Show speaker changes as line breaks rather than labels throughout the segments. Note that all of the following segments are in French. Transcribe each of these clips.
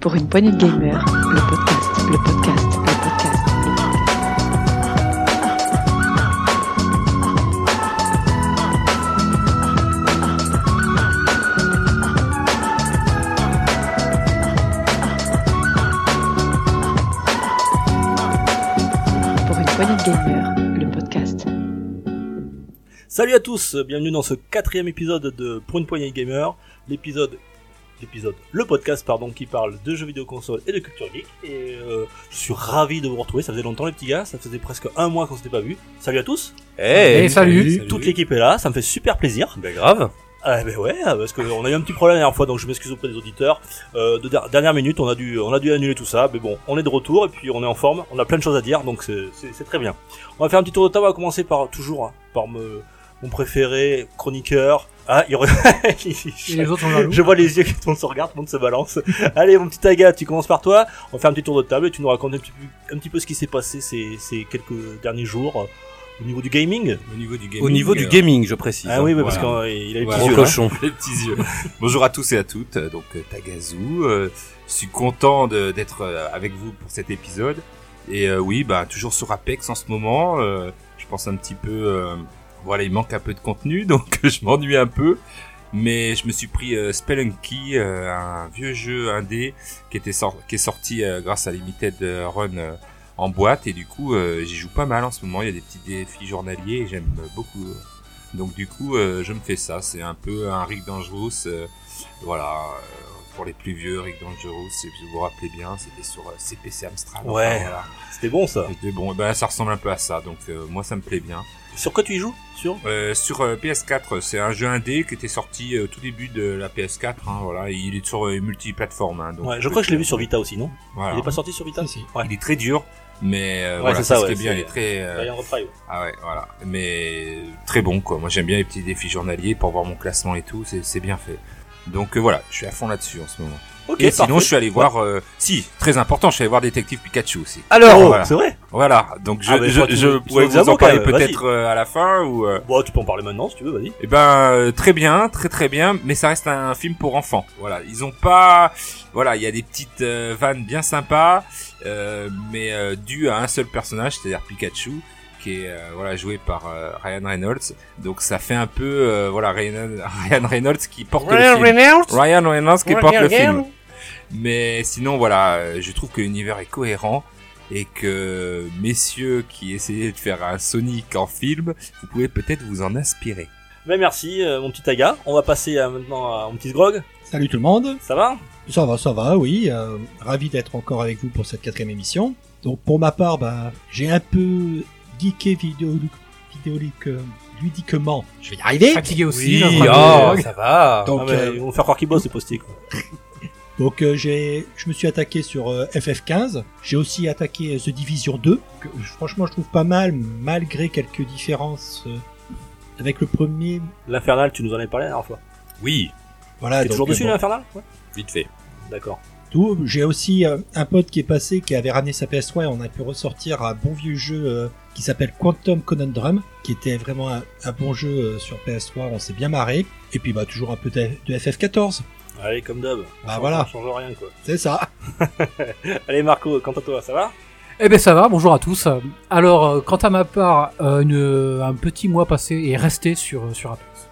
pour une poignée de gamers, le podcast, le podcast, le podcast. Pour une poignée de gamers, le podcast.
Salut à tous, bienvenue dans ce quatrième épisode de Pour une poignée de gamer, l'épisode, l'épisode, le podcast pardon qui parle de jeux vidéo console et de culture geek. Et euh, je suis ravi de vous retrouver, ça faisait longtemps les petits gars, ça faisait presque un mois qu'on s'était pas vu. Salut à tous,
Eh,
Hey,
Hey, salut.
toute l'équipe est là, ça me fait super plaisir.
Ben grave.
Ah ben ouais, parce qu'on a eu un petit problème la dernière fois, donc je m'excuse auprès des auditeurs. Euh, de der- dernière minute, on a dû, on a dû annuler tout ça, mais bon, on est de retour et puis on est en forme, on a plein de choses à dire, donc c'est- c'est c'est très bien. On va faire un petit tour de table, on va commencer par toujours hein, par me, mon préféré chroniqueur. Ah, il re-
Et les autres sont jaloux.
Je vois les yeux qui on se regarde, tout le monde se balance. Allez, mon petit Aga, tu commences par toi. On fait un petit tour de table et tu nous racontes un petit, peu- un petit peu ce qui s'est passé ces, ces quelques derniers jours euh, au niveau du gaming.
Au niveau du gaming.
Au niveau du
euh,
gaming, je précise.
hein.
Ah oui, oui,
mais
parce
voilà.
qu'il a les
Ouais,
petits
Gros
yeux. hein.
cochon.
Les petits yeux. Bonjour à tous et à toutes. euh, Donc euh, Tagazu, euh, je suis content de- d'être euh, avec vous pour cet épisode. Et euh, oui, bah toujours sur Apex en ce moment. euh, je pense un petit peu, euh, voilà, il manque un peu de contenu, donc je m'ennuie un peu. Mais je me suis pris euh, Spelunky, euh, un vieux jeu indé qui était sor- qui est sorti euh, grâce à Limited Run euh, en boîte et du coup euh, j'y joue pas mal en ce moment. Il y a des petits défis journaliers et j'aime beaucoup. euh, donc du coup, euh, je me fais ça. C'est un peu un Rick Dangerous. euh, voilà, euh, pour les plus vieux, Rick Dangerous, si vous vous rappelez bien, c'était sur euh, CPC Amstrad. enfin,
Ouais.
voilà.
C'était bon ça.
C'était bon. Eh Ben, ça ressemble un peu à ça. Donc euh, moi, ça me plaît bien.
Sur quoi tu y joues Sur
Euh, sur euh, PS4, c'est un jeu indé qui était sorti euh, au tout début de la PS4. hein, voilà, Et il est sur euh, multiplateforme. hein, donc
Ouais, je crois que je l'ai vu sur Vita aussi, non
Voilà.
Il est pas sorti sur Vita
Si, si.
Ouais.
Il est très dur, mais euh,
Ouais,
voilà,
c'est
c'est
ça,
ce
ouais,
qui est bien.
c'est-
Il est très euh,
Ryan Reprise.
Ah ouais, voilà. Mais très bon, quoi. Moi, j'aime bien les petits défis journaliers pour voir mon classement et tout. C'est c'est bien fait. Donc euh, voilà, je suis à fond là-dessus en ce moment.
Ok,
et sinon,
parfait.
je suis allé voir. euh, si, très important, je suis allé voir Détective Pikachu aussi.
Oh,
Alors,
voilà.
c'est vrai
Voilà. Donc je,
Ah, mais
je,
toi, tu
je
nous- tu
pourrais
nous
vous
avoues
en parler
quand même,
peut-être euh, à la fin ou. euh,
Bon, tu peux en parler maintenant si tu veux, vas-y.
eh ben euh, très bien, très très bien, mais ça reste un film pour enfants. Voilà, ils ont pas, voilà, il y a des petites euh, vannes bien sympas, euh, mais euh, dues à un seul personnage, c'est-à-dire Pikachu, qui est euh, voilà joué par euh, Ryan Reynolds. Donc ça fait un peu euh, voilà Ryan, Ryan Reynolds qui porte le film. Ryan Reynolds qui porte le film. Mais sinon, voilà, euh, je trouve que l'univers est cohérent et que messieurs qui essayaient de faire un Sonic en film, vous pouvez peut-être vous en inspirer.
Ben merci, euh, mon petit Aga. On va passer euh, maintenant à mon petit Grog.
Salut tout le monde.
Ça va
Ça va, ça va, oui. euh, ravi d'être encore avec vous pour cette quatrième émission. Donc pour ma part, bah, j'ai un peu geeké vidéo, vidéolique, euh, ludiquement. Je vais y arriver.
fatigué
aussi,
hein,
Oui,
Ah,
notre
euh,
oh, ça va.
Donc,
Ah, mais
euh,
Ils vont faire croire qu'il bosse, c'est posté. quoi.
donc euh, j'ai, je me suis attaqué sur euh, FF15. J'ai aussi attaqué euh, The Division 2. que, euh, franchement, je trouve pas mal, malgré quelques différences euh, avec le premier.
L'Infernal, tu nous en avais parlé la dernière fois.
Oui,
Voilà.
T'es
donc,
toujours
euh,
dessus,
bon.
l'Infernal Ouais.
vite fait.
D'accord.
tout. J'ai aussi euh, un pote qui est passé, qui avait ramené sa PS3 et on a pu ressortir un bon vieux jeu euh, qui s'appelle Quantum Conundrum, qui était vraiment un, un bon jeu euh, sur PS3, on s'est bien marré. Et puis bah toujours un peu de, de FF14,
Allez, comme d'hab.
Bah,
On
voilà.
change- On change rien, quoi.
c'est ça.
Allez, Marco, quant à toi, ça va
Eh ben ça va, bonjour à tous. Alors, euh, quant à ma part, euh, une- un petit mois passé est resté sur, euh, sur Apex.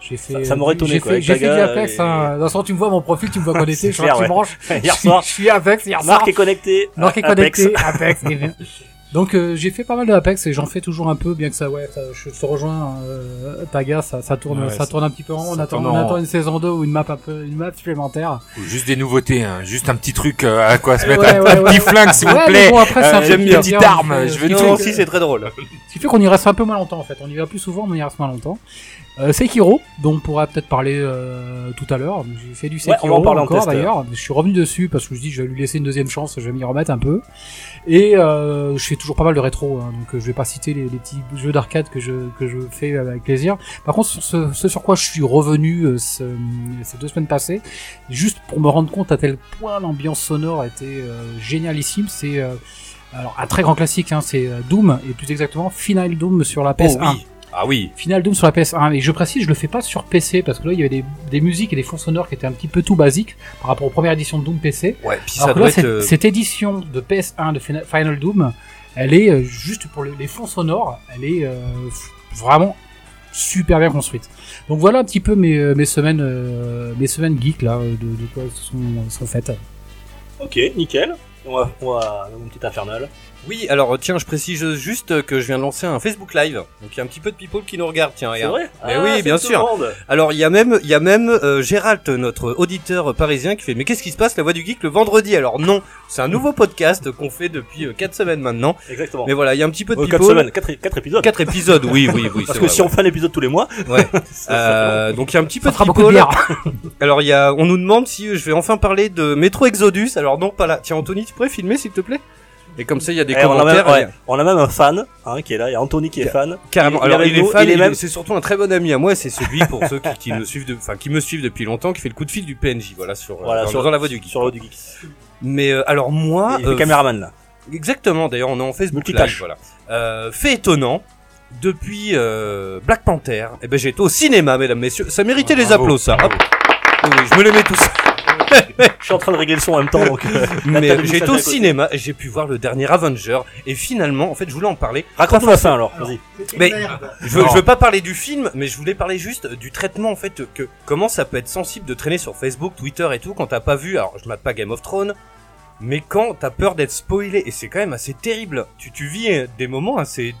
J'ai fait,
Ça- ça m'aurait étonné,
J'ai
quoi, avec
fait, j'ai
ta
fait du
gueule
Apex.
et-
Hein. De toute façon, tu me vois mon profil, tu me vois
C'est
connecté, je suis
clair,
tu
ouais.
me branches.
Hier soir,
je suis Apex hier soir.
Marc est connecté.
Marc est
à Apex.
connecté, Apex. eh bien. Donc euh, j'ai fait pas mal de Apex et j'en fais toujours un peu, bien que ça, ouais, ça- je te rejoins, euh, Taga, ça, ça tourne,
Ouais,
ça
ça-
tourne un petit peu en rond. On
ça
attend,
tourne
on
en
attend
rond.
une saison 2 ou une map un peu, une map supplémentaire.
Ou Juste des nouveautés, hein. juste un petit truc euh, à quoi se mettre,
Ouais,
un,
ouais,
un petit
ouais.
flingue s'il vous
Ouais,
plaît.
mais bon, après, c'est un
Euh,
peu
J'aime
bizarre,
une petite
on
arme,
hein, fait-
je veux
on
dire.
fait-
Non, si, c'est très drôle.
Ce qui fait qu'on y reste un peu moins longtemps en fait. On y va plus souvent, mais on y reste moins longtemps. Euh, Sekiro, dont on pourra peut-être parler euh, tout à l'heure. J'ai fait du
Ouais, on
Sekiro
va en parler en
encore
test.
d'ailleurs. Je suis revenu dessus parce que je dis je vais lui laisser une deuxième chance, je vais m'y remettre un peu. Et euh, je fais toujours pas mal de rétro, hein, donc euh, je vais pas citer les, les petits jeux d'arcade que je, que je fais avec plaisir. Par contre, sur ce, ce sur quoi je suis revenu euh, ce- ces deux semaines passées, juste pour me rendre compte à tel point l'ambiance sonore était euh, génialissime, c'est... euh, alors, un très grand classique, hein, c'est euh, Doom, et plus exactement Final Doom sur la PS1.
Ah oui.
Final Doom sur la PS1. Et je précise, je le fais pas sur PC parce que là, il y avait des, des musiques et des fonds sonores qui étaient un petit peu tout basiques par rapport aux premières éditions de Doom PC.
Ouais, puis ça
Alors que
doit
là,
être.
cette,
euh,
cette édition de PS1 de Fina- Final Doom, elle est euh, juste pour le- les fonds sonores, elle est euh, f- vraiment super bien construite. Donc voilà un petit peu mes, euh, mes semaines euh, mes semaines geek là de, de quoi sont, sont faites.
Ok, nickel. On va, on va, mon petit infernal.
Oui, alors euh, tiens, je précise juste que je viens de lancer un Facebook Live. Donc il y a un petit peu de people qui nous regardent, tiens,
C'est
regarde.
vrai Ah,
Mais oui,
c'est
bien
tout
sûr.
le monde.
Alors il y a même, il y a même euh, Gérald, notre auditeur parisien, qui fait mais qu'est-ce qui se passe la voix du geek le vendredi Alors non, c'est un nouveau podcast qu'on fait depuis euh, quatre semaines maintenant.
Exactement.
Mais voilà, il y a un petit peu de
Euh,
people.
quatre semaines, quatre, quatre épisodes.
Quatre épisodes, oui, oui, oui.
Parce
c'est
que
vrai,
si on fait un épisode tous les mois,
ouais.
ça- ça
Euh, donc il y a un petit peu
Ça
de
fera beaucoup de
people.
bière.
Alors il y a, on nous demande si euh, je vais enfin parler de Metro Exodus. Alors non, pas là. Tiens Anthony, tu pourrais filmer s'il te plaît. Et comme ça, il y a des
Eh, on, a même,
commentaires.
ouais, on a même un fan hein, qui est là, il y a Anthony qui est fan.
Carrément.
Il- il
Alors
est
il,
avec
est
nous,
fan,
il est
il est-
même-
c'est surtout un très bon ami à moi. C'est celui pour ceux qui, qui me suivent, de- enfin qui me suivent depuis longtemps, qui fait le coup de fil du PNJ. Voilà sur, euh,
Voilà,
dans,
sur,
dans la voix du geek.
Sur la voix du geek.
Mais euh, alors moi,
il est
euh,
caméraman là.
exactement. D'ailleurs, on est en Facebook
Multitâche.
Live. Voilà. Euh, fait étonnant. Depuis euh, Black Panther, eh ben j'ai été au cinéma, mesdames, messieurs. Ça méritait les
bravo,
applaudissements. ça. Hop.
bravo.
Oui, oui, je me les mets tous.
Je suis en train de régler le son en même temps donc. euh,
Mais
t'as
euh,
mis
j'ai
ça
été au
d'un côté.
cinéma et j'ai pu voir le dernier Avenger. Et finalement, en fait, je voulais en parler.
Raconte-nous la fin alors, vas-y.
Mais je veux,
Non.
je veux pas parler du film, mais je voulais parler juste du traitement en fait que comment ça peut être sensible de traîner sur Facebook, Twitter et tout quand t'as pas vu. Alors je mate pas Game of Thrones, mais quand t'as peur d'être spoilé et c'est quand même assez terrible. Tu tu vis euh, des moments assez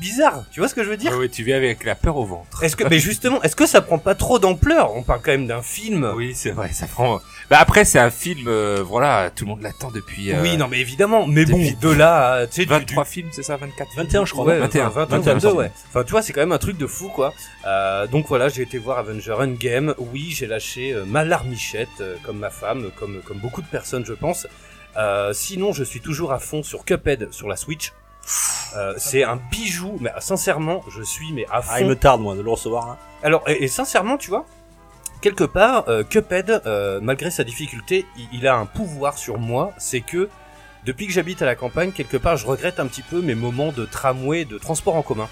bizarres. Tu vois ce que je veux dire
Ah oui, tu viens avec la peur au ventre.
Est-ce que mais justement, est-ce que ça prend pas trop d'ampleur On parle quand même d'un film.
Oui, c'est vrai, ça prend. Bah après, c'est un film, euh, voilà, tout le monde l'attend depuis. euh,
Oui, non, mais évidemment. Mais bon,
Depuis-
de là, à, tu sais, du- du-
23 films, c'est ça, 24 films
21 je crois.
Ouais,
non
21,
20,
21,
22,
sorti.
ouais. Enfin, tu vois, c'est quand même un truc de fou, quoi. Euh, donc voilà, j'ai été voir Avenger Endgame. Oui, j'ai lâché euh, ma larmichette, euh, comme ma femme, comme, comme beaucoup de personnes, je pense. Euh, sinon, je suis toujours à fond sur Cuphead, sur la Switch. Euh, c'est un bijou, mais euh, sincèrement, je suis mais à fond.
Ah, il me tarde moi de le recevoir là.
Alors, et, et sincèrement, tu vois, quelque part, euh, Cuphead, euh, malgré sa difficulté, il, il a un pouvoir sur moi, c'est que depuis que j'habite à la campagne, quelque part, je regrette un petit peu mes moments de tramway, de transport en commun.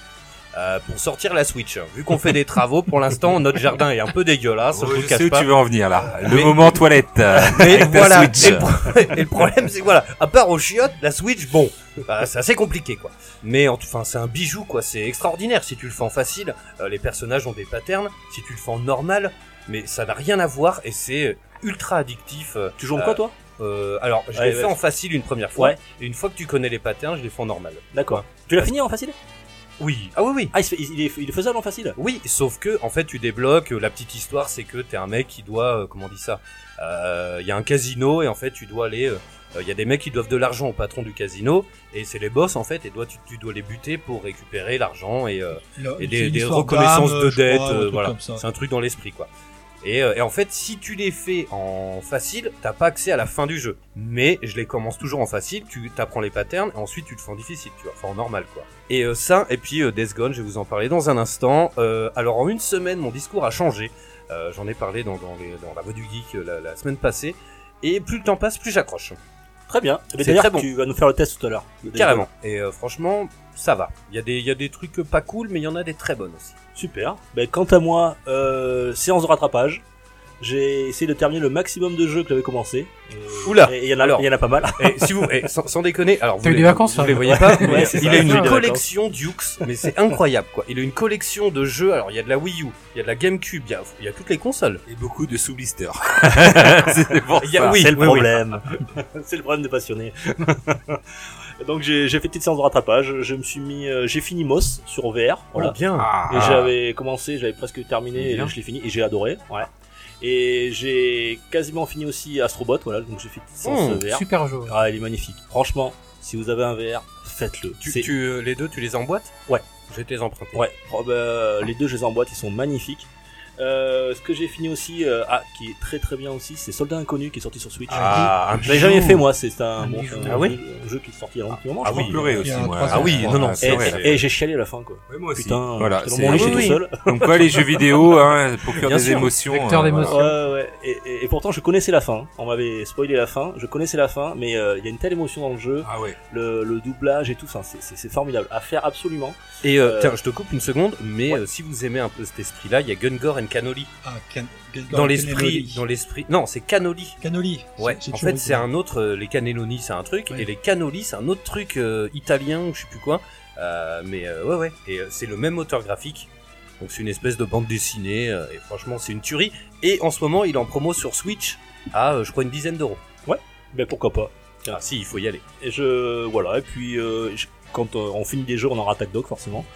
euh, pour sortir la Switch. Vu qu'on fait des travaux, pour l'instant, notre jardin est un peu dégueulasse.
Oh,
Ah, je vous
je
le cache
sais où
pas. Ah,
tu veux en venir là. Le
Mais-
moment toilette. euh,
Mais
avec ta
voilà,
Switch.
Et, le pro- et le problème c'est que voilà, à part aux chiottes, la Switch, bon, bah, c'est assez compliqué quoi. Mais en tout, enfin, c'est un bijou quoi, c'est extraordinaire. Si tu le fais en facile, euh, les personnages ont des patterns. Si tu le fais en normal, mais ça n'a rien à voir et c'est ultra addictif. euh,
Tu joues en quoi
Euh,
toi
euh, alors, je
Ouais,
l'ai
ouais.
fait en facile une première fois,
Ouais.
et une fois que tu connais les patterns, je l'ai fait en normal.
D'accord. Tu l'as fini en facile
Oui. Ah oui, oui.
Ah, il, se fait- il est, il est faisable en facile
Oui, sauf que en fait tu débloques. euh, La petite histoire, c'est que t'es un mec qui doit, euh, comment on dit ça Euh, Il y a un casino et en fait tu dois aller. euh, euh, Il y a des mecs qui doivent de l'argent au patron du casino et c'est les boss en fait et dois, tu, tu dois les buter pour récupérer l'argent et, euh,
Le-
et
c'est
des,
une
des
histoire
reconnaissances
d'âme,
de
je crois,
dette.
un
euh,
truc
voilà,
comme ça.
c'est un truc dans l'esprit quoi. Et, euh, et en fait, si tu les fais en facile, t'as pas accès à la fin du jeu. Mais je les commence toujours en facile, tu t'apprends les patterns, et ensuite tu le fais en difficile, tu vois, enfin en normal quoi. Et euh, ça, et puis euh, Days Gone, je vais vous en parler dans un instant. Euh, alors en une semaine, mon discours a changé. Euh, J'en ai parlé dans, dans, les, dans la voix du geek euh, la, la semaine passée. Et plus le temps passe, plus j'accroche.
Très bien. Eh ben,
C'est
D'ailleurs,
très bon.
tu vas nous faire le test tout à l'heure.
Carrément. Et euh, franchement, ça va. Il y, a des- il y a des trucs pas cool, mais il y en a des très bonnes aussi.
Super. Ben, quant à moi, euh, séance de rattrapage. J'ai essayé de terminer le maximum de jeux que j'avais commencé. Euh,
Oula.
Et il y, en a-
Alors.
il y en a pas mal.
Et Eh, si vous, et sans, sans déconner, alors vous
T'as eu
les,
des vacances,
vous
là
les voyez pas.
Ouais,
mais
c'est
il
ça,
a
j'ai eu
une
des
collection Dukes, mais c'est incroyable quoi. Il a une collection de jeux. Alors il y a de la Wii U, il y a de la GameCube, il y a, il y a toutes les consoles.
Et beaucoup de sous-blisters. c'est pour
Il y a-
ça.
oui,
c'est le
oui.
problème. c'est le problème des passionnés. Donc j'ai j'ai fait une petite séance de rattrapage. Je me suis mis, euh, j'ai fini Moss sur VR. Voilà.
bien.
Ah.
Et j'avais commencé, j'avais presque terminé, et
Bien.
je l'ai fini, et j'ai adoré, ouais. Et j'ai quasiment fini aussi Astrobot, voilà, donc j'ai fait une petite séance
Mmh,
VR.
Super jeu.
Ah, il est magnifique. Franchement, si vous avez un VR, faites-le.
Tu,
C'est-
tu, euh, les deux, tu les emboîtes
Ouais.
Je vais te les emprunter.
Ouais, oh, bah, les deux jeux en boîte, ils sont magnifiques. Euh, ce que j'ai fini aussi, euh, ah, qui est très très bien aussi, c'est Soldat Inconnu qui est sorti sur Switch.
Ah, un
je l'avais jamais
bijou.
fait moi, c'est un, bon,
bijou.
un
Ah oui
jeu- un jeu qui est sorti il y a un petit moment.
Ah
je
oui,
crois.
pleurer
Il y
aussi,
a un
moi.
troisième.
Ah oui, non, non,
Ouais,
Et,
c'est vrai.
et- et j'ai chialé à la fin quoi.
Ouais, moi aussi.
Putain,
Voilà,
j'étais dans
c'est-
mon lit, j'étais
oui, oui.
tout seul.
Comme quoi, les jeux vidéo, hein, procurent
Bien
des
sûr.
émotions. euh,
Vecteur d'émotion.
Ouais, ouais. Et, et- et pourtant, je connaissais la fin. On m'avait spoilé la fin. Je connaissais la fin, mais euh, il y a une telle émotion dans le jeu,
Ah ouais.
le, le doublage et tout. Enfin, c'est- c'est c'est formidable à faire absolument.
Et euh,
Euh,
tiens, je te coupe une seconde, mais euh, si vous aimez un peu cet esprit-là, il y a Gungor and Cannoli.
Ah, Can- Gilgore
Dans l'esprit,
Cannelloni.
dans l'esprit, non, c'est Cannoli.
Cannoli.
Ouais.
J'ai
En
toujours
fait,
eu
c'est un autre. euh, Les cannelloni, c'est un truc,
Ouais.
et les cannoli, c'est un autre truc euh, italien ou je sais plus quoi. Euh, mais euh, ouais, ouais. Et euh, c'est le même auteur graphique. Donc c'est une espèce de bande dessinée. euh, et franchement, c'est une tuerie. Et en ce moment, il est en promo sur Switch à, euh, je crois, une dizaine d'euros.
Mais Ben, pourquoi pas
Ah si, il faut y aller.
Et je voilà. Et puis euh, je- quand euh, on finit des jeux, on en attaque Dog forcément.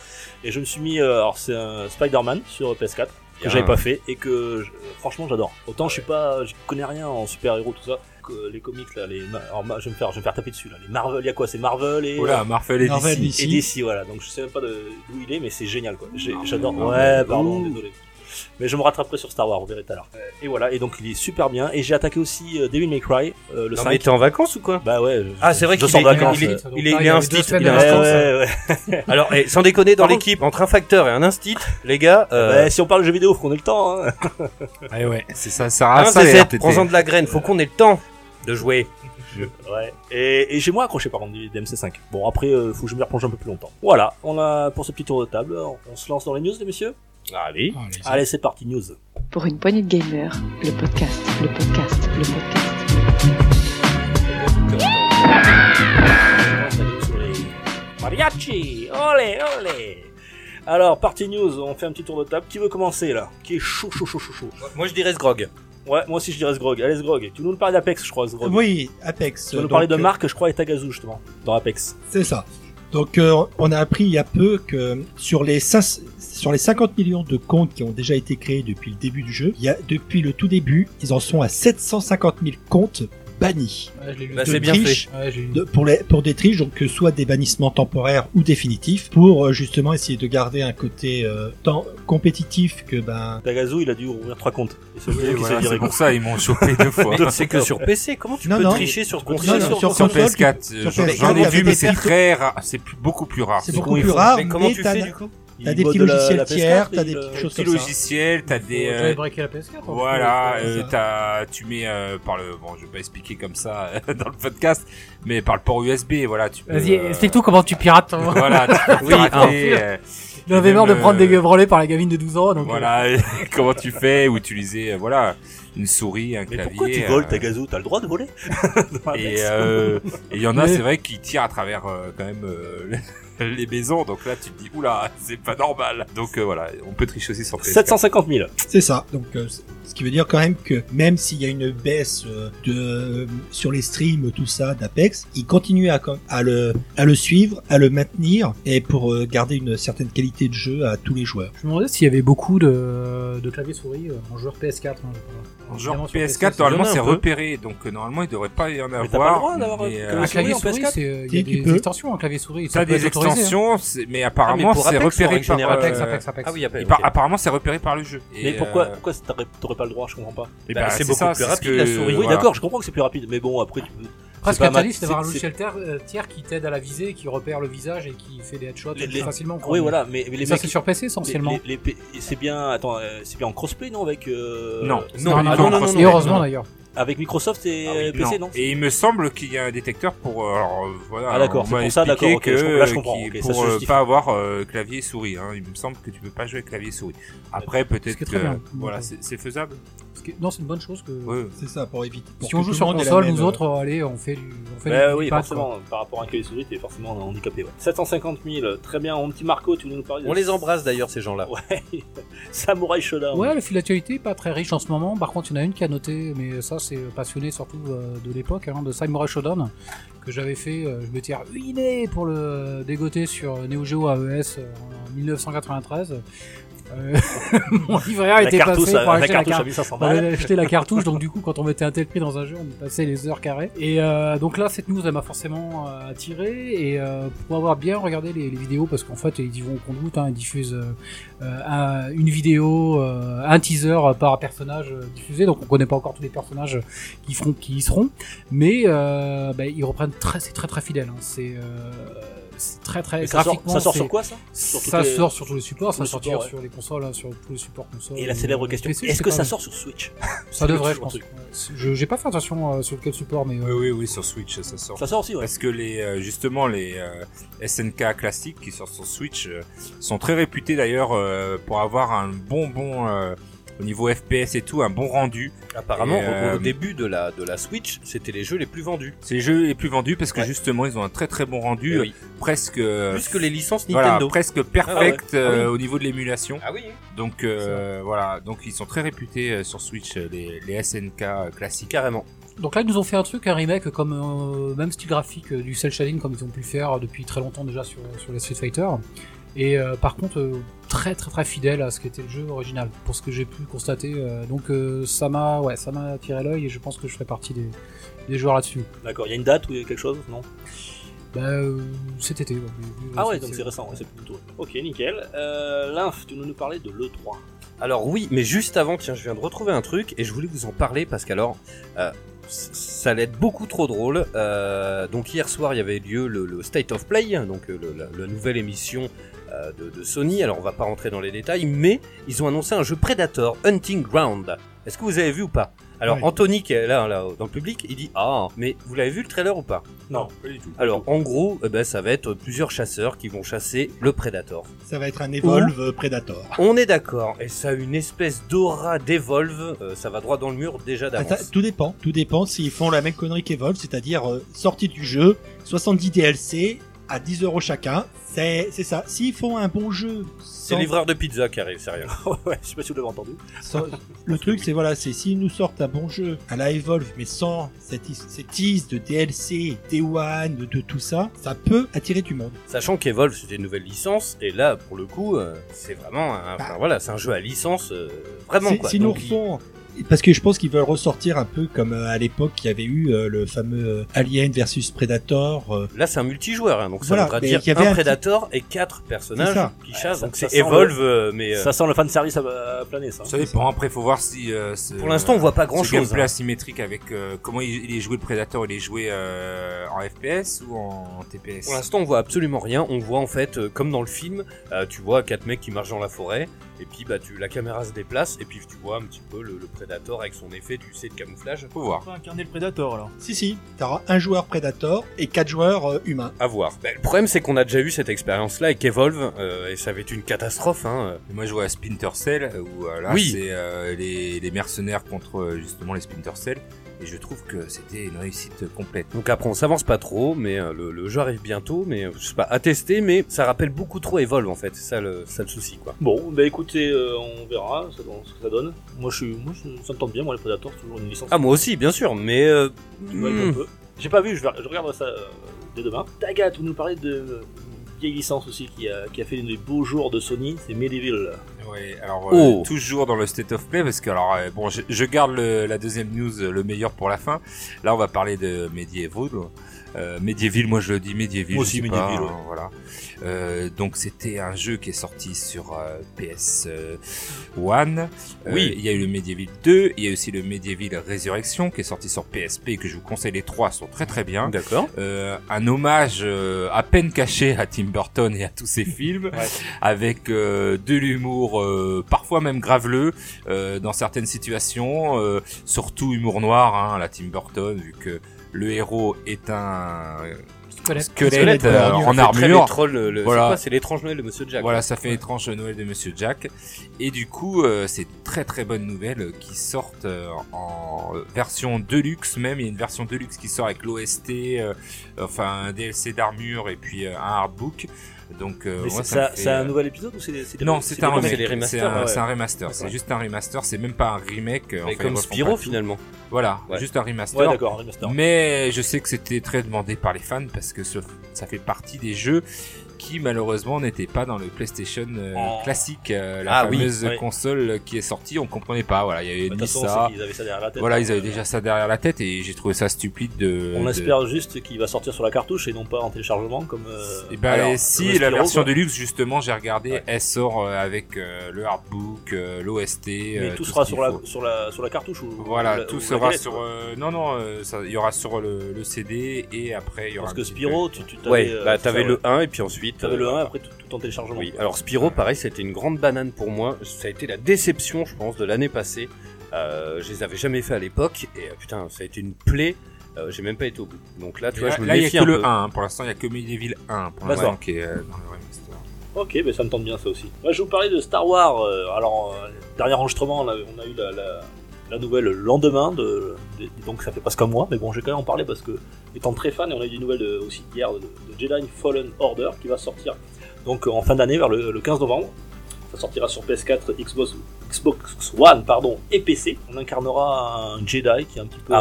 Et je me suis mis. euh, alors c'est un Spider-Man sur PS4 que
Bien.
j'avais pas fait et que je- franchement j'adore. Autant je suis pas, je connais rien en super-héros tout ça. que Les comics là, les, ma- alors, ma- je vais me faire, je vais me faire taper dessus là. Les Marvel, il y a quoi C'est Marvel et euh,
Oula, Oh Marvel et
Marvel,
DC.
DC.
et d'ici voilà donc je sais même pas de- d'où il est mais c'est génial quoi J'ai-
Ah,
j'adore
mais non,
ouais
mais-
pardon
Ouh.
désolé mais je me rattraperai sur Star Wars vous verrez tout à l'heure Euh, et voilà et donc il est super bien et j'ai attaqué aussi euh, Devil May Cry euh, le
non
5
mais t'es en vacances ou quoi
bah ouais je-
Ah, c'est vrai
je
qu'il
sors
est-
de vacances
il est-
euh.
il est- il est
un
un
stit,
stit,
Ouais,
il est euh,
ouais,
instant, ça.
ouais, ouais.
Alors, eh, sans déconner, dans
Par contre-
l'équipe, entre un facteur et un instit, les gars, euh,
Ouais, si on parle de jeux vidéo faut qu'on ait le temps hein.
Ah ouais.
C'est ça, ça
un
a ça, les
DZ,
RTT.
prends-en de la graine, faut qu'on ait le temps de jouer.
ouais. et, et j'ai moins accroché par contre des des MC5 bon après euh, faut que je m'y replonge un peu plus longtemps voilà on a pour ce petit tour de table on, on se lance dans les news les messieurs
Allez.
allez c'est parti news
Pour une poignée de gamers, le podcast, le podcast, le podcast.
Mariachi, olé, olé. Alors, partie news, on fait un petit tour de table. Qui veut commencer là Qui est chaud, chaud, chaud, chaud, chaud
Moi, je dirais Sgrog.
Ouais, moi aussi je dirais Sgrog. Allez, Sgrog, tu nous parles d'Apex, je crois, Sgrog.
Oui, Apex.
Tu vas nous
donc,
parler de
euh,
Marc, je crois, et Tagazu, justement, dans Apex.
C'est ça. Donc euh, on a appris il y a peu que sur les, cinq- sur les 50 millions de comptes qui ont déjà été créés depuis le début du jeu, il y a, depuis le tout début, ils en sont à 750 000 comptes bannis.
je l'ai lu.
Bah,
De
c'est bien
triche,
Ouais, j'ai lu.
de- pour, les, pour des triches, donc que soit des bannissements temporaires ou définitifs, pour euh, justement essayer de garder un côté euh, tant compétitif que ben
Tagazu, il a dû ouvrir trois comptes. Et c'est le
Oui,
seul qui
voilà,
s'est viré,
c'est
quoi.
pour ça, ils m'ont chopé deux fois.
C'est que sur PC, comment tu
Non,
peux
non.
tricher sur
peux
console
tricher
sur
Sur
console,
PS4,
sur
euh, j'en-
PS4,
j'en ai
avec
vu,
des
mais c'est
cartes.
très rare. C'est plus- beaucoup plus rare.
c'est
c'est
beaucoup
bon,
plus
ils font-
rare.
Mais comment
mais
tu
t'as-
fais du coup
T'as
Il
des
mode
petits
de la- la
logiciels
PS4,
tiers, t'as
il,
des
euh,
petites
Des
choses
petits
comme ça.
logiciels, t'as des.
Faut
euh,
jamais breaker la PS4. quoi.
Voilà,
Ouais,
euh,
c'est
t'as- tu mets euh, par le. Bon, je vais pas expliquer comme ça euh, dans le podcast, mais par le port USB, voilà. tu peux,
Vas-y,
euh,
explique-nous comment tu pirates. hein.
Voilà, tu peux
Oui,
pirater, euh,
Il avait
Et
marre de
même,
prendre des
euh,
branlés par la gamine de 12 ans. Donc, euh,
voilà, comment tu fais ou utiliser euh, voilà une souris, un
Mais
clavier.
pourquoi tu
euh,
voles, Tagazu T'as le droit de voler Dans Apex.
Et euh, et il y en a,
Mais-
c'est vrai, qui tirent à travers euh, quand même euh, les maisons. Donc là, tu te dis, oula, c'est pas normal. Donc euh, voilà, on peut tricher aussi sur PS4.
750 000.
C'est ça. Donc, euh, c- ce qui veut dire quand même que même s'il y a une baisse euh, de euh, sur les streams, tout ça d'Apex, ils continuent à, com- à le à le suivre, à le maintenir et pour euh, garder une certaine qualité de jeu à tous les joueurs.
Je me demandais s'il y avait beaucoup de, de claviers souris euh, en joueur PS4. hein, je crois.
Genre
Évidemment, sur
PS4,
c'est-
normalement,
bien, un
c'est
peu.
repéré. Donc euh, normalement, il devrait pas y en avoir.
Mais t'as pas le droit d'avoir
mais,
un
euh,
Un
clavier
clavier
souris en
souris,
PS4.
c'est, euh, il y
Si,
a
tu
des
peux.
extensions en clavier souris. ça
T'as
peut être
des
autorisé, hein.
extensions, c'est- mais apparemment
Ah, mais pour
c'est
Apex, en
repéré
règle
par.
générale,
euh,
Apex, Apex, Apex.
Ah oui, après,
et par- apparemment, c'est repéré par le jeu.
Mais
Et,
pourquoi,
euh,
pourquoi t'aurais t'aurais pas le droit Je comprends pas.
eh
Bah,
ben,
c'est beaucoup
ça,
plus
ce
rapide,
que-
la souris.
Oui,
voilà.
d'accord, je comprends que c'est plus rapide, mais bon, après, tu peux-
Presque
C'est pas mal.
Catalyst d'avoir un
C'est-
logiciel tiers, euh, tiers qui t'aide à la visée, qui repère le visage et qui fait des headshots
Les-
plus
les-
facilement. quoi.
Oui, voilà, mais, mais les
Ça,
mecs-
c'est sur PC essentiellement.
Les- les- les- et c'est bien, attends, euh, c'est bien en crossplay, non, avec euh,
Non,
Non,
pas
non,
du tout
non,
en
non,
cross-
Et heureusement
non.
d'ailleurs.
avec Microsoft et
Ah oui,
euh, PC, non,
Et il me semble qu'il y a un détecteur pour. euh, Alors, euh, voilà,
Ah, d'accord,
on
c'est
m'a
pour ça,
expliqué
d'accord, ok, je
que,
comprends- là, je comprends,
qu'il-
ok, ça se
Pour euh,
justifie.
pas avoir euh, clavier et souris. Hein. Il me semble que tu peux pas jouer clavier et souris. Après,
Ce qui
peut-être
est très
que.
bien.
Voilà, c'est c'est faisable.
Parce que- Non, c'est une bonne chose que.
Ouais.
C'est ça pour éviter. pour
Si
que
on
tout
joue
le
sur
monde ait la
console,
même,
nous autres, euh, allez, on fait du. On fait
Bah
du- du
oui,
pad,
forcément, par rapport à un cueil souris, t'es forcément handicapé. ouais. 750 000, très bien, mon petit Marco, tu voulais nous parler de-
On les embrasse d'ailleurs, ces gens-là.
Ouais, Samurai Shodown.
Ouais, le fil d'actualité est pas très riche en ce moment. Par contre, il y en a une qui a noté, mais ça, c'est passionné surtout euh, de l'époque, hein, de Samurai Shodown, que j'avais fait. euh, je m'étais E ruiné pour le dégoter sur Neo Geo AES euh, en 1993. Euh, mon livret A
La
était
cartouche,
passé
à-
pour
la
acheter la
cartouche à
carte.
1500
On avait
balles.
acheté la cartouche, donc du coup, quand on mettait un tel prix dans un jeu, on passait les heures carrées. Et euh, donc là, cette news, elle m'a forcément euh, attiré. Et euh, pour avoir bien regardé les, les vidéos, parce qu'en fait, ils y vont au compte-goutte, hein, ils diffusent euh, euh, un- une vidéo, euh, un teaser par personnage euh, diffusé. Donc on connaît pas encore tous les personnages qui, feront, qui y seront. Mais euh, bah, ils reprennent très, c'est très très fidèle. hein. C'est euh, c'est très très
Et ça sort,
graphiquement,
ça sort
c'est-
sur quoi ça Sur toutes
ça
les-
sort sur tous les supports, ça
tous les
sortir
supports, ouais.
sur les consoles, hein, sur tous les supports consoles.
Et la célèbre
euh,
question
PC, je
est-ce
sais
que
pas,
ça
mais
sort sur Switch
Ça devrait, je
sur
pense.
le truc.
Je j'ai pas fait attention euh, sur lequel support, mais
Oui,
euh,
oui, oui, sur Switch, ça sort.
Ça sort aussi, ouais.
Parce que les, euh, justement, les euh, SNK classiques qui sortent sur Switch euh, sont très réputés d'ailleurs euh, pour avoir un bon, bon, euh, au niveau FPS et tout, un bon rendu.
Apparemment,
Et, euh,
au, au début de la, de la Switch, c'était les jeux les plus vendus.
C'est les jeux les plus vendus parce que
Ouais.
justement, ils ont un très très bon
Eh
rendu,
oui.
euh, presque, euh,
Plus que les licences
voilà,
Nintendo.
presque perfect
Ah ouais. Ah oui.
euh, au niveau de l'émulation.
Ah oui.
Donc euh, voilà, donc ils sont très réputés euh, sur Switch euh, les, les SNK euh, classiques.
Carrément.
donc là ils nous ont fait un truc, un remake comme euh, même style graphique euh, du cel shading comme ils ont pu le faire euh, depuis très longtemps déjà sur, sur les Street Fighter. Et euh, par contre euh, très très très fidèle à ce qu'était le jeu original, pour ce que j'ai pu constater. euh, donc euh, ça m'a ouais ça m'a attiré l'œil et je pense que je ferai partie des, des joueurs là-dessus.
D'accord, il y a une date ou il y a quelque chose Non
Bah, euh, cet été. ouais, mais- mais-
Ah ouais, donc c'est récent, ouais, c'est plutôt. Ok, nickel. Euh, Lymph, tu nous parlais de l'E3.
Alors oui, mais juste avant, tiens, je viens de retrouver un truc et je voulais vous en parler parce qu'alors, euh, c- ça allait être beaucoup trop drôle. Euh, donc hier soir, il y avait lieu le, le State of Play, donc euh, le- la, la nouvelle émission euh, de, de Sony. Alors on va pas rentrer dans les détails, mais ils ont annoncé un jeu Predator Hunting Ground. Est-ce que vous avez vu ou pas Alors
Oui.
Anthony qui est là, là dans le public, il dit ah, mais vous l'avez vu le trailer ou pas
Non.
pas du tout.
Alors en gros, eh ben, ça va être plusieurs chasseurs qui vont chasser le Predator.
euh, Ça va être un Evolve euh, Predator.
On est d'accord, et ça a une espèce d'aura d'Evolve, euh, ça va droit dans le mur déjà
Ah, ça,
d'avance.
tout dépend, tout dépend s'ils font la même connerie qu'Evolve, c'est-à-dire euh, sortie du jeu, 70 DLC à 10 euros chacun, c'est c'est ça. S'ils font un bon jeu,
C'est
sans,
le livreur de pizza qui arrive, c'est rien.
Ah ouais, je sais pas si vous l'avez entendu.
sans- le truc c'est voilà, c'est s'ils nous sortent un bon jeu à la Evolve, mais sans cette is- cette tease de DLC, Day One, de, de tout ça, ça peut attirer du monde.
Sachant qu'Evolve c'était une nouvelle licence, et là pour le coup, euh, c'est vraiment un, enfin, voilà, c'est un jeu à licence, euh, vraiment
Bah. Si-
quoi.
si nous
Donc, il-
refont, parce que je pense qu'ils veulent ressortir un peu comme euh, à l'époque il y avait eu euh, le fameux euh, Alien versus Predator. euh,
Là c'est un multijoueur, hein, donc ça
Voilà,
voudra
mais
dire
il y avait
un
un
Predator et quatre
C'est
personnages
ça.
qui
Ouais,
chassent,
ça-
donc
ça
c'est
sent le-
Evolve, euh, mais euh,
Ça sent le fanservice à, à planer, ça. hein.
Ça dépend. Après, faut voir si euh, ce-
pour l'instant on voit pas hein. grand
Ce
chose.
gameplay asymétrique avec euh, comment il, il est joué le Predator, il est joué euh, en FPS ou en TPS
Pour l'instant, on voit absolument rien. On voit en fait, euh, comme dans le film, euh, tu vois quatre mecs qui marchent dans la forêt, et puis bah, tu, la caméra se déplace, et puis tu vois un petit peu le, le Predator avec son effet, tu sais, de camouflage.
faut voir.
Pas incarner le Predator alors.
Si si, t'auras un joueur Predator et quatre joueurs euh, humains.
À voir. Bah, le problème, c'est qu'on a déjà eu cette expérience-là avec Evolve, euh, et ça avait été une catastrophe. Hein.
Moi, je vois à Splinter Cell où euh, là,
Oui.
c'est euh, les, les mercenaires contre euh, justement les Splinter Cell. Et je trouve que c'était une réussite complète.
Donc après, on s'avance pas trop, mais euh, le, le jeu arrive bientôt, mais euh, je sais pas, à tester, mais ça rappelle beaucoup trop Evolve en fait. C'est ça le, ça le souci, quoi.
Bon, bah écoutez, euh, on verra ça- ce que ça donne. Moi, je suis, moi je- ça me tente bien, moi, les Predators, c'est toujours une licence.
Ah, moi aussi, bien sûr, mais. euh,
qui va être
hmm,
un peu. J'ai pas vu, je, vais- je regarde ça euh, dès demain. Tagat, vous nous parlez de euh, une vieille licence aussi qui a, qui a fait des beaux jours de Sony, c'est Medieval.
Ouais, alors euh,
Oh.
toujours dans le state of play parce que alors euh, bon, je, je garde le- la deuxième news euh, le meilleur pour la fin. Là, on va parler de Medieval. Euh, Medieval, moi je le dis Medieval.
Moi
je
aussi,
sais pas,
Medieval,
hein, voilà. Euh, donc c'était un jeu qui est sorti sur euh, PS euh, One. Euh,
Oui.
Il y a eu le Medieval 2. Il y a aussi le Medieval Resurrection qui est sorti sur PSP et que je vous conseille. Les trois sont très très bien.
D'accord.
Euh, un hommage euh, à peine caché à Tim Burton et à tous ses films, avec euh, de l'humour euh, parfois même graveleux euh, dans certaines situations, euh, surtout humour noir hein, à la Tim Burton, vu que le héros est un
Squelette.
squelette, euh,
Squelette,
en
C'est très
armure.
les trolls, le- le- c'est
Voilà.
quoi, C'est l'étrange Noël de Monsieur Jack.
Voilà, ça fait étrange euh, Noël de Monsieur Jack. Et du coup, euh, c'est très très bonne nouvelle euh, qui sortent euh, en version deluxe même. Il y a une version deluxe qui sort avec l'OST, euh, enfin un DLC d'armure et puis euh, un hardbook. Donc, euh,
Mais
moi,
c'est
ça me
ça-
fait,
c'est
euh,
un nouvel épisode ou c'est des- des-
non, c'est
des
un
remakes
c'est
remake.
les remasters,
C'est un,
ouais.
c'est un remaster. C'est
D'accord.
juste un remaster. C'est même pas un remake. euh,
Mais
enfin, ils
comme
refont
Spyro
pas tout.
finalement.
Voilà,
Ouais.
juste un remaster.
Ouais, d'accord, un remaster.
Mais je sais que c'était très demandé par les fans parce que ce- ça fait partie des jeux qui malheureusement n'étaient pas dans le PlayStation euh,
Oh.
classique, euh, la
Ah oui,
fameuse
oui. Bah,
console qui est sortie, on comprenait pas. Voilà, il y avait
De toute
ni
façon,
ça.
c'est qu'ils avaient ça derrière la tête.
Voilà,
hein.
ils avaient déjà ça derrière la tête et j'ai trouvé ça stupide de.
On
de-
espère juste qu'il va sortir sur la cartouche et non pas en téléchargement comme. euh,
Eh ben,
alors,
si
le
la
Spyro,
version
quoi.
de luxe justement, j'ai regardé,
Ouais.
elle sort euh, avec euh, le artbook, euh, l'OST.
Mais
euh,
tout
ce
sera
qu'il
sur la,
faut.
sur, la, sur la cartouche ou. ou
Voilà,
la- ou
tout
la
sera
galette,
sur.
quoi.
euh, non, non, euh, ça- il y aura sur le, le CD et après il y aura.
Parce
un
que
petit peu-
Spyro, tu tu t'avais.
Ouais,
euh,
bah
tu
t'avais le 1 et puis ensuite.
T'avais
euh,
le 1 après tout, tout en téléchargement.
Oui,
quoi.
alors Spyro, pareil, c'était une grande banane pour moi. Ça a été la déception, je pense, de l'année passée. Euh, je les avais jamais fait à l'époque et euh, putain, ça a été une plaie. Euh, j'ai même pas été au bout. Donc là, tu
Et
vois,
là,
je me
là, il y
méfie
a que
un peu.
le 1. hein. Pour l'instant, il y a que Medieval 1 pour l'instant
D'accord.
qui est euh, dans le remaster.
Ok, ben ça me tente bien ça aussi. Moi, je vais vous parlais de Star Wars. euh, alors, euh, dernier enregistrement, on a, on a eu la, la- la nouvelle le lendemain, de, de- donc ça fait presque un mois, mais bon, j'ai quand même en parler parce que, étant très fan, et on a eu des nouvelles euh, aussi hier de, de Jedi Fallen Order qui va sortir donc euh, en fin d'année, vers le, le 15 novembre. Ça sortira sur PS4, Xbox, Xbox One pardon, et PC. On incarnera un Jedi qui est un petit peu.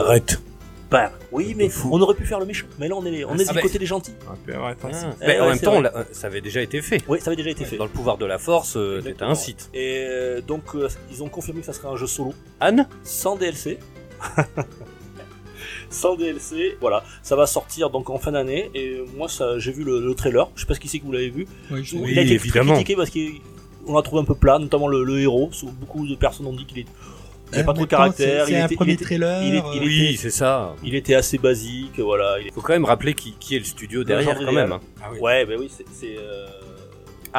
Bah, oui, mais on aurait pu faire le méchant. Mais là, on est, les- on est
Ah
du
bah-
côté des gentils.
Ah,
Eh,
bah, en
ouais,
même
c'est
temps,
vrai.
on l'a- euh, ça avait déjà été fait.
Oui, ça avait déjà été fait.
Dans le pouvoir de la force, euh, t'étais
Exactement.
un site.
Et euh, donc, euh, ils ont confirmé que ça serait un jeu solo,
Anne
sans DLC. sans DLC, voilà. Ça va sortir donc en fin d'année. Et euh, moi, ça- j'ai vu le, le trailer. Je sais pas ce qui c'est que vous l'avez vu.
Ouais, je-
Oui,
il a été
évidemment.
critiqué parce qu'on l'a trouvé un peu plat, notamment le, le héros. Sous- Beaucoup de personnes ont dit qu'il est- il avait
en
pas trop
même
de
temps,
caractère.
Euh, C'est
il
c'est un
était- il
premier
était-
trailer.
il est-
euh,
il est-
Oui, c'est ça.
Il était assez basique, voilà. Il est-
Faut quand même rappeler qui, qui est le studio derrière
genre
quand
idéal.
même. hein.
Ouais, ben oui, c'est. c'est, euh,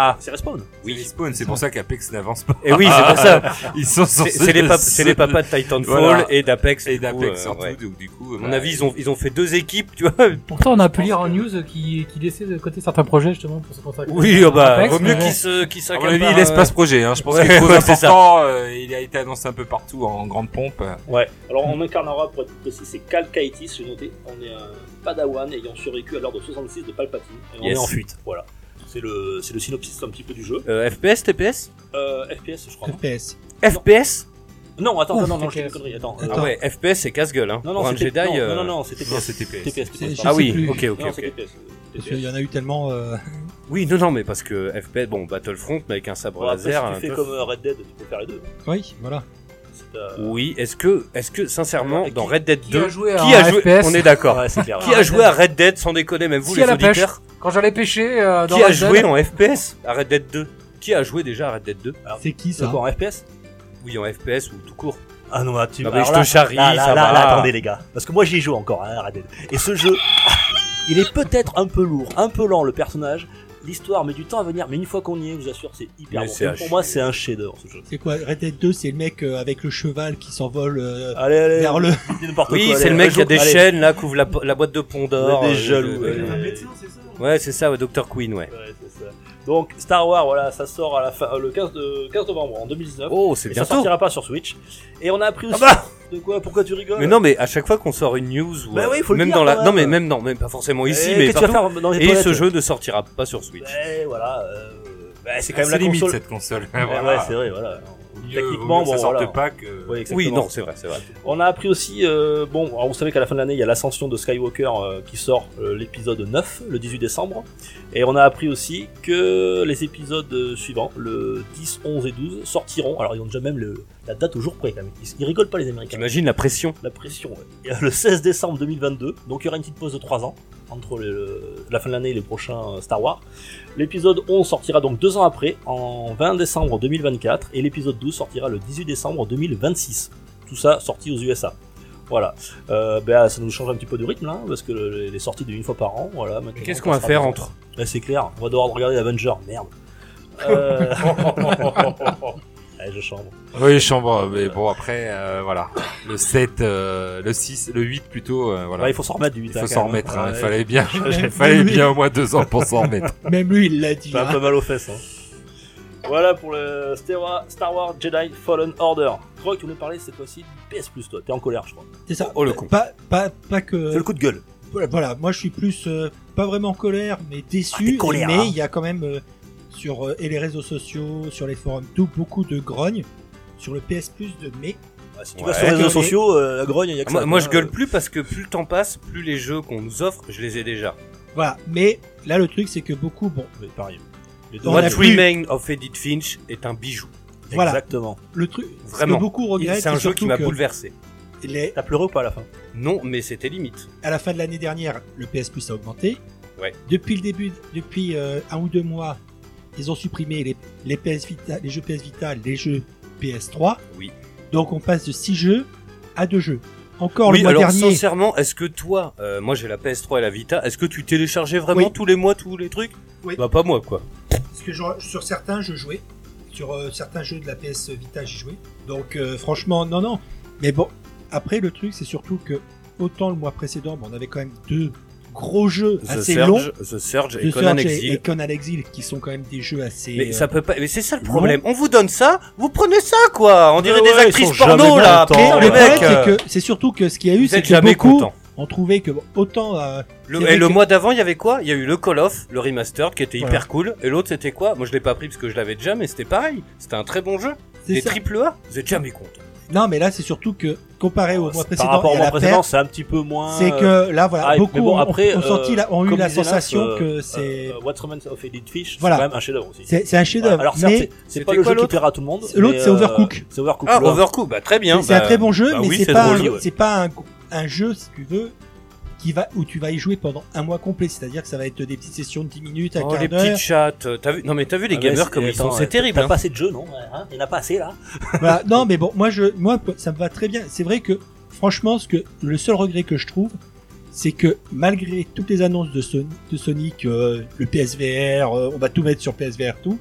Ah.
c'est Respawn.
Oui, c'est Spawn, c'est pour ça qu'Apex n'avance pas.
Et Eh oui, c'est pour ça.
Ils sont
Ah. C'est-
censés
C'est les,
de-
pap- c'est les papas de Titanfall
Voilà.
et d'Apex. du
Et
coup,
d'Apex
euh,
surtout,
ouais.
donc du coup.
À mon avis, ils ont, ils ont fait deux équipes, tu vois.
Pourtant, on a pu lire en news qui, qui laissait de côté certains projets justement pour se consacrer.
Oui, oh bah,
Apex,
vaut mieux
mais-
qu'ils se, qu'ils
À mon
s'accaparent,
avis, il laisse
euh,
pas ce projet. Hein. Je pense
Ouais,
que le
ouais, c'est ça.
important, euh, il a été annoncé un peu partout en grande pompe.
Ouais, alors on incarnera pour être précis, c'est Cal Kaitis, j'ai noté. On est un padawan ayant survécu à l'ordre 66 de Palpatine. Et on
Yes.
est en fuite, voilà. C'est le, c'est le synopsis un petit peu du jeu.
Euh, FPS, TPS
Euh, FPS, je crois. non
FPS.
FPS
Non, attends,
Oh,
non, non, je dis une
FPS.
connerie, attends.
Attends.
Ah ouais, FPS c'est casse-gueule, hein.
Non,
Pour
non,
un
c'était
Jedi.
non,
euh,
non, non, c'était
Non,
TPS.
c'était TPS.
TPS,
C'est-
TPS.
je
Ah
sais
oui,
plus.
ok, ok,
Non,
ok.
c'est TPS.
Parce qu'il y en a eu tellement. euh,
Oui, non, non, mais parce que FPS, bon, Battlefront, mais avec un sabre
Bon, après,
laser. hein.
si tu
un
fais
peu-
comme euh, Red Dead, tu peux faire les deux.
Oui, voilà.
C'est, euh,
Oui, est-ce que, est-ce que, sincèrement,
Qui-
dans Red Dead 2,
Qui a joué à
qui a
un
joué
FPS
On est d'accord.
Ouais, c'est clair.
Qui a joué à Red Dead, sans déconner, même vous,
Si,
les
à la pêche.
auditeurs
Quand j'allais pêcher euh, dans
Qui a
Red Dead,
joué en FPS à Red Dead 2 Qui a joué déjà à Red Dead 2
C'est qui
C'est
ça
quoi, en FPS
Oui, en FPS ou tout court.
Ah non, tu
Non, mais
alors
je te
là-
charrie,
Là, là,
ça
là,
va.
là, attendez les gars, parce que moi j'y joue encore, hein, Red Dead. Et ce jeu, il est peut-être un peu lourd, un peu lent le personnage, l'histoire met du temps à venir, mais une fois qu'on y est, je vous assure, c'est hyper
Mais
bon.
c'est
Et
un
Pour moi,
chef.
c'est un chef-d'œuvre ce jeu.
C'est quoi Red Dead 2, c'est le mec euh, avec le cheval qui s'envole euh,
Allez, allez,
vers le.
dites n'importe
Oui,
quoi,
c'est
allez,
le
un
mec qui a
jour,
des
allez.
chaînes, là, couvre la, po- la boîte de pont d'or.
On est des
euh,
jaloux,
euh,
ouais.
Ouais, c'est ça, ouais, Dr. Queen, ouais.
Ouais, c'est ça. Donc Star Wars, voilà, ça sort à la fin, euh, le 15, de, 15 novembre en 2019.
Oh, c'est
et ça
bientôt. Ah bah
sortira pas sur Switch. Et on a appris aussi de quoi Pourquoi tu rigoles
Mais non, mais à chaque fois qu'on sort une news, ou
Bah
euh,
oui, faut le
même
dire,
dans la,
quand
non
même.
mais même non, même pas forcément
Eh,
ici,
qu'est-ce
mais
que tu vas
partout.
faire dans les
Et
toilettes
ce jeu ne sortira pas sur Switch.
Ouais, voilà. euh, bah, c'est quand
Ah,
même la
limite
console.
cette console.
Ouais,
Ah, Voilà.
ouais, c'est vrai, voilà.
Mieux-
Techniquement, bon,
vaut mieux que ça sorte
voilà.
pas que.
Ouais, exactement.
Oui, non, c'est vrai, c'est vrai.
On a appris aussi, euh, bon, alors vous savez qu'à la fin de l'année, il y a l'ascension de Skywalker euh, qui sort euh, l'épisode 9, le 18 décembre. Et on a appris aussi que les épisodes euh, suivants, le 10, 11 et 12, sortiront. Alors ils ont déjà même le- la date au jour près quand même. Ils, ils rigolent pas les Américains.
T'imagines la pression
La pression, ouais. Et, euh, Le 16 décembre 2022, donc il y aura une petite pause de 3 ans entre le- la fin de l'année et les prochains euh, Star Wars. L'épisode 11 sortira donc 2 ans après, en 20 décembre 2024, et l'épisode 12 sortira le 18 décembre 2026. Tout ça sorti aux USA. Voilà, Euh, ben, ça nous change un petit peu de rythme là, parce que le- les sorties d'une fois par an, voilà. maintenant,
Qu'est-ce
on
qu'on va
passera
faire
dans-
entre
Là, c'est clair, on va devoir regarder Avenger, merde. Euh... Allez, je chambre.
Oui, chambre, mais bon, après, euh, voilà. Le 7, euh, le 6, le 8 plutôt, euh, voilà.
Ouais, il faut s'en remettre du
Il
8
faut s'en remettre, hein. il fallait bien, il
Même
fallait
lui-
bien au moins deux ans pour s'en remettre.
Même lui, il l'a dit.
Pas,
hein.
pas mal aux fesses. Hein. Voilà pour le Star Wars- Star Wars Jedi Fallen Order. Croc, tu voulais parler cette fois-ci du PS Plus, toi. T'es en colère, je crois.
C'est ça.
Oh, le con.
Pas, pas, pas que.
C'est le coup de gueule.
Voilà, voilà, moi je suis plus euh, pas vraiment en colère, mais
Ah, t'es
déçu.
colère,
mais
hein.
il y a quand même euh, sur euh, et les réseaux sociaux, sur les forums, tout beaucoup de grogne sur le PS Plus de mai
Ah, si tu
Ouais.
vas sur les réseaux
Et-
sociaux, euh, la grogne, il y a que
Ah, Moi,
ça,
moi,
quoi.
je gueule plus parce que plus le temps passe, plus les jeux qu'on nous offre, je les ai déjà.
Voilà, mais là le truc c'est que beaucoup, bon,
Mais Euh, pareil. Les
On
deux-
a
What
plus.
Remains of Edith Finch est un bijou.
voilà.
Exactement.
le truc, ce que
Vraiment.
beaucoup
Oh,
Il-
regrettent,
C'est un jeu
surtout
qui m'a
que
bouleversé.
les-
T'as pleuré ou pas à la fin
Non, mais c'était limite.
à la fin de l'année dernière, le PS Plus a augmenté.
Ouais.
Depuis le début, depuis euh, un ou deux mois, ils ont supprimé les, les PS Vita, les jeux PS Vita, les jeux PS3.
Oui.
Donc on passe de 6 jeux à 2 jeux. Encore
oui,
le mois
alors
dernier,
sincèrement, est-ce que toi, euh, moi j'ai la PS3 et la Vita, est-ce que tu téléchargeais vraiment
Oui.
tous les mois tous les trucs
Oui.
Bah pas moi quoi.
parce que je- sur certains je jouais, sur euh, certains jeux de la PS Vita j'y jouais. Donc euh, franchement non non. Mais bon, après le truc c'est surtout que autant le mois précédent, bon, on avait quand même deux gros jeux
The
assez longs.
Surge, The Surge et
The
Conan
Search
Exil.
et, et Conan Exil qui sont quand même des jeux assez
Mais
euh,
ça peut pas. Mais c'est ça le
long.
problème. On vous donne ça, vous prenez ça quoi. On dirait
Ouais,
des
ouais, ils
actrices
sont jamais
porno là.
contents,
putain,
les
les
le problème,
mecs, euh,
c'est que c'est surtout que ce qu'il y a eu,
vous
c'est
êtes
que
jamais
beaucoup
contents.
ont trouvé que bon, autant euh,
Le-
les
et
mecs-
le mois d'avant, il y avait quoi Il y a eu le Call of, le remaster, qui était
Voilà.
hyper cool. Et l'autre, c'était quoi Moi, je l'ai pas pris parce que je l'avais déjà, mais c'était pareil. C'était un très bon jeu.
c'est
Des
ça.
triple A. Vous êtes jamais content.
Non, mais là c'est surtout que comparé au mois
Ah, Par
précédent
rapport au
et à
mois
la
précédent,
perte,
c'est un petit peu moins.
c'est que là voilà,
ah, et-
beaucoup
mais bon,
ont-
après,
ont, senti,
euh,
là, ont eu
comme
la
disait Nas,
sensation
euh,
que c'est
Euh, What Remains of Edith Fish,
Voilà.
c'est quand même un chef-d'œuvre aussi.
c'est c'est un chef
Voilà.
d'œuvre.
Alors certes,
Mais
c'est- c'est pas
C'était
le
quoi,
jeu qui
l'autre
plaira à tout le monde.
L'autre,
mais,
c'est
euh,
Overcook.
C'est Overcook.
Ah,
le-
Overcook, bah très bien.
c'est un
bah,
très bon jeu,
bah
mais
oui,
c'est
c'est
pas
drôle,
un-
ouais.
c'est pas un, un jeu si tu veux qui va où tu vas y jouer pendant un mois complet. C'est-à-dire que ça va être des petites sessions de 10 minutes à
Oh,
quart
les
d'heure.
petites chattes. euh, T'as vu Non, mais t'as vu les
Ah, mais
gamers
c'est-
comme ils
attends,
sont. C'est
ouais,
terrible.
T'as
hein.
pas assez de jeux, non Ouais, hein Il n'y en a pas assez là.
Voilà. Bah, Non, mais bon, moi, je, moi, ça me va très bien. C'est vrai que, franchement, ce que, le seul regret que je trouve, c'est que malgré toutes les annonces de Sony, de Sony que euh, le PSVR, euh, on va tout mettre sur PSVR, tout,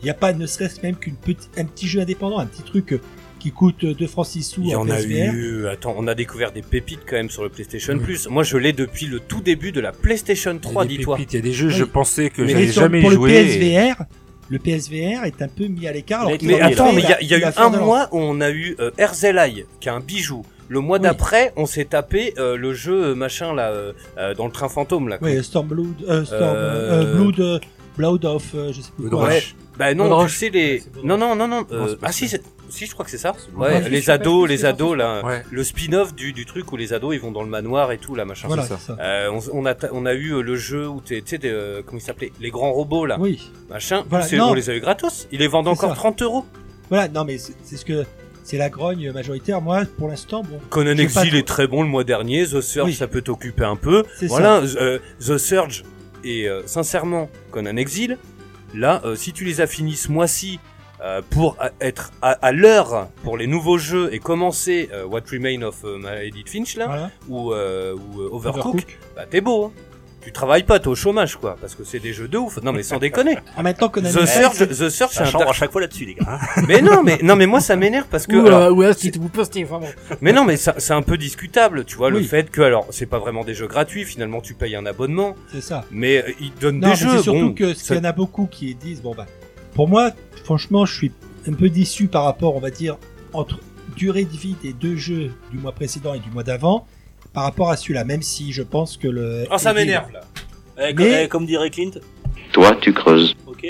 il n'y a pas, ne serait-ce même qu'une petite, un petit jeu indépendant, un petit truc euh, qui coûte euh, 2 francs 6 sous
Il y
en,
en a
PSVR.
eu. euh, Attends, on a découvert des pépites quand même sur le PlayStation
Mm.
Plus. Moi, je l'ai depuis le tout début de la PlayStation 3,
Il y a des
dis-toi.
pépites, Il y a des jeux, je
Oui.
pensais que
Mais
j'avais
sur-
jamais
pour
joué.
le
et-
PSVR, le PSVR est un peu mis à l'écart. alors
Mais-
qu'il
Mais
en a
attends,
fait
mais il y a,
la-
il y a
la
eu
fin
un
de leur-
mois où on a eu euh, Herzelai, qui est un bijou. Le mois
Oui.
d'après, on s'est tapé euh, le jeu euh, machin là euh, euh, dans le train fantôme là.
Oui, Stormblood, euh, Storm,
Euh,
euh, Blood, euh, Blood of, euh, je sais plus
Blood
quoi.
Rush.
Ouais. Bah non,
Blood
tu
Rush.
sais les.
C'est Blood
Non non non non. euh,
Non, c'est pas
ah si,
ça.
c'est- si je crois que c'est ça.
C'est bon.
Ouais,
Ouais,
les
je sais
ados,
pas si
les
c'est
ados là.
Ouais.
Le spin-off du, du truc où les ados ils vont dans le manoir et tout là machin.
Voilà,
c'est
c'est
ça.
ça.
Euh, on, on a ta- on a eu euh, le jeu où t'es- tu sais des, euh, comment il s'appelait les grands robots là
Oui.
machin.
Voilà,
C'est-
non.
on les a eu gratos. Ils les vendent
C'est
encore
ça.
30 euros.
Voilà, non, mais c'est c'est ce que c'est la grogne majoritaire. Moi, pour l'instant, bon,
Conan
J'ai pas
Exil
trop-
est très bon le mois dernier, The Surge
Oui.
ça peut t'occuper un peu.
C'est
Voilà, euh, The Surge et euh, sincèrement Conan Exil, là euh, si tu les as finis ce mois-ci euh, pour a- être à, à l'heure pour les nouveaux jeux et commencer euh, What Remain of euh, Ma- Edith Finch là
voilà.
ou, euh, ou euh, Overcooked,
Overcooked.
bah t'es beau. hein. Tu travailles pas, t'es au chômage quoi, parce que c'est des jeux de ouf. Non mais sans déconner.
En même temps, Conan
The
Exil,
Surge, The Surge, c'est
Ça
un
chambre à
dark...
chaque fois là-dessus, les gars. hein.
Mais non, mais non mais moi ça m'énerve parce que
Ou,
alors,
euh, ou alors, si vous postez, enfin bon.
Mais non, mais ça- c'est un peu discutable, tu vois, le
Oui.
fait que, alors, c'est pas vraiment des jeux gratuits, finalement, tu payes un abonnement,
c'est ça.
mais euh, ils te donnent
Non, mais
des jeux.
c'est surtout
bon,
que ce
ça-
qu'il y en a beaucoup qui disent, bon bah, pour moi, franchement, je suis un peu déçu par rapport, on va dire, entre durée de vie des deux jeux du mois précédent et du mois d'avant, par rapport à celui-là. Même si je pense que le
Oh, ça
Evil-
m'énerve, là.
Eh, comme-
Mais-
eh, Comme dirait Clint,
Toi, tu creuses.
ok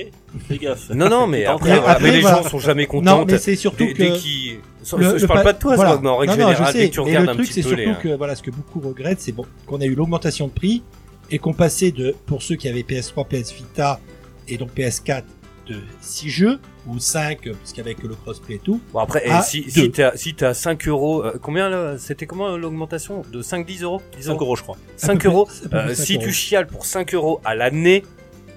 Fais gaffe.
Non, non, mais après,
Mais
voilà,
après,
mais les
voilà.
gens sont jamais contents.
Non, mais c'est surtout
dès,
que
dès qu'ils- sans-
Le-
je
le
parle
pa-
pas de toi,
voilà.
Sogma, en règle
Non, non,
générale,
je
dès
sais,
que tu
mais
regardes
le
un
truc,
petit
c'est
peu les.
surtout que voilà, ce que beaucoup regrettent, c'est bon, qu'on a eu l'augmentation de prix et qu'on passait de, pour ceux qui avaient PS3, PS Vita et donc PS4, de 6 jeux ou 5, puisqu'avec le crossplay et tout.
Bon, après, eh,
Ah,
si,
deux.
si t'es à, si t'es à 5 euros, euh, combien, là C'était comment euh, l'augmentation De 5, 10 euros
5 euros, je crois.
À
5
peu
euros.
près- à peu
Euh,
près cinq
si
euros.
tu chiales pour 5 euros à l'année,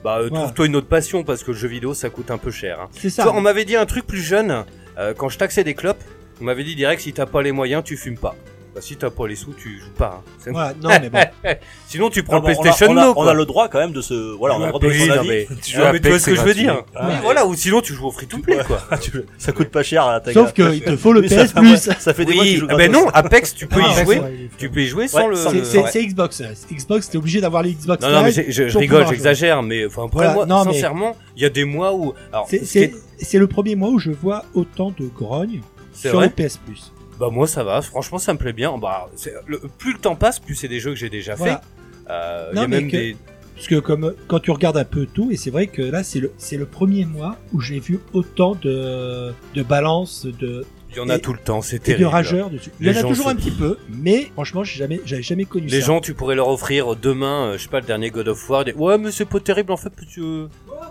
bah, euh,
Voilà.
trouve-toi une autre passion, parce que le jeu vidéo, ça coûte un peu cher, hein.
C'est
Tu
ça.
vois, on m'avait dit un truc plus jeune, euh, quand je taxais des clopes, on m'avait dit direct si t'as pas les moyens, tu fumes pas. Bah, si t'as pas les sous, tu joues pas. hein. C'est-
Voilà, non, mais bon.
Sinon, tu prends
Ah, bon,
le
on a-
PlayStation
on a,
No,
on
quoi. Bah,
a le droit quand même de se. Voilà, on a le droit de
Oui,
donner son
non,
avis.
mais-
Tu
non,
joues à
mais tu vois
Apex,
ce que
c'est
je veux
gratuit.
dire.
Ah,
Oui,
ouais.
voilà, ou sinon, tu joues au free to play, quoi.
Tu- Ça coûte pas cher à ta
Sauf que il te faut le PS
plus.
Plus.
Ça, ça fait des mois que tu
Oui,
joues
ah ben
gratos.
non, Apex, tu peux
Ah,
y
Apex,
jouer.
Ouais, il est-
Tu peux y jouer sans
Ouais,
le.
sans-
C'est-
le-
C'est
ouais.
c'est Xbox. là. Xbox, t'es obligé d'avoir les Xbox
Non, non, mais
Live.
j'ai- je, je
pour
rigole,
pouvoir jouer.
j'exagère, mais enfin, après,
Voilà,
moi,
non, mais-
sincèrement, il y a des mois où. Alors,
C'est-
ce qui est-
C'est c'est le premier mois où je vois autant de grogne
c'est
sur
vrai.
le PS Plus.
Bah moi ça va, franchement ça me plaît bien. Bah, c'est- le- plus le temps passe, plus c'est des jeux que j'ai déjà
Voilà.
fait. Euh, il y
Non,
a
mais
même
que-
des...
Parce que comme quand tu regardes un peu tout, et c'est vrai que là c'est le c'est le premier mois où j'ai vu autant de de balance de
Il y en a
Et-
tout le temps, c'est
Et
terrible.
de rageurs dessus. Il y
Les
en a
gens
toujours
se-
un petit peu, mais franchement, j'ai jamais, j'avais jamais connu
Les
ça.
gens, tu pourrais leur offrir demain, euh, je sais pas, le dernier God of War. Des... Ouais, mais c'est pas terrible en fait. euh. parce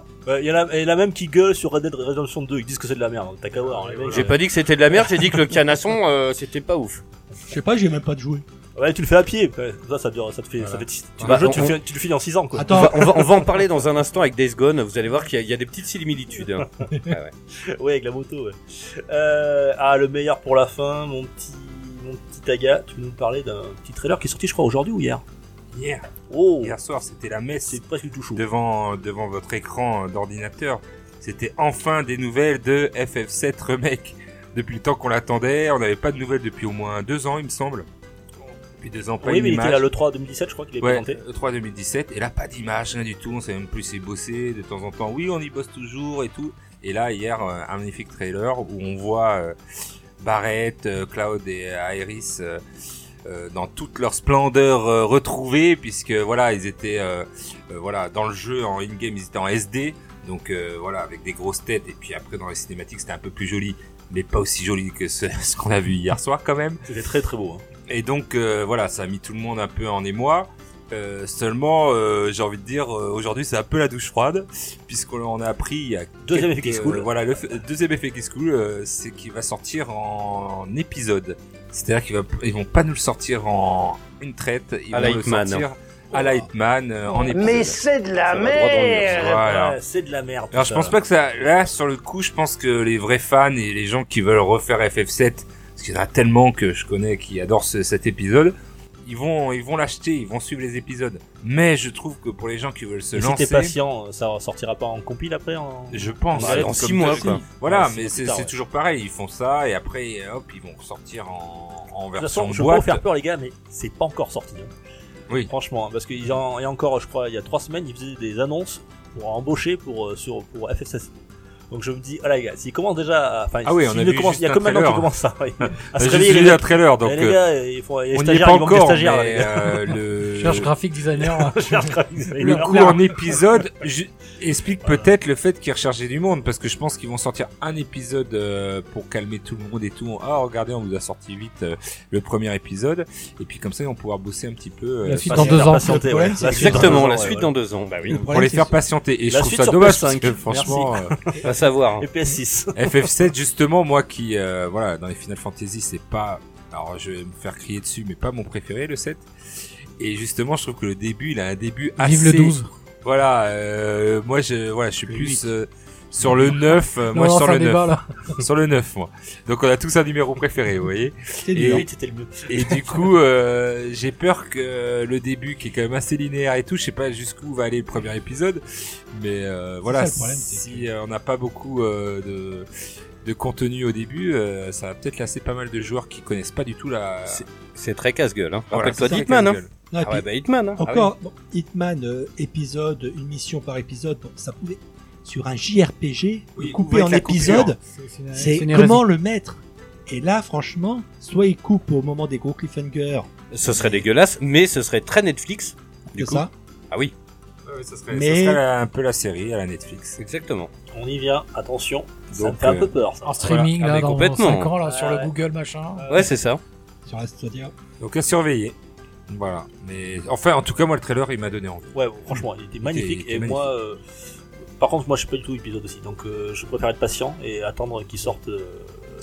que-
Bah, Il y, en a- il y en a même qui gueulent sur Red Dead Redemption 2, ils disent que c'est de la merde. T'as qu'à voir, les mecs.
J'ai pas dit que c'était de la merde, j'ai dit que le canasson, euh, c'était pas ouf.
Je sais pas, j'ai même pas de jouer.
Ouais, tu le fais à pied. Ouais, comme ça, ça dure, ça te fait, ça fait, tu,
Bah,
le jeu, tu, le
on-
fais- tu le finis en 6 ans, quoi.
Attends.
On va, on va- on va en parler dans un instant avec Days Gone. Vous allez voir qu'il y, a- il y a des petites similitudes. hein.
Ouais, avec la moto, ouais. Euh, ah, le meilleur pour la fin, mon petit, mon petit taga. Tu veux nous parler d'un petit trailer qui est sorti, je crois, aujourd'hui ou hier
Hier,
Oh,
hier soir, c'était la messe
c'est presque tout chaud.
devant, devant votre écran d'ordinateur. C'était enfin des nouvelles de FF7 Remake. Depuis le temps qu'on l'attendait, on n'avait pas de nouvelles depuis au moins deux ans, il me semble. Depuis deux ans, pas
Oui,
une
mais il
image.
était à l'E3 2017, je crois qu'il est
Ouais, euh,
présenté.
E3 2017, et là pas d'image, rien du tout, on sait même plus si bossé de temps en temps. Oui, on y bosse toujours et tout. Et là, hier, euh, un magnifique trailer où on voit euh, Barrett, euh, Cloud et Iris euh, euh, dans toute leur splendeur euh, retrouvée, puisque voilà, ils étaient euh, euh, voilà dans le jeu en in-game, ils étaient en SD, donc euh, voilà, avec des grosses têtes, et puis après dans les cinématiques, c'était un peu plus joli, mais pas aussi joli que ce- ce qu'on a vu hier soir quand même.
C'était très très beau. hein.
Et donc euh, voilà, ça a mis tout le monde un peu en émoi. Euh, seulement, euh, j'ai envie de dire, euh, aujourd'hui c'est un peu la douche froide, puisqu'on en a appris il y a
Deuxième
quelques-
effet qui se coule.
euh, voilà, le f- euh, deuxième effet qui se coule, euh, c'est qu'il va sortir en épisode. C'est-à-dire qu'ils va- ils vont pas nous le sortir en une traite, ils
À la
vont le
Hitman.
sortir à la Hitman euh, en épisode.
Mais c'est de la
Ça va droit dans le mur, ça.
merde
Voilà.
Ah, Ouais, c'est de la merde.
Alors je
ça.
pense pas que ça. Là sur le coup, je pense que les vrais fans et les gens qui veulent refaire FF7, parce qu'il y en a tellement que je connais qui adorent ce- cet épisode, ils vont ils vont l'acheter, ils vont suivre les épisodes. Mais je trouve que pour les gens qui veulent se
Et si
lancer,
t'es patient, ça sortira pas en compile après en...
je pense
Ouais,
en
en six mois, quoi.
Ouais,
Voilà,
six
mais
mois
c'est
plus tard,
c'est
ouais.
toujours pareil. Ils font ça et après hop, ils vont sortir en, en
De toute
version
façon, je vais pas
boîte.
vous faire peur les gars, mais c'est pas encore sorti. hein.
Oui.
Franchement, hein, parce qu'il y a encore, je crois, il y a trois semaines, ils faisaient des annonces pour embaucher pour euh, sur pour FSS. Donc je me dis, ah là les gars, s'ils commencent déjà, à- enfin,
Ah oui,
s'ils
on a
ne
vu
commencent- il y a
juste
que
un
maintenant
trailer. Bah,
qu'ils commencent ça, oui, à se
J'ai
réveiller.
suivi
Les,
un trailer, donc
les
euh,
gars, ils font les
on n'y est
stagiaires,
pas
ils manquent des
encore.
stagiaires. là, les
mais,
gars.
euh, le
Cherche graphique designer. euh,
Cherche graphic
Le
designer.
coup en épisode ju- explique peut-être le fait qu'ils recherchaient du monde parce que je pense qu'ils vont sortir un épisode euh, pour calmer tout le monde et tout. Ah regardez, on vous a sorti vite euh, le premier épisode et puis comme ça ils vont pouvoir bosser un petit peu euh,
La suite
pas-
dans deux ans.
Patienter,
Le problème,
ouais.
c'est
La
que-
suite dans
Exactement,
deux ans,
la
ouais,
Bah, suite
ouais.
dans deux ans. Bah oui,
Le
pour les
problème,
faire patienter. Et je
La
trouve
suite
ça
sur
dommage
PS5.
parce que
Merci.
franchement euh,
à savoir. hein.
Et PS6.
FF7 justement moi qui euh, voilà dans les Final Fantasy c'est pas alors je vais me faire crier dessus mais pas mon préféré le 7 et justement je trouve que le début il a un début assez
Vive le 12.
Voilà, euh, moi je, voilà, je suis
Le
plus euh, sur le 9, euh, moi
on
je sur
lance
le
un
9.
débat là.
Sur le 9 moi. Donc on a tous un numéro préféré, vous voyez.
C'était
Et-
dur.
Le 8 c'était le mieux.
Et du coup, euh, j'ai peur que le début qui est quand même assez linéaire et tout, je sais pas jusqu'où va aller le premier épisode, mais euh, voilà,
ça, le problème, c'est
si euh, on n'a pas beaucoup euh, de de contenu au début, euh, ça va peut-être lasser pas mal de joueurs qui connaissent pas du tout la.
C'est très casse-gueule. Hein.
Voilà,
Rappelle-toi
c'est ça,
d'Hitman. Hein.
Hitman,
Non, et
Ah ouais,
puis,
bah Hitman. Hein.
Encore, bon, Hitman, euh, épisode, une mission par épisode, bon, ça pouvait, sur un JRPG,
Oui,
le couper
ou avec
en
la coupure.
épisode,
hein.
C'est
c'est comment le mettre Et là, franchement, soit il coupe au moment des gros cliffhangers,
Ce serait dégueulasse, mais ce serait très Netflix. Du
que
coup.
ça,
Ah oui,
Ouais, ça serait,
Mais-
ça serait un peu la série à la Netflix.
exactement.
On y vient, attention. ça
Donc,
me fait un
euh,
peu peur. Ça.
En streaming
Voilà. Ah, mais
là, dans
complètement.
5 ans là, sur
Ouais,
le
ouais.
Google machin.
Ouais, c'est ça.
sur la c'est-à-dire,
Donc à surveiller. Voilà. Mais enfin, en tout cas, moi, le trailer, il m'a donné envie.
Ouais, franchement, il était magnifique.
était
et moi, euh, par contre, moi, je suis pas du tout épisode aussi, donc euh, je préfère être patient et attendre qu'ils sortent euh,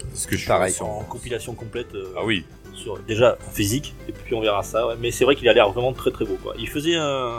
Parce que je suis
Pareil.
sur-
en compilation complète. euh,
Ah oui.
sur, déjà en physique, et puis on verra ça. ouais. Mais c'est vrai qu'il a l'air vraiment très très beau. Quoi. Il faisait un.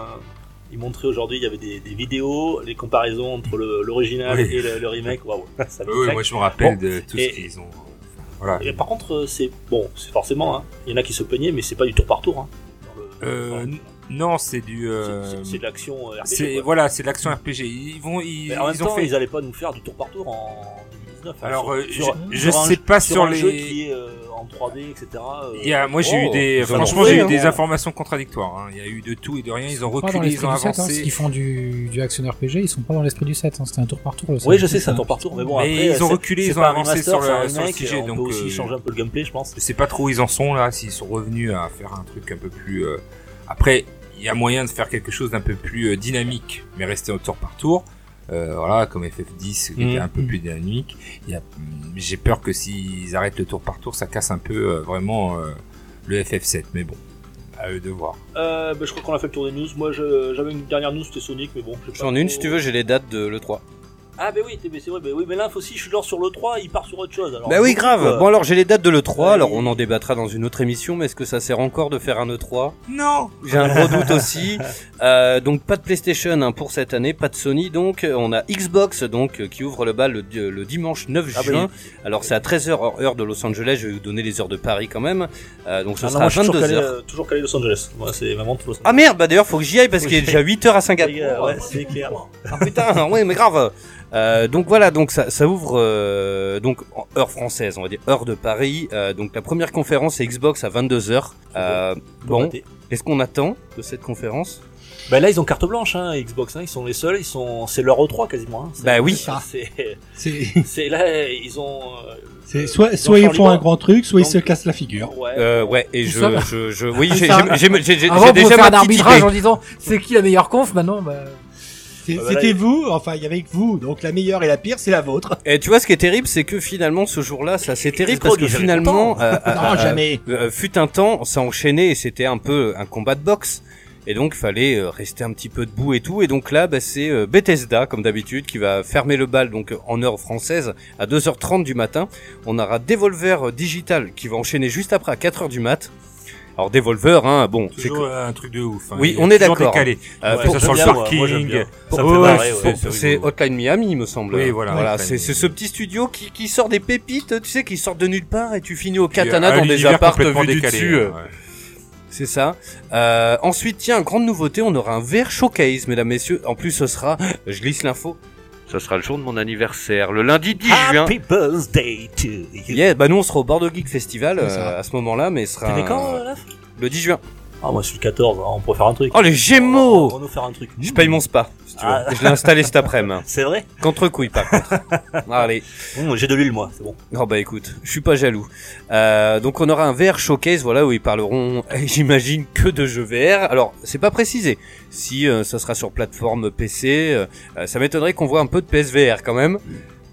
Il montrait aujourd'hui, il y avait des, des vidéos, les comparaisons entre le- l'original
Oui.
et le, le remake. Waouh, ça me
Ah Oui,
claque.
moi, je me rappelle
Bon,
de tout
et-
ce qu'ils ont. euh, Voilà.
Et Par contre, euh, c'est bon, c'est forcément. hein, Il y en a qui se peignaient, mais c'est pas du tour par tour. hein, dans le-
Euh,
dans-
Non, c'est du. euh,
c'est- c'est c'est de l'action. euh, RPG,
C'est
quoi.
voilà, c'est de l'action RPG. Ils vont, ils,
Mais en même
ils ont
temps,
fait.
ils allaient pas nous faire du tour par tour en 2019. hein,
Alors,
sur-
euh,
sur-
je, je
sur un
sais
jeu-
pas sur,
sur, un
les.
jeu qui est euh, en 3D, etc. euh,
Il y a- moi, j'ai
Oh,
eu des.
ils ont
Franchement,
lancé,
j'ai eu
hein.
des informations contradictoires. hein. Il y a eu de tout et de rien. Ils ont
Pas dans
reculé, ils
l'esprit
ont
du 7, hein, ceux qui
avancé.
font du, du action RPG, ils sont pas dans l'esprit du 7, hein, c'était un tour par tour. le
Oui,
seul.
je sais, c'est un tour par tour, mais bon,
Mais
après,
ils ont
c'est-
reculé,
c'est
ils ont
pas un
avancé
remaster,
sur le-
c'est un
sur le
remake,
sujet,
On
donc,
peut aussi
euh,
changer un peu le gameplay, je pense.
Je sais pas trop où ils en sont là. S'ils sont revenus à faire un truc un peu plus. euh, Après, il y a moyen de faire quelque chose d'un peu plus euh, dynamique, mais rester au tour par tour. euh, voilà, comme FF10 qui
Mhm.
était
Mm.
un peu plus dynamique. Il y a- mm, J'ai peur que s'ils arrêtent le tour par tour, ça casse un peu euh, vraiment euh, le FF7. Mais bon, à eux de voir.
Euh, bah, je crois qu'on a fait le tour des news. Moi, je- j'avais une dernière news, c'était Sonic, mais bon. j'ai pas
J'en ai une
trop-
si tu veux, j'ai les dates de l'E3.
Ah, bah oui, t'es- mais c'est vrai, bah oui, mais l'info aussi, je suis lors sur le 3, il part sur autre chose. Alors,
Bah oui,
donc,
grave.
euh,
Bon alors j'ai les dates de l'E3,
Ouais.
alors on en débattra dans une autre émission, mais est-ce que ça sert encore de faire un E3 Non J'ai un gros doute aussi. Euh, donc pas de PlayStation hein, pour cette année, pas de Sony donc, on a Xbox donc euh, qui ouvre le bal le, di- le dimanche 9
Ah, bah,
juin. alors c'est à 13h heure de Los Angeles, je vais vous donner les heures de Paris quand même. Euh, donc ce
ah, non,
sera
moi,
à
je suis toujours calé,
22h.
euh, toujours calé Los Angeles. Moi, c'est vraiment tout Los Angeles.
Ah merde, bah d'ailleurs faut que j'y aille parce
Oui.
qu'il est déjà 8h à
Les gars,
Singapour.
ouais, c'est clair.
Ah putain, ouais, mais grave. Euh, donc voilà, donc ça, ça ouvre euh, donc en heure française, on va dire heure de Paris. Euh, donc la première conférence c'est Xbox à 22 h euh, Bon,
raté.
est-ce qu'on attend de cette conférence
Bah là, ils ont carte blanche, hein, Xbox, hein, ils sont les seuls, ils sont, c'est leur E3 quasiment. Hein. C'est-
Bah oui.
c'est- C'est,
C'est,
c'est là, ils ont. euh,
c'est
euh,
soit,
ont
soit ils
Charlie
font un
Brown.
grand truc, soit ils
Donc-
se cassent la figure.
Ouais.
euh, Ouais, et
Tout
je,
ça
je, je, oui,
Ah,
j'ai,
ça-
j'ai, j'ai, j'ai,
Avant,
j'ai
on
déjà
faire un
ma petite
arbitrage hein.
idée.
en disant c'est qui la meilleure conf maintenant bah,
C'est-
Ah bah là,
C'était
il-
vous, enfin il y avait que vous, donc la meilleure et la pire, c'est la vôtre.
Et tu vois, ce qui est terrible, c'est que finalement, ce jour-là, ça, c'est terrible parce que
Escroc, il est
finalement, euh, euh,
non,
euh,
jamais.
Euh, fut un temps, ça enchaînait et c'était un peu un combat de boxe. Et donc, fallait euh, rester un petit peu debout et tout. Et donc là, bah, c'est euh, Bethesda, comme d'habitude, qui va fermer le bal donc en heure française à 2h30 du matin. On aura Devolver euh, Digital qui va enchaîner juste après à 4h du mat. Alors Devolver, hein, bon, c'est
Toujours un truc de ouf. hein.
Oui,
Il est
on est
toujours
d'accord.
décalé.
que- euh,
Ouais,
pour-
ça
j'aime
sur le
bien, moi, moi,
parking,
j'aime bien.
pour-
Ça me
ouais,
fait marrer,
c'est-
ouais.
c'est
c'est
rigolo.
Hotline Miami, il me semble.
Oui, voilà. Hotline
c'est c'est ce
Miami.
petit studio qui, qui sort des pépites, tu sais, qui sortent de nulle part et tu finis au
Puis, euh,
katana
un
dans des
univers
apparts
complètement
vus du
décalé,
dessus. euh.
hein, ouais.
C'est ça. Euh, ensuite, tiens, grande nouveauté, on aura un VR showcase, mesdames, messieurs. En plus, ce sera, je glisse l'info, ce sera le jour de mon anniversaire, le lundi 10 juin.
Happy birthday to you.
Yeah, bah nous, on sera au Bordeaux Geek Festival
C'est ça.
euh, à ce moment-là, mais ce sera
T'avais
un-
quand, euh, Laf
le 10 juin.
Ah, moi, je suis le 14, hein, on pourrait faire un truc.
Oh, les
On
Gémeaux
va nous faire un truc.
Je paye mon spa, si tu veux.
Ah.
Je l'ai installé cet après-midi.
C'est vrai
Contre couille, par contre. Allez.
Hum, J'ai de l'huile, moi, c'est bon.
Oh bah écoute, je suis pas jaloux. Euh, donc on aura un VR showcase, voilà où ils parleront, j'imagine que de jeux VR. Alors c'est pas précisé. Si euh, ça sera sur plateforme PC, euh, euh, ça m'étonnerait qu'on voit un peu de PSVR quand même.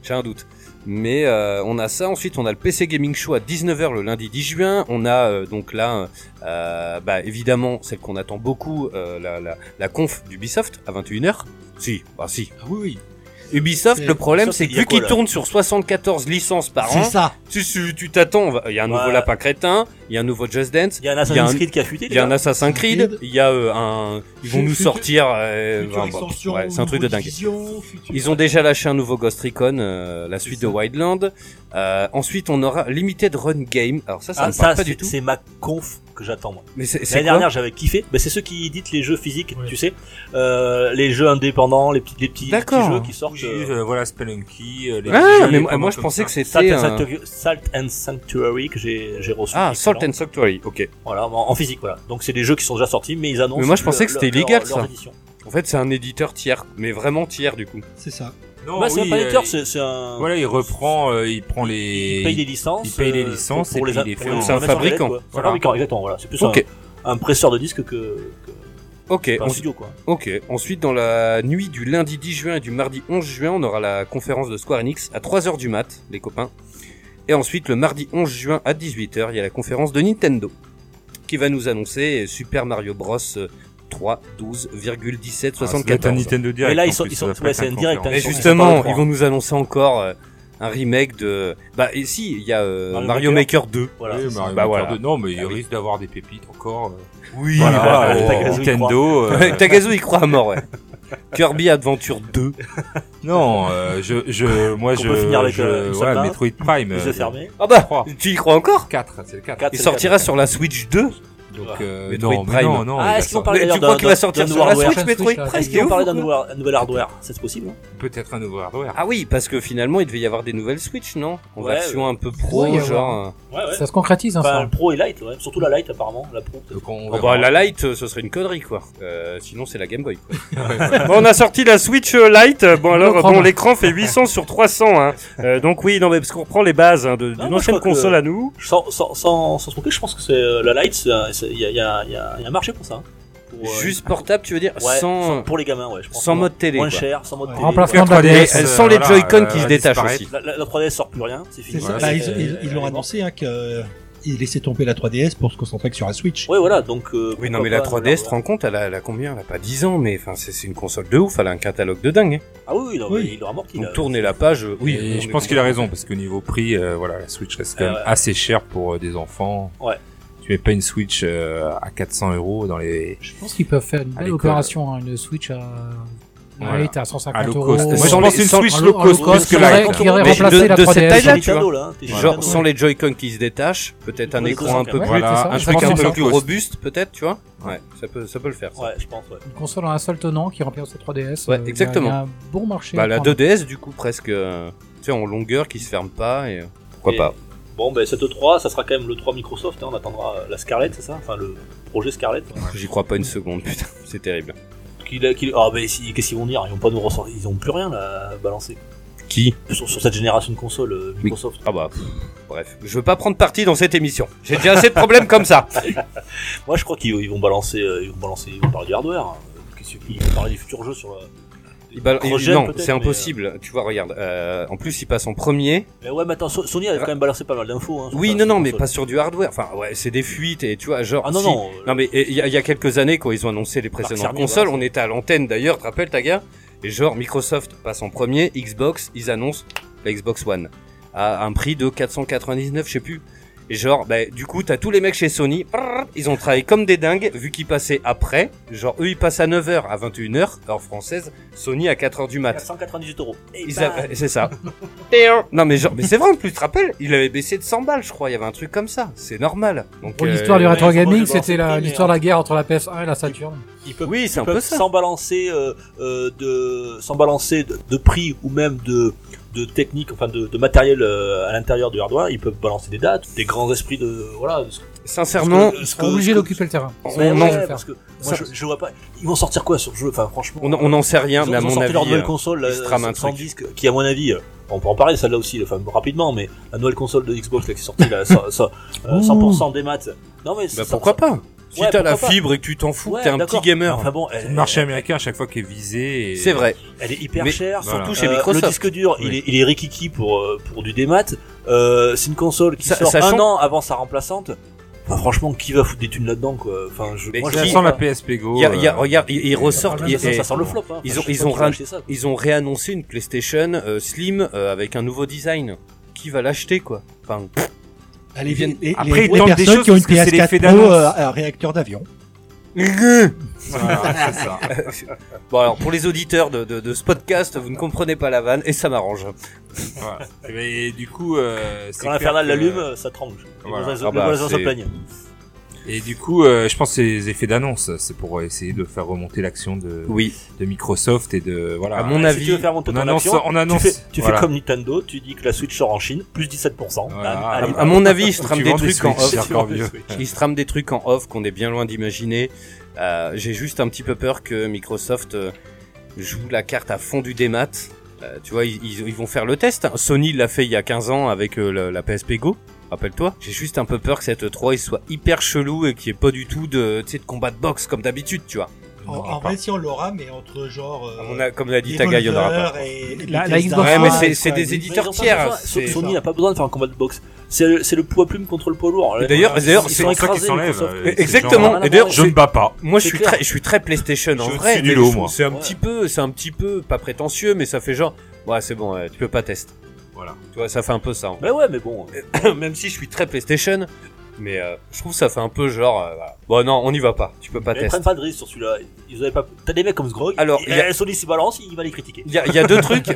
J'ai un doute. Mais euh, on a ça. Ensuite on a le PC Gaming Show à 19h le lundi 10 juin. On a euh, donc là, euh, bah évidemment celle qu'on attend beaucoup, euh, la, la, la conf d'Ubisoft à 21h. Si, bah si.
Ah oui, oui.
Ubisoft,
C'est-
le problème
Ubisoft,
c'est
il
que
y a
vu
quoi,
qu'ils
là
tournent sur 74 licences par an.
C'est ça.
Tu- Tu tu t'attends, on va- il y a un nouveau
Ouais.
Lapin Crétin, il y a un nouveau Just Dance,
Il y a un
Il y a
Assassin's
un-
Creed qui a fuité.
il y a un
les gars.
Assassin's Creed,
Creed.
il y a euh, un... Ils vont
Futur-
nous sortir... euh,
Future
enfin, bon,
extension,
ouais, c'est un truc de
nouvelle
dingue.
vision, future-
Ils ont déjà lâché un nouveau Ghost Recon, euh, la suite
C'est
de Wildland. Euh, ensuite, on aura Limited Run Game. Alors ça, ça
Ah,
me parle
ça,
pas du
c'est
tout.
c'est ma conf que j'attends, moi.
Mais c'est c'est
L'année
quoi
dernière, j'avais kiffé. Ben, c'est ceux qui éditent les jeux physiques,
Ouais.
tu sais. Euh, les jeux indépendants, les petits, les petits, les petits
D'accord.
jeux qui sortent.
Oui,
euh,
euh, voilà Spelunky. euh,
Ah, mais
les petits jeux
moi,
indépendants
moi, je
comme
pensais
ça.
que c'était...
Salt and,
un-
Sanctuary, Salt and Sanctuary que j'ai j'ai reçu.
Ah,
Excellent.
Salt and Sanctuary, ok.
Voilà, en en physique, voilà. Donc c'est des jeux qui sont déjà sortis, mais ils annoncent.
Mais moi, je pensais
le-
que c'était
leur-
illégal,
leur- leur
ça.
édition.
En fait, c'est un éditeur tiers, mais vraiment tiers du coup.
C'est ça.
Non,
Bah, c'est
oui,
même pas
euh,
l'éditeur, c'est c'est un.
Voilà, il reprend, euh, il prend les.
il paye des licences.
il paye les
euh, pour-
licences
pour
et
les
puis il les
pour
fait
les
en-
mettre
C'est
sur
un
les lettres,
fabricant.
quoi. C'est un
Voilà.
fabricant, exactement. Voilà, c'est plus un-
Ok.
un presseur de disques que. que-
Ok,
enfin,
on
Un
se-
studio, quoi.
Ok, ensuite dans la nuit du lundi 10 juin et du mardi 11 juin, on aura la conférence de Square Enix à 3h du mat, les copains. Et ensuite le mardi 11 juin à 18h, il y a la conférence de Nintendo qui va nous annoncer Super Mario Bros 3
Ah, ça doit être un
12,1774.
Nintendo Direct.
là, ils
en
sont-
plus,
ils
ça
sont-
doit pas
ouais,
être
c'est
un
un direct, hein.
conférence.
Mais
sont-
justement,
ils sont pas
ils vont nous annoncer encore euh, un remake de bah et si, il y a euh,
Mario
Mario Maker 2.
Voilà.
Oui, Mario
Bah
Maker
voilà.
2. Non, mais il
Ah oui.
risque d'avoir des pépites encore. euh.
Oui,
Voilà,
bah,
euh,
Tagazu, il
Nintendo. euh,
Tagazu il croit à mort, ouais. Kirby Adventure 2.
non, euh, je, je, moi,
Qu'on
je.
peut finir avec,
je-
euh,
voilà,
Zelda.
Metroid Prime.
Les
euh,
yeux fermés.
Ah bah, Ah,
Trois.
tu y crois encore
4, c'est le 4.
Quatre,
Il
c'est le
sortira
quatre.
sur la Switch 2
Donc, euh,
Metroid
non, mais
Prime.
non, non. il
Ah,
va
est-ce qu'ils ont
sortir
parlé
Mais tu
d'ailleurs
crois
d'un-
qu'il va
d'un-
sortir
d'un
sur la
hardware
Switch,
Switch,
Metroid
là.
Prime
Est-ce
c'est
qu'ils ont
ouf,
parlé d'un
quoi.
nouvel, un nouvel hardware C'est possible hein.
Peut-être un nouveau hardware.
Ah oui, parce que finalement, il devait y avoir des nouvelles Switch, non En
Ouais,
version un peu pro,
Ouais, il y a
genre... euh,
Ouais, ouais. Bah,
Ça se concrétise, hein,
Enfin,
ça.
le pro et light, ouais. surtout la light apparemment, Oh, la pro. peut-être.
Donc, on
Bon,
verra.
bah, la Lite, euh, ce serait une connerie, quoi. Euh, sinon, c'est la Game Boy. quoi. bon, on a sorti la Switch euh, Lite. euh, Bon, alors,
L'écran.
bon, l'écran fait 800 sur 300. Hein. Euh, donc oui, non, mais parce qu'on reprend les bases hein, de- d'une
moi, je
ancienne
crois que-
console à nous.
Sans, sans, sans, sans se moquer, je pense que c'est euh, la light, il y a, y, a, y a un marché pour ça. hein. pour, euh,
Juste portable, tu veux dire
ouais,
sans,
pour les gamins, ouais. Je pense
sans mode télé.
Moins
quoi.
cher, sans mode
Ouais.
télé.
Remplacement de la
Et,
DS.
euh, sans les
Voilà,
Joy-Con
euh,
qui se
elle
détachent
disparaît.
aussi.
La, la- la 3DS sort plus rien, c'est fini.
C'est ça.
Voilà,
Bah,
c'est-
ils, ils- ils l'ont annoncé hein, que ils laissaient tomber la 3DS pour se concentrer que sur la Switch.
Ouais, voilà, donc. euh,
Oui,
pourquoi
non, mais la
pas,
3DS, tu te
voilà.
rends compte, elle a, elle a combien Elle a pas 10 ans, mais enfin, c'est c'est une console de ouf, elle a un catalogue de dingue. hein.
Ah oui, oui, non,
Oui.
mais il aura amorti. là.
Donc tourner la page, euh, oui. on
Et je
est
pense
content.
qu'il a raison parce qu'au niveau prix, euh, voilà, la Switch reste quand
Eh
Euh,
même
ouais.
assez chère pour euh, des enfants.
Ouais.
Tu mets pas une Switch euh, à 400 euros dans les.
Je pense qu'ils peuvent faire une
À
belle
l'école.
opération, hein, une Switch à.
Voilà.
Ouais, t'es à
À
150
low
euros.
cost. Moi, je
Sans
pense
les-
une
sans-
Switch
en
low
low
cost
cost,
plus que
c'est
la
vrai
grande.
qu'il y aurait
Mais
remplacé
de-
la
de cette
3DS.
C'est
taille-là,
des
tu vois.
cadeaux, là, hein, t'es
Genre
génial.
sans les Joy-Con qui se détachent, peut-être un
Pour les
écran un peu
240.
plus,
Voilà,
Ouais,
un
c'est
un truc
truc un
un
peu
ça.
peu plus
plus cost.
robuste, peut-être, tu vois. Ouais, ça peut, ça peut le faire. ça.
Ouais, je pense, ouais.
Une console en un seul tenant qui remplace la 3DS.
Ouais,
Euh, il y a-
exactement.
il y a un bon marché.
Bah,
à
la
prendre.
2DS, du coup, presque, euh, tu sais, en longueur, qui se ferme pas, et euh, pourquoi
Et-
pas.
Bon, ben, cette 3, ça sera quand même le 3 Microsoft, hein, on attendra euh, la Scarlett, c'est ça Enfin, le projet Scarlett. hein.
J'y crois pas une seconde, putain, c'est terrible.
Qu'il a- qu'il- Ah, ben, si- qu'est-ce qu'ils vont dire Ils vont pas nous ressortir, ils ont plus rien là, à balancer.
Qui
Sur, sur cette génération de consoles euh, Microsoft.
Ah bah, pff, bref. Je veux pas prendre parti dans cette émission. J'ai déjà assez de problèmes comme ça.
Moi, je crois qu'ils ils vont balancer, euh, ils vont balancer, ils vont parler du hardware. hein. Qu'est-ce qu'ils- ils vont parler des futurs jeux sur la. des
Il bal- il-
projets,
non,
peut-être,
c'est
mais,
impossible. Tu vois, regarde. euh, en plus, il passe en premier.
euh, Mais ouais, mais attends, So- Sony avait quand même balancé pas mal d'infos. hein, sur
Oui,
sa-
non,
sur
non,
sa
mais
console.
pas sur du hardware. Enfin, ouais, c'est des fuites et tu vois, genre.
Ah non,
si-
non.
Non, mais il y, a- il y a quelques années, quand ils ont annoncé les précédentes
Fermier,
consoles,
voilà.
on était à l'antenne d'ailleurs, tu te rappelles, Taga Et genre, Microsoft passe en premier, Xbox, ils annoncent la Xbox One à un prix de 499, je sais plus. Et genre, bah, du coup, t'as tous les mecs chez Sony, prrr, ils ont travaillé comme des dingues, vu qu'ils passaient après. Genre, eux, ils passent à 9h, à 21h, heure française, Sony à 4h du mat.
498 euros. Et bah,
Ils
bam
avaient- C'est ça. Téon. non mais genre, mais c'est vrai en plus, tu te rappelles, il avait baissé de 100 balles, je crois, il y avait un truc comme ça. C'est normal. Donc,
Pour
euh,
Oh, l'histoire du
ouais,
rétro
ils sont obligés
gaming,
de balancer le
c'était la-
prix, mais,
l'histoire de
hein.
la guerre entre la PS1 et la Saturn.
Ils peuvent,
Oui, c'est un
ils peuvent
peu ça.
sans balancer euh, euh, de sans balancer de, de prix ou même de de technique, enfin de, de matériel euh, à l'intérieur du hardware, ils peuvent balancer des dates, des grands esprits de voilà. de ce- ce
Sincèrement,
que- ce
Ils
que-
sont obligés
ce que-
d'occuper le terrain.
Mais
on
ouais,
n'en
faire.
parce que moi
Ça-
je, je vois pas. Ils vont sortir quoi sur le jeu Enfin franchement.
on, on en sait
ils
rien,
ont-
mais à
ils ont
mon
sorti
avis,
leur nouvelle
euh,
console,
ils se trament un
la, sans
truc.
disque, qui à mon avis, euh, on peut en parler celle-là aussi, enfin rapidement, mais la nouvelle console de Xbox là, qui est sortie là, ça- ça-
Oh.
euh, 100% des maths. Non mais
bah,
ça-
pourquoi pas Si
Ouais,
t'as la
pourquoi pas.
fibre et que tu t'en fous,
Ouais,
t'es un petit
d'accord.
gamer.
Enfin bon, elle,
Le marché américain à chaque fois qui est visé. et-
c'est vrai.
elle est hyper
Mais-
chère.
Voilà.
Surtout chez
Euh,
Microsoft.
Le disque dur, il, est, il est rikiki pour, euh, pour du démat. Euh, c'est une console qui
Ça-
sort
sachant-
un an avant sa remplaçante. Enfin, franchement, qui va foutre des thunes là-dedans, quoi Enfin, je,
Mais
moi, je
Ça
qui-
sent la PSP Go.
Il y a- il y a-
euh,
regarde, ils, ils ressortent.
ça,
ils-
ça,
et-
ça sent le flop. Hein.
ils
Enfin,
ont-
je sais
ils
pas
ont
qui va
ran-
acheter ça, quoi.
ils ont réannoncé une PlayStation euh, Slim euh, avec un nouveau design. Qui va l'acheter quoi Enfin,
Allez,
Ils viennent-
les,
Après, ils
les
tentent des
personnes
choses
qui ont une
parce que c'est l'effet
PS4 Pro
d'annonce.
euh, à réacteur d'avion.
voilà, c'est ça.
Bon alors pour les auditeurs de, de, de ce podcast, vous ne comprenez pas la vanne et ça m'arrange.
Voilà. Et du coup, euh, c'est
Quand
clair
l'infernal
que-
l'allume, ça tranche.
Voilà.
Les voisins
Ah
les
bah,
voisins se
c'est-
plaignent.
Et du coup, euh, je pense que c'est les effets d'annonce. C'est pour essayer de faire remonter l'action de,
Oui.
de Microsoft et de voilà.
À mon
si
avis,
tu veux faire monter
on
ton
annonce,
action,
on
tu
annonce.
fais, tu
voilà.
fais comme Nintendo, tu dis que la Switch sort en Chine, plus 17%.
Voilà.
Bam,
À-
allez,
Ah, À, à mon avis, ils se trament
Tu
des
vends des
trucs en
Switch,
off.
c'est encore mieux.
Ils se trament des trucs en off qu'on est bien loin d'imaginer. Euh, J'ai juste un petit peu peur que Microsoft euh, joue la carte à fond du démat. Euh, tu vois, ils, ils- ils vont faire le test. Sony l'a fait il y a 15 ans avec euh, la, la PSP Go. Rappelle-toi. J'ai juste un peu peur que cette 3 il soit hyper chelou et qu'il n'y ait pas du tout de, tu sais, de combat de boxe comme d'habitude, tu vois.
En,
Non,
en
pas.
vrai, si on l'aura, mais entre genre. euh,
On a- comme l'a dit Taga, il y en aura pas.
Evolver et- et
La- la
Bethesda.
Xbox
Ouais, mais
Ah,
c'est-
ouais,
c'est des
ouais.
Mais ils ont
éditeurs
pas
tiers.
besoin-
c'est-
Sony n'a pas besoin de faire un combat de boxe. C'est le, c'est le poids plume contre le poids lourd.
Et d'ailleurs-
Ils-
d'ailleurs,
ils
c'est
sont
pour ça qu'ils
écrasés,
s'enlèvent,
Microsoft.
euh,
Et-
c'est
Exactement.
genre-
Et d'ailleurs,
Je ne bats pas.
Moi, je
C'est
suis
clair.
très, je suis très PlayStation en
Je suis
vrai.
au-dessus du
mais
lot,
je-
moi.
C'est un
Ouais.
petit peu, c'est un petit peu pas prétentieux, mais ça fait genre, ouais, c'est bon, ouais, tu peux pas tester.
Voilà.
Tu vois, ça fait un peu ça. en
Mais ouais, mais bon.
fait. Même si je suis très PlayStation, mais euh, je trouve ça fait un peu genre, euh, voilà. bon non, on y va pas. Tu peux pas
Mais Ils
tester.
prennent pas de risque sur celui-là. Ils avaient pas. T'as des mecs comme Sgrog.
Alors,
Alors,
il y a-
Sony s'y balance, il va les critiquer.
Il y, a- il y a deux trucs.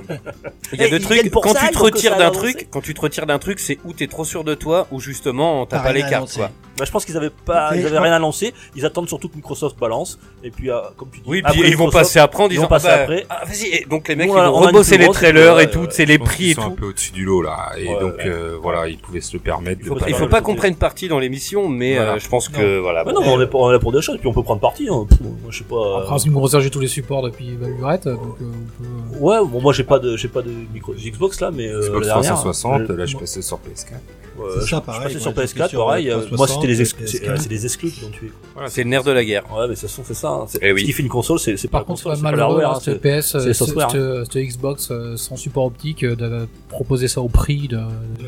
Il y a
Eh,
deux
ils
trucs.
viennent pour
Quand
ça,
tu
ils
te
veulent que
retires
ça
d'un
avance.
truc, quand tu te retires d'un truc, c'est où t'es trop sûr de toi, ou justement t'as
T'as
pas les
rien
cartes.
annoncé.
Quoi.
Bah, je pense qu'ils avaient pas,
Mais
ils
je
avaient
crois-
rien annoncé. Ils attendent surtout que Microsoft balance. Et puis, euh, comme tu dis,
Oui,
après
puis ils vont
Microsoft,
passer après en
ils vont
disant,
passer
ah bah,
après.
ah, vas-y. Et Donc les mecs,
Nous,
ils
on a- euh,
vont
on a une
rebosser les
grosse,
trailers
ouais,
et tout,
ouais.
c'est
Je
les
pense
prix
qu'ils
et
sont un
tout.
peu au-dessus du lot là. Et
Ouais,
donc
ouais.
euh, voilà, ils pouvaient se le permettre.
Il
de
faut
pas-
Il
Ouais,
faut
ouais,
pas
je
qu'on
comprends.
prenne parti dans l'émission, mais
Voilà.
euh, je pense
Non.
que voilà.
Ah, Mais
bon.
non, mais on est pour, on est pour des choses. Puis on peut prendre parti. Hein. Pff, moi, je sais pas. euh,
Après, c'est une grosse j'ai tous les supports depuis Valurette, donc euh, on peut. euh,
Ouais, bon, moi j'ai pas de, j'ai pas de micro j'ai Xbox là, mais euh,
Xbox
la dernière,
360,
euh,
là je passais sur PS4.
Euh,
C'est ça,
je- je
pareil,
passais
ouais,
sur
j'étais
PS4,
sur
pareil. euh,
360,
moi, c'était les, ex-
PS4.
c'est euh, c'est les exclus qui l'ont tué. quoi.
C'est le nerf de la guerre.
Ouais, mais de toute façon, c'est ça. hein, c'est-
Eh oui.
Ce qui fait une console, c'est c'est pas
Par
la
contre,
console, c'est pas
malheureux,
l'hardware,
hein,
hein,
cette
c'est-
PS,
c'est
euh,
le
cette
software,
euh, cette Xbox euh, sans support optique, euh, de proposer ça au prix de, de-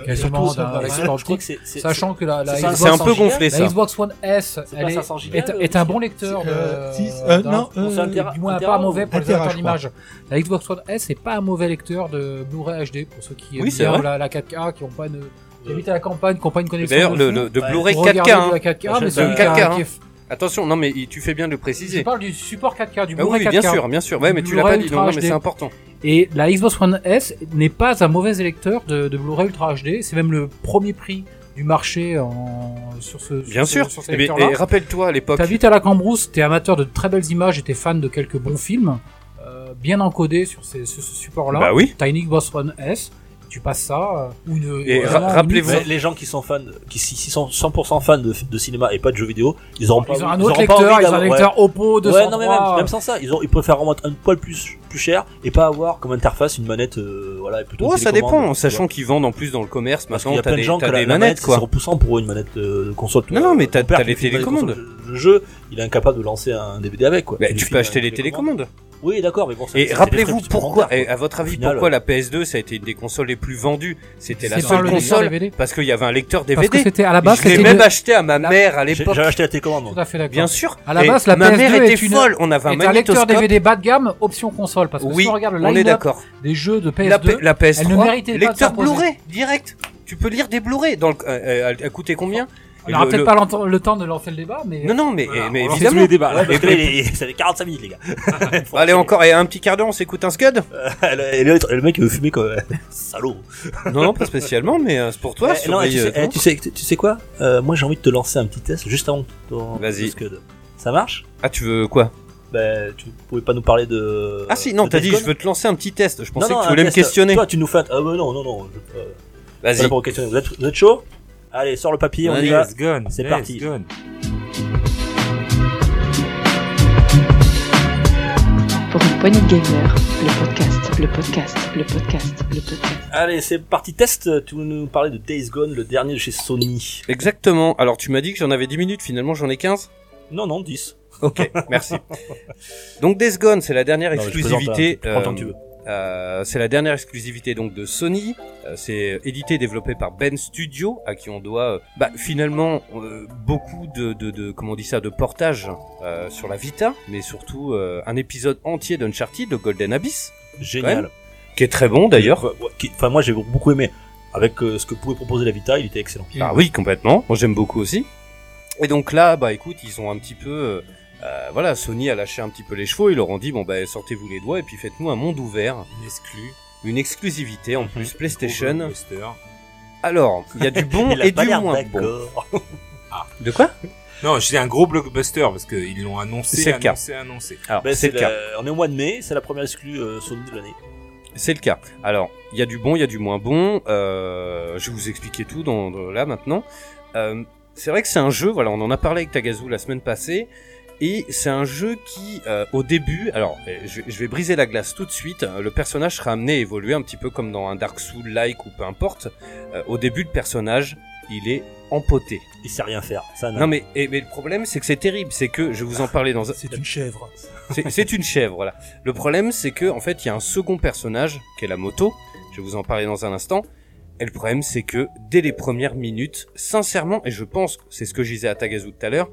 De-
quasiment
surtout,
d'un
ça,
d'un
ouais.
c'est-
support
je crois que
optique,
c'est- c'est-
sachant que la, la
c'est-
Xbox,
C'est un peu
Sans gilet,
gonflé
la
ça.
Xbox One S
C'est
elle
pas
est,
500 gigas,
est-
euh,
est un
aussi.
bon lecteur,
C'est, euh,
de-
six- euh,
d'un-
non, euh,
c'est un terrain-
du moins
un
pas
terrain,
mauvais pour les
Intera,
acteurs
je crois.
d'image. La Xbox One S est pas un mauvais lecteur de Blu-ray HD pour ceux qui
Oui,
aiment
c'est
bien
vrai.
ou la, la 4K qui ont pas une qui habitent à la campagne, qui ont pas une connexion.
D'ailleurs,
de
le,
fou,
le- de
Ouais.
Blu-ray
pour regarder
4K. hein.
de la 4K,
La
mais
chaîne
celui
de 4K,
qui a-
hein.
qui est-
Attention, non mais il- tu fais bien de le
Je
préciser.
parle du support 4K, du
Ah
Blu-ray
oui,
4K.
bien sûr, bien sûr. Ouais, mais tu l'as
Blu-ray
pas dit. Non, non,
Ultra
mais
HD.
c'est important.
Et la Xbox One S n'est pas un mauvais électeur de, de Blu-ray Ultra HD. C'est même le premier prix du marché en, sur ce.
Bien sûr.
sur, ce- Sur
Eh bien,
là
Et rappelle-toi à l'époque.
T'habites à la Cambrousse, t'es amateur de très belles images et t'es fan de quelques bons films, euh, bien encodés sur ces, ce, ce support-là.
Bah oui.
T'as une Xbox One S, tu passes ça. euh, Ou une,
Et
vraiment
ra-
une
rappelez-vous-
Xbox-
Mais les gens qui sont fans, qui si- si sont 100% fans de, de cinéma et pas de jeux vidéo, ils auront pas.
Ils ont un
ils
autre
auront pas
lecteur,
envie
ils ont un
d'avoir- ouais.
lecteur Oppo 203.
Ouais, non, mais même,
euh,
même sans ça, ils, ont, ils préfèrent remettre un poil plus, plus cher et pas avoir comme interface une manette, euh, voilà, et plutôt.
Oh,
une
ça
télécommande,
dépend.
tu vois.
Sachant qu'ils vendent en plus dans le commerce
Parce qu'il y
maintenant.
a
T'as
plein de
des,
gens
t'as
que
des
la, la
manettes
manette, c'est
quoi.
repoussant pour eux une manette euh, de console.
Non, non, mais
Ton
t'as-
père
t'as
qui
les
fait des
télécommandes.
consoles de jeu, il est incapable de lancer un DVD avec, quoi.
Bah,
lui
tu
files
peux acheter
une
les télécommandes.
télécommande. Oui, d'accord, mais bon, ça-
Et
c'est-
rappelez-vous
c'est des trucs
pourquoi,
supplémentaires,
et à votre avis,
Au final,
pourquoi
euh,
la PS2 ça a été une des consoles les plus vendues C'était la
C'est par
seule
le
console
lecteur DVD.
parce qu'il y avait un lecteur
Parce que
DVD.
c'était à la base,
je l'ai
Ah bah, c'était
même
une-
acheté à ma mère à
quoi. J'ai-
l'époque.
J'avais acheté la télécommande.
Tout à fait d'accord.
Bien sûr.
hein. À la
Et
base, la
ma
PS2
mère
est
était
une-
folle. On avait un
Et un lecteur
magnétoscope.
DVD bas de gamme, option console. Parce que
Oui,
si on regarde le
on est
line-up
d'accord.
des jeux de PS2,
La, P- la PS3,
elle ne méritait pas de
lecteur
s'imposer.
Blu-ray direct. Tu peux lire des Blu-ray. Dans le, euh, euh, elle, elle coûtait combien
on n'aura
Le-
peut-être
le-
pas l'ent- le temps de lancer le débat, mais
Non, non, mais,
Voilà,
mais
on lance
évidemment.
les débats.
Et-
parce que là,
et-
il est- ça fait 45 minutes, les gars. Faut
Allez,
enchaîner.
encore, et un petit quart d'heure, on s'écoute un scud
Et le, et le mec, il veut fumer, quoi. Salaud.
Non, non, pas spécialement, mais euh, c'est pour toi.
Eh, non,
Sobri,
eh, tu,
euh,
sais, eh, tu, sais, tu sais quoi Euh, Moi, j'ai envie de te lancer un petit test juste avant ton.
Vas-y.
ton Scud. Ça marche
Ah, tu veux quoi
Ben, tu pouvais pas nous parler de.
Ah, si, non,
de
t'as dit,
Deathcon
je veux te lancer un petit test. Je pensais
Non, non,
que tu
un
voulais me
test.
questionner.
Toi, tu nous fais. un- Ah, bah non, non, non. je- euh,
Vas-y.
voilà pour questionner. Vous êtes, vous êtes chaud Allez, sors le papier, on y va.
Let's go.
C'est
let's
parti.
go.
Pour une poignée de gamers, le podcast, le podcast, le podcast, le podcast.
Allez, c'est parti, test. Tu veux nous parler de Days Gone, le dernier de chez Sony.
Exactement. Alors, tu m'as dit que j'en avais 10 minutes, finalement, j'en ai 15
Non, non, 10.
Ok, merci. Donc, Death Gone, c'est la dernière
Non, mais je plaisante,
exclusivité.
hein, tu prends le temps
euh,
que tu veux.
Euh, c'est la dernière exclusivité donc de Sony. Euh, c'est édité et développé par Ben Studio, à qui on doit euh, bah, finalement euh, beaucoup de, de, de- comment on dit ça de portages euh, sur la Vita, mais surtout euh, un épisode entier d'Uncharted, de Golden Abyss,
Génial.
qui est très bon d'ailleurs.
Ouais, ouais, qui- Enfin, moi, j'ai beaucoup aimé. Avec euh, ce que pouvait proposer la Vita, il était excellent.
euh,
Ah oui, complètement. Moi j'aime beaucoup aussi. Et donc là, bah écoute, ils ont un petit peu euh, euh, voilà, Sony a lâché un petit peu les chevaux, ils leur ont dit bon bah sortez-vous les doigts et puis faites-nous un monde ouvert,
Une exclue.
une exclusivité en
Mmh.
plus
Gros
PlayStation.
blockbuster.
Alors, il y a du bon
Il a
et
pas
du
l'air
moins bon.
d'accord.
De quoi
Non, je dis un gros blockbuster parce qu'ils l'ont annoncé,
C'est le cas.
annoncé, annoncé.
Alors,
Ben,
c'est le cas.
la- On est au mois de mai, c'est la première exclue euh, Sony de l'année.
C'est le cas. Alors, il y a du bon, il y a du moins bon. Euh, je vais vous expliquer tout dans, dans- là maintenant. Euh, c'est vrai que c'est un jeu, voilà, on en a parlé avec Tagazu la semaine passée. Et c'est un jeu qui, euh, au début, alors euh, je, je vais briser la glace tout de suite, euh, le personnage sera amené à évoluer un petit peu comme dans un Dark Souls-like ou peu importe. Euh, au début, le personnage, il est empoté.
Il sait rien faire. Ça,
Non mais, et- mais le problème, c'est que c'est terrible, c'est que, je vais vous en parler dans un...
C'est une chèvre.
C'est c'est une chèvre, voilà. Le problème, c'est que en fait, il y a un second personnage qui est la moto. Je vais vous en parler dans un instant. Et le problème, c'est que dès les premières minutes, sincèrement, et je pense, que c'est ce que je disais à Tagazu tout à l'heure,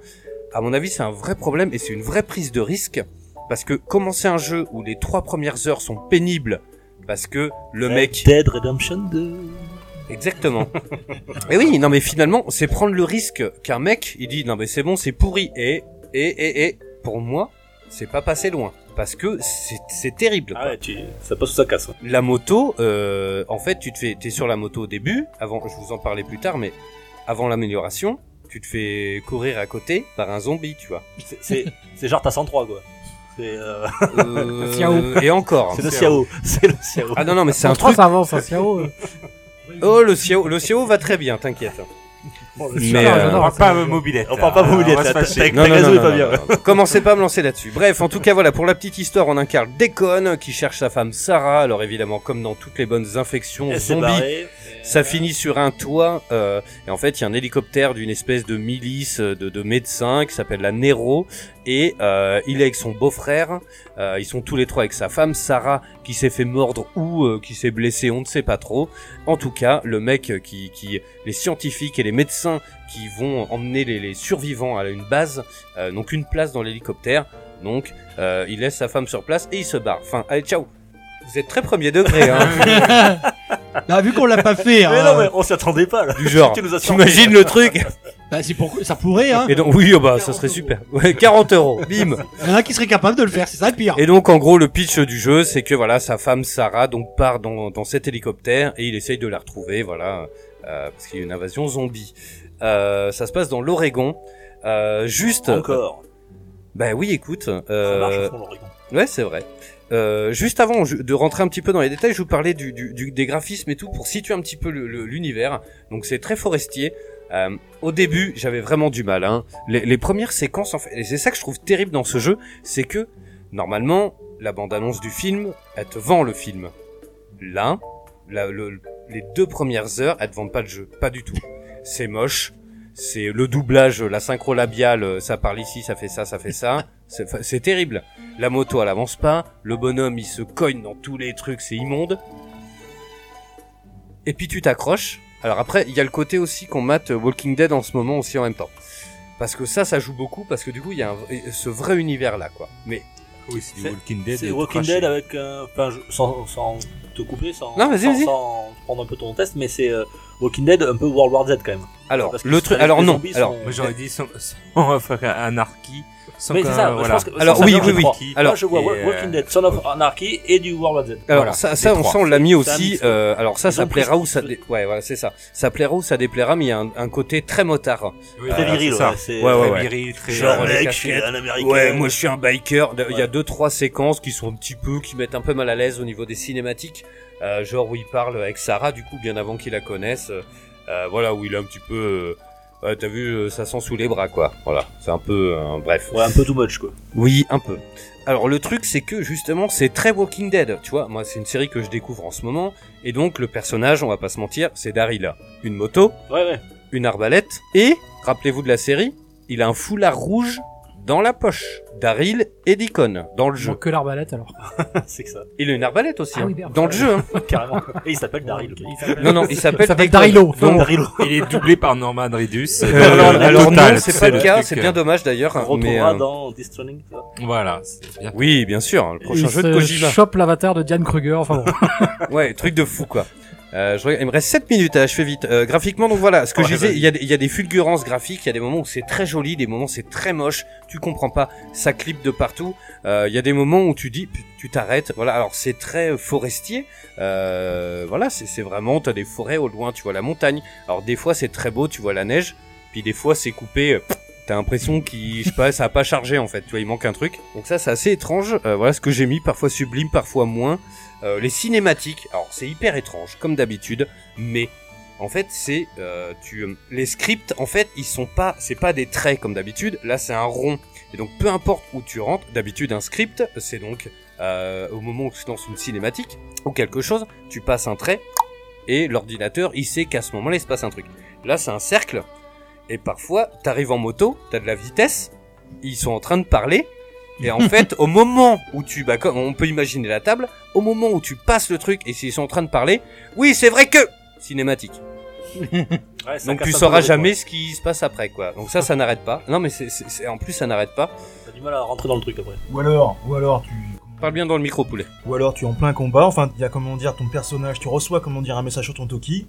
à mon avis, c'est un vrai problème et c'est une vraie prise de risque parce que commencer un jeu où les trois premières heures sont pénibles parce que le mec
Eh, Dead Redemption 2.
Exactement. et oui, non mais finalement, c'est prendre le risque qu'un mec, il dit non mais c'est bon, c'est pourri et et et et pour moi, c'est pas passé loin parce que c'est c'est terrible.
Ah
quoi.
ouais, tu... ça passe ou ça casse. hein. ouais.
La moto, euh, en fait, tu te fais, t'es sur la moto au début. Avant, je vous en parlais plus tard, mais avant l'amélioration, tu te fais courir à côté par un zombie, tu vois.
C'est- C'est c'est genre ta 103, quoi. C'est euh...
Euh,
Ciao.
et encore.
c'est le Ciao. C'est le Ciao.
Ah non non, mais c'est
En
un
trois,
truc.
ça avance, hein, c'est un haut, euh.
Oh le Ciao, le Ciao va très bien, t'inquiète. Mais, euh,
Ah,
On
j'adore.
parle pas à mobilette.
On parle pas
là.
mobilette,
va se
là,
fâcher.
tac,
Non,
La
non,
gazou
non,
est
non,
pas
non,
bien.
non, non. Commencez pas à me lancer là-dessus. Bref, en tout cas, voilà, pour la petite histoire, on incarne Décon qui cherche sa femme Sarah. Alors évidemment, comme dans toutes les bonnes infections
Elle s'est
zombies,
barrée.
ça finit sur un toit. euh, et en fait, il y a un hélicoptère d'une espèce de milice euh, de, de médecins qui s'appelle la Nero. Et euh, il est avec son beau-frère. Euh, ils sont tous les trois avec sa femme Sarah qui s'est fait mordre ou euh, qui s'est blessée, on ne sait pas trop. En tout cas, le mec euh, qui, qui les scientifiques et les médecins qui vont emmener les, les survivants à une base, euh, donc une place dans l'hélicoptère. Donc, euh, il laisse sa femme sur place et il se barre. Enfin, allez, ciao. Vous êtes très premier degré, hein.
Bah, vu qu'on l'a pas fait,
Mais
hein,
non, mais on s'y attendait pas, là.
du genre.
Tu nous as sorti.
T'imagines le truc
bah, c'est pour... ça pourrait, hein.
Et donc oui, oh bah ça serait super. Ouais, 40 euros, bim.
Il y en a qui seraient capables de le faire, c'est ça le pire.
Et donc en gros le pitch du jeu, c'est que voilà sa femme Sarah donc part dans, dans cet hélicoptère et il essaye de la retrouver, voilà, euh, parce qu'il y a une invasion zombie. Euh, ça se passe dans l'Oregon. Euh, juste.
Encore.
Bah oui, écoute.
Ça marche au
Euh,
fond, l'Oregon.
Ouais, c'est vrai. Euh, juste avant je- de rentrer un petit peu dans les détails, je vous parlais du, du- du- des graphismes et tout pour situer un petit peu le- le- l'univers. Donc c'est très forestier. Euh, au début, j'avais vraiment du mal. Hein. Les, les premières séquences, en fait, et c'est ça que je trouve terrible dans ce jeu, c'est que normalement, la bande-annonce du film, elle te vend le film. Là, la- le- les deux premières heures, elles te vendent pas le jeu, pas du tout. C'est moche. C'est le doublage, la synchro labiale, euh, ça parle ici, ça fait ça, ça fait ça. C'est c'est terrible. La moto, elle avance pas. Le bonhomme, il se cogne dans tous les trucs, c'est immonde. Et puis tu t'accroches. Alors après, il y a le côté aussi qu'on mate euh, Walking Dead en ce moment aussi en même temps. Parce que ça, ça joue beaucoup, parce que du coup, il y a un- et ce vrai univers-là, quoi. Mais...
Ah Oui, c'est du
C'est-
Walking Dead.
C'est
et
Walking
craché.
Dead avec un. Enfin, je- sans, sans te couper, sans,
Non, vas-y,
sans-
vas-y.
sans prendre un peu ton test, mais c'est euh, Walking Dead un peu World War Z quand même.
Alors,
Parce que
le
les
truc...
zombies
Alors
sont-
non, alors...
Moi j'aurais dit sans, sans enfin, anarchie, sans
Mais
qu'un-
c'est ça,
voilà.
je pense que,
Alors,
ça,
oui,
j'en ai
oui, oui.
trois.
Alors,
Moi, je vois
et, euh,
Walking Dead, Son of Anarchy et du World War Z.
Alors
Voilà,
ça,
les
ça on
trois.
sent on l'a mis
C'est un
aussi.
mix,
euh, alors ça,
Ils
ça
ont
plaira
pris-
ou ça. dé- Ouais, voilà, c'est ça. Ça plaira ou ça déplaira, mais il y a un, un côté très motard.
Oui, bah,
Très
voilà,
viril,
c'est ça.
ouais, c'est-
Ouais, ouais,
Très
ouais.
viril, très.
Genre,
les
euh,
mec, je suis
casquettes.
un américain.
Ouais, moi je suis un biker. Il y a
Ouais.
deux trois séquences qui sont un petit peu, qui mettent un peu mal à l'aise au niveau des cinématiques, Euh, genre où il parle avec Sarah du coup bien avant qu'il la connaisse. Euh, voilà où il est un petit peu, euh, ouais, t'as vu, euh, ça sent sous les bras quoi. Voilà, c'est un peu, euh, bref.
Ouais, un peu too much, quoi.
Oui, un peu. Alors le truc c'est que justement c'est très Walking Dead, tu vois, moi c'est une série que je découvre en ce moment, et donc le personnage, on va pas se mentir, c'est Darila. Une moto,
Ouais, ouais.
une arbalète et, rappelez-vous de la série, il a un foulard rouge dans la poche. Daryl et Deacon dans le jeu.
Manque que l'arbalète alors.
c'est que ça.
Il a une arbalète aussi
Ah
hein,
oui, merde.
dans le jeu. hein.
Carrément. Et il s'appelle Daryl.
Il s'appelle-
Non non, il s'appelle
Il s'appelle
Deacon.
Darilo.
Donc,
Daryl.
Il est doublé par Norman Reedus.
euh,
Norman
alors
Total,
non, c'est pas le cas, c'est bien
truc,
dommage d'ailleurs.
On
hein, Mais,
retrouvera
euh,
dans Death Stranding, ça.
euh, Voilà, c'est bien.
Oui, bien sûr, hein, le prochain
il
jeu de
se
Kojima.
chope l'avatar de Diane Kruger. Enfin bon.
Ouais, truc de fou quoi. Euh, je regarde- il me reste 7 minutes, hein, je fais vite. Euh, graphiquement, donc voilà, ce que je disais, il y, a, des- il y a des fulgurances graphiques, il y a des moments où c'est très joli, des moments où c'est très moche, tu comprends pas, ça clip de partout. Euh, Il y a des moments où tu dis, pu- tu t'arrêtes. Voilà, alors c'est très euh, forestier. Euh, voilà, c'est c'est vraiment, t'as des forêts au loin, tu vois la montagne. Alors des fois c'est très beau, tu vois la neige, puis des fois c'est coupé. euh, T'as l'impression qu'il, je sais pas, ça a pas chargé en fait. Tu vois, il manque un truc. Donc ça, c'est assez étrange. Euh, voilà ce que j'ai mis, parfois sublime, parfois moins. Euh, les cinématiques, alors c'est hyper étrange comme d'habitude, mais en fait c'est euh, tu euh, les scripts en fait ils sont pas c'est pas des traits comme d'habitude, là c'est un rond et donc peu importe où tu rentres, d'habitude un script c'est donc euh, au moment où tu lances une cinématique ou quelque chose, tu passes un trait et l'ordinateur il sait qu'à ce moment-là il se passe un truc. Là c'est un cercle et parfois t'arrives en moto, t'as de la vitesse, ils sont en train de parler et en fait au moment où tu bah comme on peut imaginer la table au moment où tu passes le truc et s'ils sont en train de parler, oui, c'est vrai que cinématique.
Ouais, ça casse
Donc tu
un peu
sauras
les
jamais ce qui se passe après quoi. Donc ça ça n'arrête pas. Non mais c'est c'est- c'est- en plus ça n'arrête pas.
points. T'as du mal à rentrer dans le truc après.
Ou alors, ou alors tu.
Parle bien dans le micro poulet.
Ou alors tu es en plein combat, enfin il y a comment dire ton personnage, tu reçois comment dire un message sur ton Toki,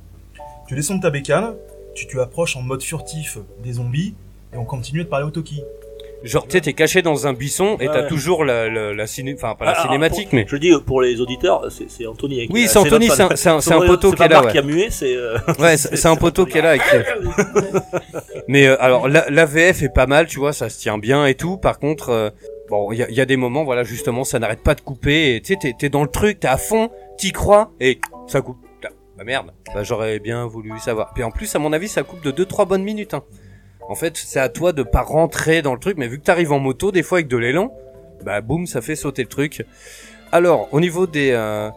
tu descends de ta bécane, tu te approches en mode furtif des zombies, et on continue de parler au Toki.
Genre tu sais, t'es caché dans un buisson et
Ouais,
t'as
ouais.
toujours la, la, la ciné enfin pas la
Ah,
cinématique
pour-
mais
Je le dis euh, pour les auditeurs, c'est c'est Anthony. avec-
oui
euh,
c'est Anthony
notre
c'est
fan.
un, c'est un, c'est un poteau
c'est
qui est
pas
là
Marc qui
ouais.
a mué, c'est. euh,
Ouais, c'est c'est un
c'est
poteau qui est là et qui- Mais euh, alors la, la VF est pas mal, tu vois, ça se tient bien et tout. Par contre, euh, bon, il y a, il y a des moments, voilà, justement, ça n'arrête pas de couper. et Tu sais, t'es- t'es dans le truc, t'es à fond, t'y crois et ça coupe. T'as- Ah merde, bah, j'aurais bien voulu savoir. Puis en plus, à mon avis, ça coupe de 2-3 bonnes minutes. hein. En fait, c'est à toi de pas rentrer dans le truc, mais vu que t'arrives en moto, des fois avec de l'élan, bah boum, ça fait sauter le truc. Alors, au niveau des... euh,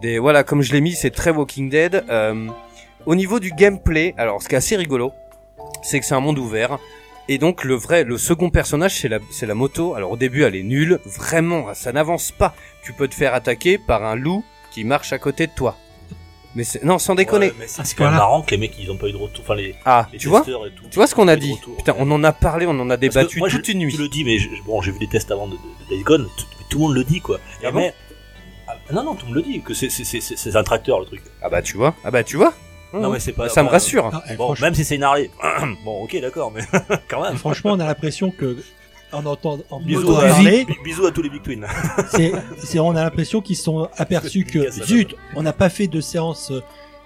des voilà, comme je l'ai mis, c'est très Walking Dead. Euh, au niveau du gameplay, alors ce qui est assez rigolo, c'est que c'est un monde ouvert. Et donc le vrai, le second personnage, c'est la, c'est la moto. Alors au début, elle est nulle, vraiment, ça n'avance pas. Tu peux te faire attaquer par un loup qui marche à côté de toi. Mais c'est, non, sans déconner.
Ouais, mais
Ah,
c'est
c'est
quand même
pas là.
marrant que les mecs ils ont pas eu de retour. Enfin, les,
Ah,
les
tu vois
testeurs et tout.
Tu vois ce qu'on
Pas
a
eu de
dit
retour.
Putain, on en a parlé, on en a
Parce que
débattu
moi, je-
toute une nuit.
Tu le dis, mais je- bon, j'ai vu des tests avant de, de, de Days Gone, tout, tout le monde le dit quoi.
Ah
Et
bon
mais- Ah, non, non, tout le monde le dit, que c'est- c'est c'est- c'est- c'est un tracteur le truc.
Ah bah tu vois, ah bah tu vois
Non,
Mmh.
mais c'est pas.
Ça me
pas-
rassure.
Non, eh,
Bon,
franchement,
même si c'est une Harley. bon, ok, d'accord, mais quand même.
eh, franchement, on a l'impression que en entendant en
Bisous,
entendant
euh,
à-
parler,
bi- bisous à tous les Big Twins.
c'est, c'est- on a l'impression qu'ils se sont aperçus que
Casse la
zut, on n'a pas fait de séance euh,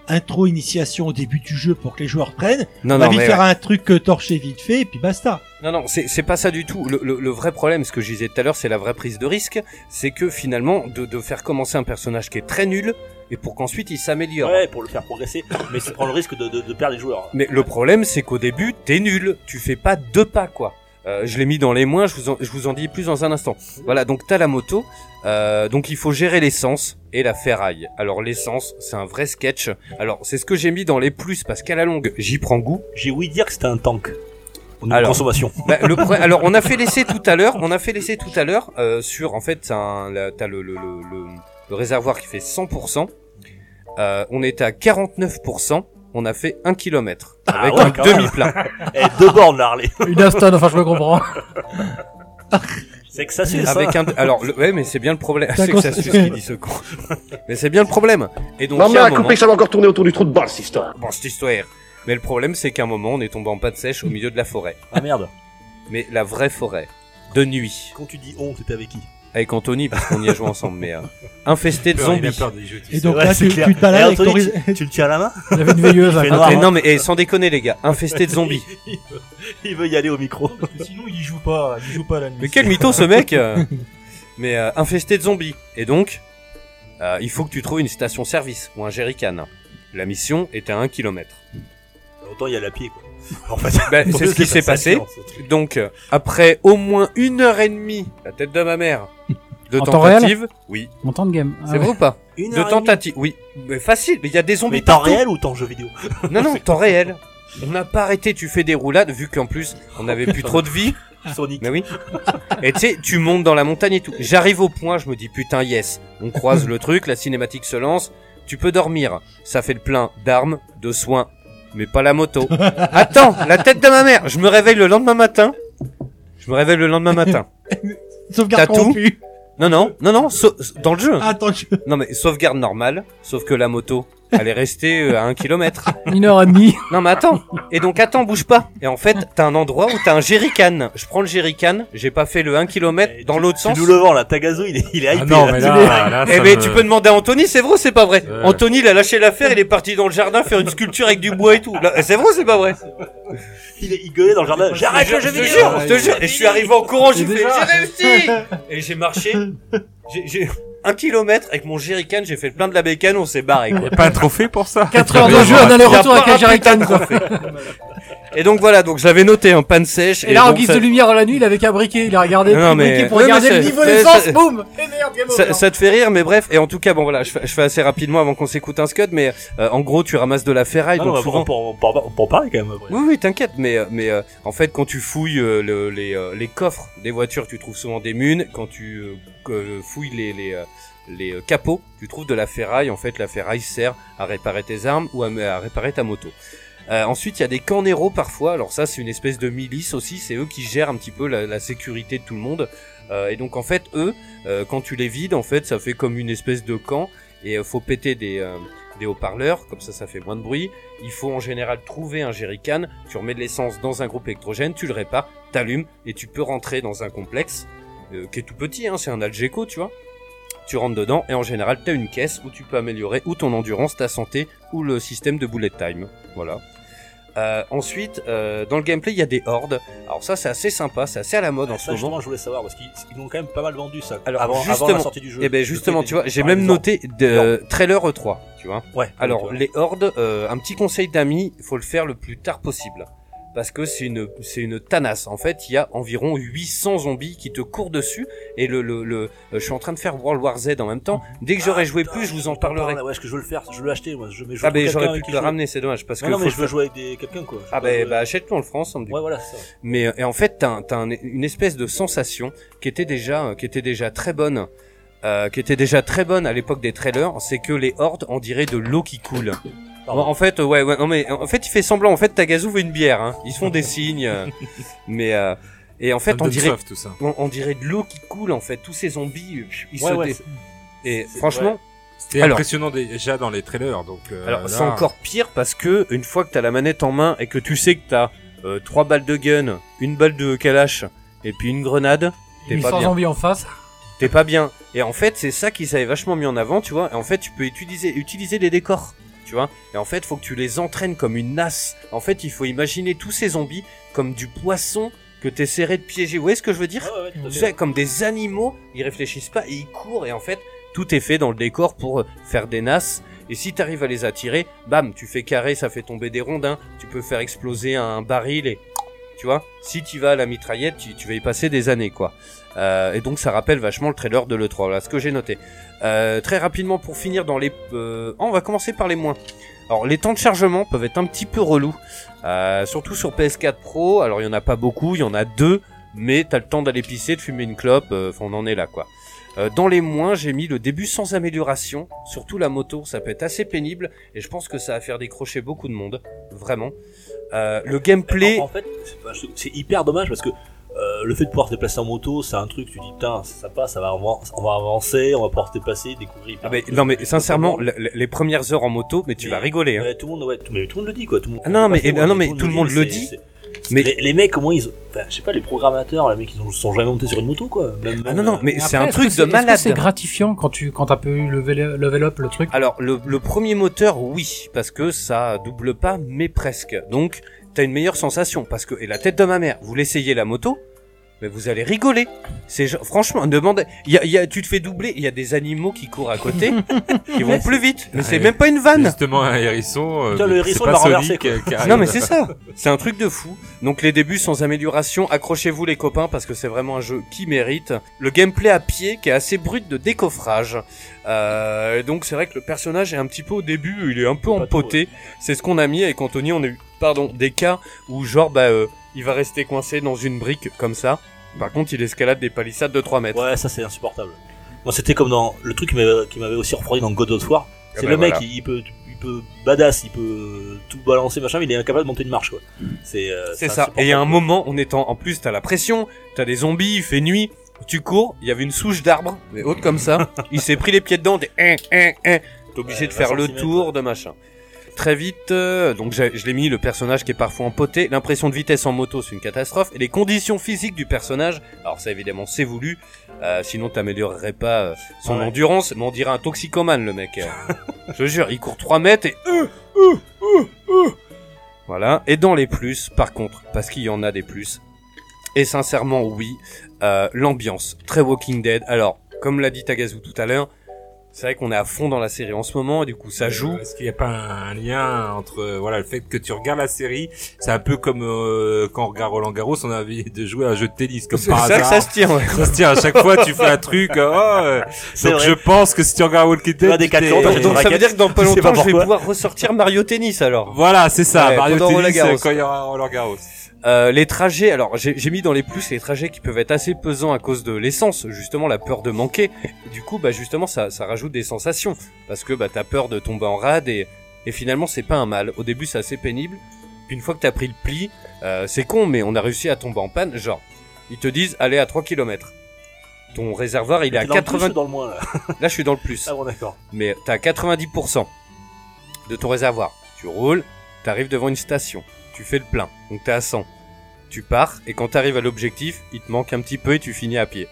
intro initiation au début du jeu pour que les joueurs prennent.
Non,
on va
non,
vite
mais-
faire un truc euh, torché vite fait et puis basta.
non, non, c'est c'est pas ça du tout. Le, le- le vrai problème, ce que je disais tout à l'heure, c'est la vraie prise de risque, c'est que finalement, de, de faire commencer un personnage qui est très nul, et pour qu'ensuite il s'améliore.
Ouais, pour le faire progresser, mais tu prends le risque de, de, de perdre les joueurs.
Mais le problème, c'est qu'au début, t'es nul. Tu fais pas deux pas, quoi. Euh, je l'ai mis dans les moins, je vous, en, je vous en dis plus dans un instant. Voilà, donc t'as la moto, euh, donc il faut gérer l'essence et la ferraille. Alors l'essence, c'est un vrai sketch. Alors c'est ce que j'ai mis dans les plus parce qu'à la longue, j'y prends goût.
J'ai ouï dire que c'était un tank. Au niveau
Alors.
consommation.
Bah, le pro- Alors on a fait l'essai tout à l'heure, on a fait l'essai tout à l'heure euh, sur en fait t'as un- la- t'as le, le, le, le- le réservoir qui fait 100%. Euh, on était à 49%, on a fait 1 km
Ah
avec
Ah ouais,
un
quand même.
demi-plein.
Eh, deux bornes la Harley.
Une Aston, enfin je le comprends.
C'est que ça, c'est ça.
avec un alors le- ouais mais c'est bien le problème
T'as
c'est que ça
cons-
suce qui dit ce con mais c'est bien le problème et donc
Maman
il y a un
a
moment
compris que ça va encore tourner autour du trou de balle, cette histoire.
bon cette histoire mais le problème c'est qu'à un moment on est tombé en pâte sèche au milieu de la forêt
Ah merde.
mais la vraie forêt de nuit
Quand tu dis on, t'étais avec qui
avec Anthony parce qu'on y a joué ensemble mais euh, infesté de
Peur, il a
zombies
peur des jeux. tu
Et
sais.
donc
Ouais,
là,
c'est
tu,
clair.
tu te balades
Eh,
avec ton
Anthony,
ris-
tu, tu le tiens à la main
Il y avait une veilleuse
Il
à
fait
côté.
noir,
et
hein.
non mais et sans déconner les gars infesté de zombies
Il veut y aller au micro.
Parce que sinon, il y joue pas, il y joue pas à la nuit.
mais quel mytho ce mec euh. mais euh, infesté de zombies et donc euh, il faut que tu trouves une station service ou un jerrycan la mission était à 1 km
Autant il y a la pied, quoi. En fait,
Ben, c'est ce qui s'est passé. Donc, euh, après au moins une heure et demie, la tête de ma mère, de
En temps
tentative, oui,
Mon temps de game. Ah
c'est
ouais.
vrai ou pas
Une
De
heure et demie.
tentative, oui, mais facile, mais il y a des zombies
Mais temps
partout.
réel ou temps jeu vidéo
Non, non, temps réel. On n'a pas arrêté, tu fais des roulades, vu qu'en plus, on n'avait plus trop de vie.
Sonic.
Mais oui. Et tu sais, tu montes dans la montagne et tout. J'arrive au point, je me dis, putain, yes. On croise le truc, la cinématique se lance, tu peux dormir. Ça fait le plein d'armes, de soins, mais pas la moto. Attends, la tête de ma mère. Je me réveille le lendemain matin. Je me réveille le lendemain matin.
sauvegarde
t'as tout
corrompue.
Non, non, non, non, sau- dans le jeu.
Attends, je...
Non, mais sauvegarde normale, sauf que la moto, elle est restée euh, à un kilomètre.
Une heure et demie.
Non, mais attends. Et donc, attends, bouge pas. Et en fait, t'as un endroit où t'as un jerrycan. Je prends le jerrycan, j'ai pas fait le 1
Eh,
kilomètre dans
tu-
l'autre
Tu
sens.
nous le vends là, Tagazo il est, il est hypé.
Ah non,
là.
mais là, là,
Eh
Ah, ça
ben,
me-
tu peux demander à Anthony, c'est vrai ou c'est pas vrai
Ouais.
Anthony, il a lâché l'affaire, il est parti dans le jardin faire une sculpture avec du bois et tout. Là, C'est vrai ou c'est pas vrai
Il est il gueulait dans le jardin. J'arrête le jeu
Je te
vidéo
jure, je te jure. Et je suis arrivé en courant, j'ai fait, j'ai réussi Et j'ai marché, j'ai- j'ai un kilomètre avec mon jerrycan, j'ai fait le plein de la bécane, on s'est barré, quoi.
Y a pas un trophée pour ça
4 heures de jeu, un aller-retour avec un jerrycan. quoi.
Et donc voilà, donc je l'avais noté, un panne sèche.
Et là, en
donc
guise
ça-
de lumière la nuit, il avait qu'à briquer. Il a regardé
Non,
le
mais-
briquet pour
Ouais,
regarder
mais
le
c'est-
niveau
c'est-
d'essence.
c'est-
Boum. Et merde, game
ça,
over.
ça te fait rire, mais bref. Et en tout cas, bon voilà, je, fais- je fais assez rapidement avant qu'on s'écoute un scud, mais euh, en gros, tu ramasses de la ferraille,
Ah,
Non,
donc
bah,
non,
souvent.
on peut en- on peut en on peut en parler quand même. après.
Oui, oui, t'inquiète, mais, euh, mais euh, en fait, quand tu fouilles euh, le- les, euh, les coffres des voitures, tu trouves souvent des munes. Quand tu euh, que- euh, fouilles les, les, euh, les euh, capots, tu trouves de la ferraille. En fait, la ferraille sert à réparer tes armes ou à, à réparer ta moto. Euh, ensuite, il y a des caneros parfois. Alors ça, c'est une espèce de milice aussi. C'est eux qui gèrent un petit peu la, la sécurité de tout le monde. Euh, et donc, en fait, eux, euh, quand tu les vides, en fait, ça fait comme une espèce de camp. Et euh, faut péter des, euh, des haut-parleurs, comme ça, ça fait moins de bruit. Il faut en général trouver un jerrycan, tu remets de l'essence dans un groupe électrogène, tu le répares, t'allumes et tu peux rentrer dans un complexe euh, qui est tout petit, hein, c'est un Algeco, tu vois. Tu rentres dedans et en général t'as une caisse où tu peux améliorer ou ton endurance, ta santé ou le système de bullet time. Voilà. Euh, ensuite, euh, dans le gameplay, il y a des hordes. Alors ça, c'est assez sympa, c'est assez à la mode en ce
Ah, ça,
moment.
justement, je voulais savoir parce qu'ils ils l'ont quand même pas mal vendu ça.
Alors,
avant, avant
justement,
la sortie du jeu.
Et ben
Le
justement,
prix
tu vois,
était-
j'ai
par
même
exemple.
noté de trailer 3, tu vois.
Ouais.
Alors,
ouais.
les hordes, euh, un petit conseil d'amis, faut le faire le plus tard possible. Parce que c'est une, c'est une tanasse. En fait, il y a environ 800 zombies qui te courent dessus. Et le, le, le, je suis en train de faire World War Z en même temps. Dès que j'aurai joué
Ah,
plus, je vous en
putain,
parlerai.
là, Ouais, ce que je veux le faire, je veux l'acheter. Moi, je mais je
Ah,
veux
ben,
quelqu'un
j'aurais pu
qui
te le
joue.
ramener, c'est dommage. Parce
Non,
que
non,
faut
mais
le
je veux
faire-
jouer avec des... quelqu'un quoi. Je
Ah,
veux-
ben, bah, achète-le, on le fera ensemble. du
Ouais, voilà, c'est ça.
mais euh, et en fait, t'as, un- t'as un- une espèce de sensation qui était déjà, euh, qui était déjà très bonne, euh, qui était déjà très bonne à l'époque des trailers, c'est que les hordes, on dirait de l'eau qui coule.
Pardon.
En fait, ouais, ouais, non mais en fait, il fait semblant. En fait, Tagazu veut une bière. Hein. Ils se font des signes, euh, mais euh, et en fait, on dirait,
tout ça.
on, on dirait de l'eau qui coule. En fait, tous ces zombies, euh, ils
Ouais,
se
ouais,
dé-
c'est-
et
c'est-
franchement,
C'était
Alors-
impressionnant déjà dans les trailers, donc. euh,
Alors
là-
c'est encore pire parce que une fois que t'as la manette en main et que tu sais que t'as euh, trois balles de gun, une balle de kalash et puis une grenade, t'es pas
800
bien.
zombies en face.
T'es pas bien. Et en fait c'est ça qu'ils avaient vachement mis en avant, tu vois. Et en fait tu peux utiliser utiliser les décors, tu vois. Et en fait faut que tu les entraînes comme une nasse. En fait il faut imaginer tous ces zombies comme du poisson que t'essaierais de piéger. Vous voyez ce que je veux dire
Ouais, ouais, ouais, tout à
tu
fait.
sais, comme des animaux, ils réfléchissent pas et ils courent et en fait tout est fait dans le décor pour euh, faire des nasses. Et si t'arrives à les attirer, bam, tu fais carré, ça fait tomber des rondins, tu peux faire exploser un baril et tu vois, si tu vas à la mitraillette, tu, tu vas y passer des années quoi. Euh, et donc ça rappelle vachement le trailer de l'E3, voilà ce que j'ai noté. Euh, très rapidement pour finir dans les... euh, ah, on va commencer par les moins. Alors les temps de chargement peuvent être un petit peu relous, euh, surtout sur PS4 Pro, alors il y en a pas beaucoup, il y en a deux, mais t'as le temps d'aller pisser, de fumer une clope, euh, enfin, on en est là quoi. Euh, dans les moins, j'ai mis le début sans amélioration, surtout la moto, ça peut être assez pénible, et je pense que ça va faire décrocher beaucoup de monde, vraiment. Euh, le gameplay...
En, en fait, c'est pas- je- c'est hyper dommage parce que euh, le fait de pouvoir se déplacer en moto, c'est un truc, tu dis, putain, c'est sympa, ça va, avan- on va avancer, on va pouvoir se déplacer, découvrir. plein
Ah
de
mais-
trucs.
non mais sincèrement, le- le- les premières heures en moto, mais tu
Mais-
vas rigoler. Hein.
Ouais, tout le monde, ouais, tout, mais tout le monde le dit quoi. Tout le monde,
Ah non,
c'est
mais-
pas faux,
eh ben
hein,
non, mais tout le monde le
c'est-
dit.
c'est-
Mais-
les, les mecs, comment ils. ont- Enfin, je sais pas, les programmateurs, les mecs, ils ont- sont jamais montés sur une moto quoi. Même-
Ah non non,
même,
mais c'est
euh, après,
un
est-ce
truc
que
de
c'est- est-ce que
malade.
C'est gratifiant quand tu quand t'as pu level, level up le truc.
Alors le, le premier moteur, oui, parce que ça double pas, mais presque. Donc t'as une meilleure sensation parce que et la tête de ma mère, vous l'essayez la moto, mais vous allez rigoler. C'est genre- franchement, demandez. Il y a, il y a- tu te fais doubler, il y a des animaux qui courent à côté, qui vont plus vite. Mais c'est
Ouais.
même pas une vanne.
Justement, un hérisson. euh,
Putain, le
c'est
hérisson,
pas
il m'a
Sonic,
renversé, quoi.
euh, qui arrive.
Non mais c'est ça, c'est un truc de fou. Donc les débuts sans amélioration, accrochez-vous les copains parce que c'est vraiment un jeu qui mérite. Le gameplay à pied qui est assez brut de décoffrage. Euh, et donc c'est vrai que le personnage est un petit peu au début, il est un peu
Pas trop,
empoté. C'est ce qu'on a mis avec Anthony, on a eu pardon, des cas où genre bah euh, il va rester coincé dans une brique comme ça. Par contre il escalade des palissades de 3 mètres.
euh, Ouais, ça c'est insupportable. Moi, c'était comme dans le truc qui m'avait- qui m'avait aussi refroidi dans God of War. C'est
ben
le mec,
voilà.
il, il peut, il peut badass, il peut tout balancer machin, mais il est incapable de monter une marche quoi. C'est euh,
C'est ça. Et il y a un moment, on est en, en plus, t'as la pression, t'as des zombies, il fait nuit, tu cours, il y avait une souche d'arbre, mais haute comme ça, il s'est pris les pieds dedans, t'es hein, hein, hein. T'es obligé
Ouais, bah,
de faire
20
le
centimètres,
tour
ouais.
de machin. Très vite, euh, donc j'ai- je l'ai mis, le personnage qui est parfois empoté, l'impression de vitesse en moto c'est une catastrophe, et les conditions physiques du personnage, alors ça évidemment c'est voulu, euh, sinon t'améliorerais pas euh, son
Ouais.
endurance, mais on dirait un toxicomane le mec. euh. je jure, il court 3 mètres et euh, voilà. Et dans les plus, par contre, parce qu'il y en a des plus. Et sincèrement, oui, euh, l'ambiance très Walking Dead. Alors, comme l'a dit Tagazu tout à l'heure, c'est vrai qu'on est à fond dans la série en ce moment, et du coup, ça joue.
Euh, Est-ce qu'il n'y a pas un lien entre euh, voilà le fait que tu regardes la série, c'est un peu comme euh, quand on regarde Roland Garros, on a envie de jouer à un jeu de tennis comme
C'est
par
ça que
hasard.
ça se tient. ouais.
Ça se tient à chaque fois, tu fais un truc. euh, Oh, euh,
C'est
donc
vrai.
je pense que si tu regardes Walking
Tu vas
Dead,
à
tu t'es-
Decathlon, t'achètes une
Donc ça veut
raquette.
dire que dans pas
je sais pas
longtemps, je vais
pourquoi.
pouvoir ressortir Mario Tennis alors.
Voilà, c'est ça.
Ouais,
Mario
pendant Roland
Tennis
Garros,
euh, quand il y aura Roland Garros.
Euh, les trajets, alors j'ai j'ai mis dans les plus les trajets qui peuvent être assez pesants à cause de l'essence, justement la peur de manquer. Du coup, bah justement ça, ça rajoute des sensations parce que bah t'as peur de tomber en rade et, et finalement c'est pas un mal. Au début c'est assez pénible, puis une fois que t'as pris le pli, euh, c'est con mais on a réussi à tomber en panne. Genre ils te disent allez à 3 km. Ton réservoir il est
T'es dans
à
le plus
80.
ou dans le moins là.
Là je suis dans le plus
Ah bon, d'accord.
mais t'as 90% de ton réservoir. Tu roules, t'arrives devant une station, tu fais le plein, donc t'es à 100. Tu pars, et quand t'arrives à l'objectif, il te manque un petit peu et tu finis à pied.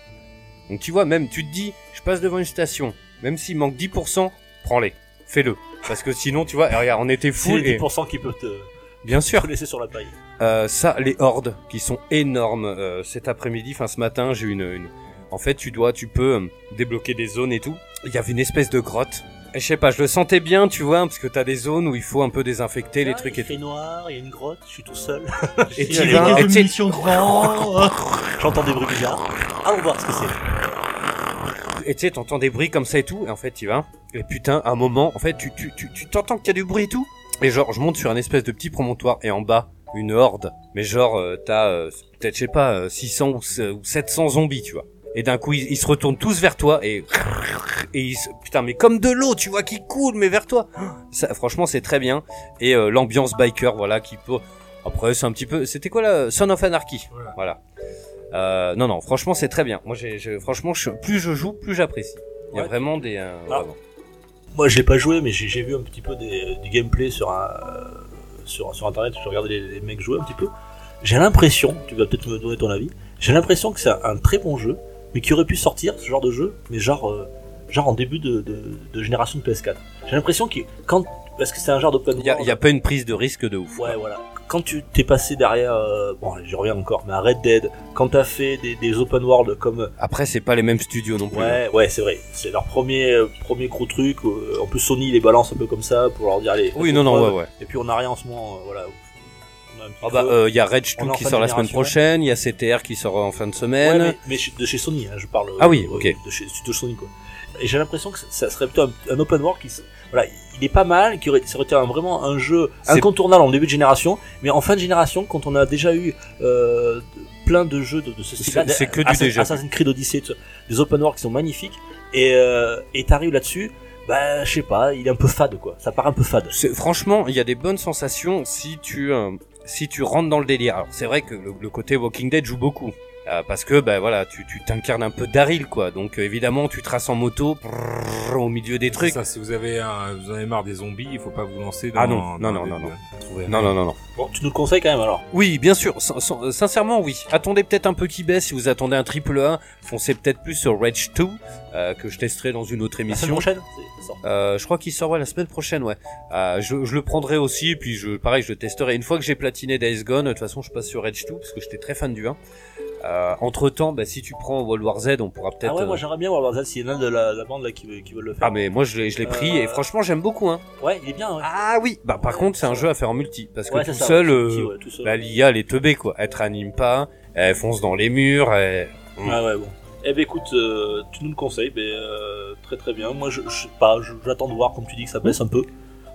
Donc tu vois, même tu te dis, je passe devant une station, même s'il manque 10%, prends-les, fais-le. Parce que sinon, tu vois, regarde, on était
C'est
fou
les
et...
10% qui peut te.
Bien sûr.
Tout laisser sur la paille.
Euh, ça, les hordes qui sont énormes. Euh, cet après-midi, enfin ce matin, j'ai eu une, une- En fait, tu dois, tu peux euh, débloquer des zones et tout. Il y avait une espèce de grotte. Et Je sais pas, je le sentais bien, tu vois, parce que t'as des zones où il faut un peu désinfecter les
Ah,
trucs
il
et tout.
fait noir, il y a une grotte, je suis tout seul.
Et
Il
tu
y a
vas,
les-
et tu-
munitions de vent.
J'entends des bruits bizarres. Allons voir ce que c'est.
et tu sais, t'entends des bruits comme ça et tout, et en fait, tu vas. Et putain, à un moment, en fait, tu tu tu tu t'entends qu'il y a du bruit et tout. Et genre, je monte sur un espèce de petit promontoire et en bas, une horde. Mais genre, euh, t'as euh, peut-être, je sais pas, euh, 600 ou se- ou 700 zombies, tu vois. Et d'un coup, ils, ils se retournent tous vers toi et et ils se- putain, mais comme de l'eau, tu vois, qui coule, mais vers toi. Ça, franchement, c'est très bien. Et euh, l'ambiance biker, voilà, qui peut. Après, c'est un petit peu. C'était quoi là Son of Anarchy. Voilà. Euh, non, non, franchement, c'est très bien. Moi, j'ai, j'ai- franchement, je- plus je joue, plus j'apprécie. Il y a
Ouais.
vraiment des. euh,
Ah.
vraiment.
Moi, j'ai pas joué, mais j'ai j'ai vu un petit peu des, du gameplay sur, un, euh, sur, sur internet. Je regardais les, les mecs jouer un petit peu. J'ai l'impression, tu vas peut-être me donner ton avis, j'ai l'impression que c'est un, un très bon jeu, mais qui aurait pu sortir ce genre de jeu, mais genre, euh, genre en début de, de, de génération de PS4. J'ai l'impression que quand. Parce que c'est un genre d'open
Il
world.
y a, il y a pas une prise de risque de ouf.
Ouais, voilà. Quand tu t'es passé derrière, euh, bon, je reviens encore, mais à Red Dead, quand t'as fait des, des open world comme,
Après, c'est pas les mêmes studios non plus.
ouais, ouais, c'est vrai, c'est leur premier, euh, premier gros truc. euh, en plus, Sony les balance un peu comme ça pour leur dire les.
Oui, non, non, ouais, ouais.
Et puis on a rien en ce moment, euh, voilà. On a un petit
Ah bah,
peu-
il y a Rage
On
2
est en
qui
fin de
sort la semaine
génération.
prochaine, il y a CTR qui sort en fin de
Ouais,
semaine.
mais, mais chez- de chez Sony, hein, je parle.
Ah oui,
euh,
ok.
De chez de Sony, quoi. Et j'ai l'impression que ça- ça serait plutôt un, un open world qui, se- voilà, il est pas mal, qui aurait, ça aurait été un- vraiment un jeu
C'est-
incontournable en début de génération, mais en fin de génération, quand on a déjà eu euh, plein de jeux de, de ce style-là,
C'est- c'est que du
Assassin-
déjà.
Assassin's Creed Odyssey, tout ça, des open world qui sont magnifiques, et euh, et t'arrives là-dessus, bah je sais pas, il est un peu fade, quoi. Ça part un peu fade.
C'est- Franchement, il y a des bonnes sensations si tu euh, si tu rentres dans le délire. Alors c'est vrai que le, le côté Walking Dead joue beaucoup. Euh, parce que bah voilà, tu tu t'incarnes un peu Daryl quoi. Donc euh, évidemment, tu traces en moto prrr, au milieu des
C'est
trucs.
ça, si vous avez, un- vous en avez marre des zombies, il faut pas vous lancer dans
Ah non,
dans
non, non,
des-
non, non.
trouver un-
Non non non non.
Bon, tu nous le conseilles quand même alors.
Oui, bien sûr. sin- sin- euh, sincèrement, oui. Attendez peut-être un peu qui baisse si vous attendez un triple A. Foncez peut-être plus sur Rage 2 euh, que je testerai dans une autre
La semaine
émission.
prochaine, c'est- Ah ça sort.
Euh, je crois qu'il sort ouais, la semaine prochaine, ouais. Euh, je, je le prendrai aussi, et puis je, pareil, je le testerai. Une fois que j'ai platiné Days Gone, de toute façon, je passe sur Edge 2, parce que j'étais très fan du 1. Euh, entre temps, bah, si tu prends World War Z, on pourra peut-être.
Ah ouais, moi
euh,
j'aimerais bien voir Warzone, s'il y en a de la, la bande là qui, veut- qui veulent le faire.
ah, mais moi je l'ai je l'ai pris,
Euh,
et franchement, j'aime beaucoup, hein.
Ouais, il est bien, ouais.
Ah oui! Bah, par
Ouais,
contre, c'est un
ça.
jeu à faire en multi, parce que
Ouais,
tout
c'est ça,
seul,
ouais,
euh,
petit, ouais, tout seul.
la l'IA, elle est teubée, quoi. Elle te ranime pas, elle fonce dans les murs, elle-
Ah ouais, bon. Eh ben écoute, euh, tu nous le conseilles, ben, euh, très très bien. Moi je, je sais pas, je- j'attends de voir, comme tu dis, que ça baisse un peu.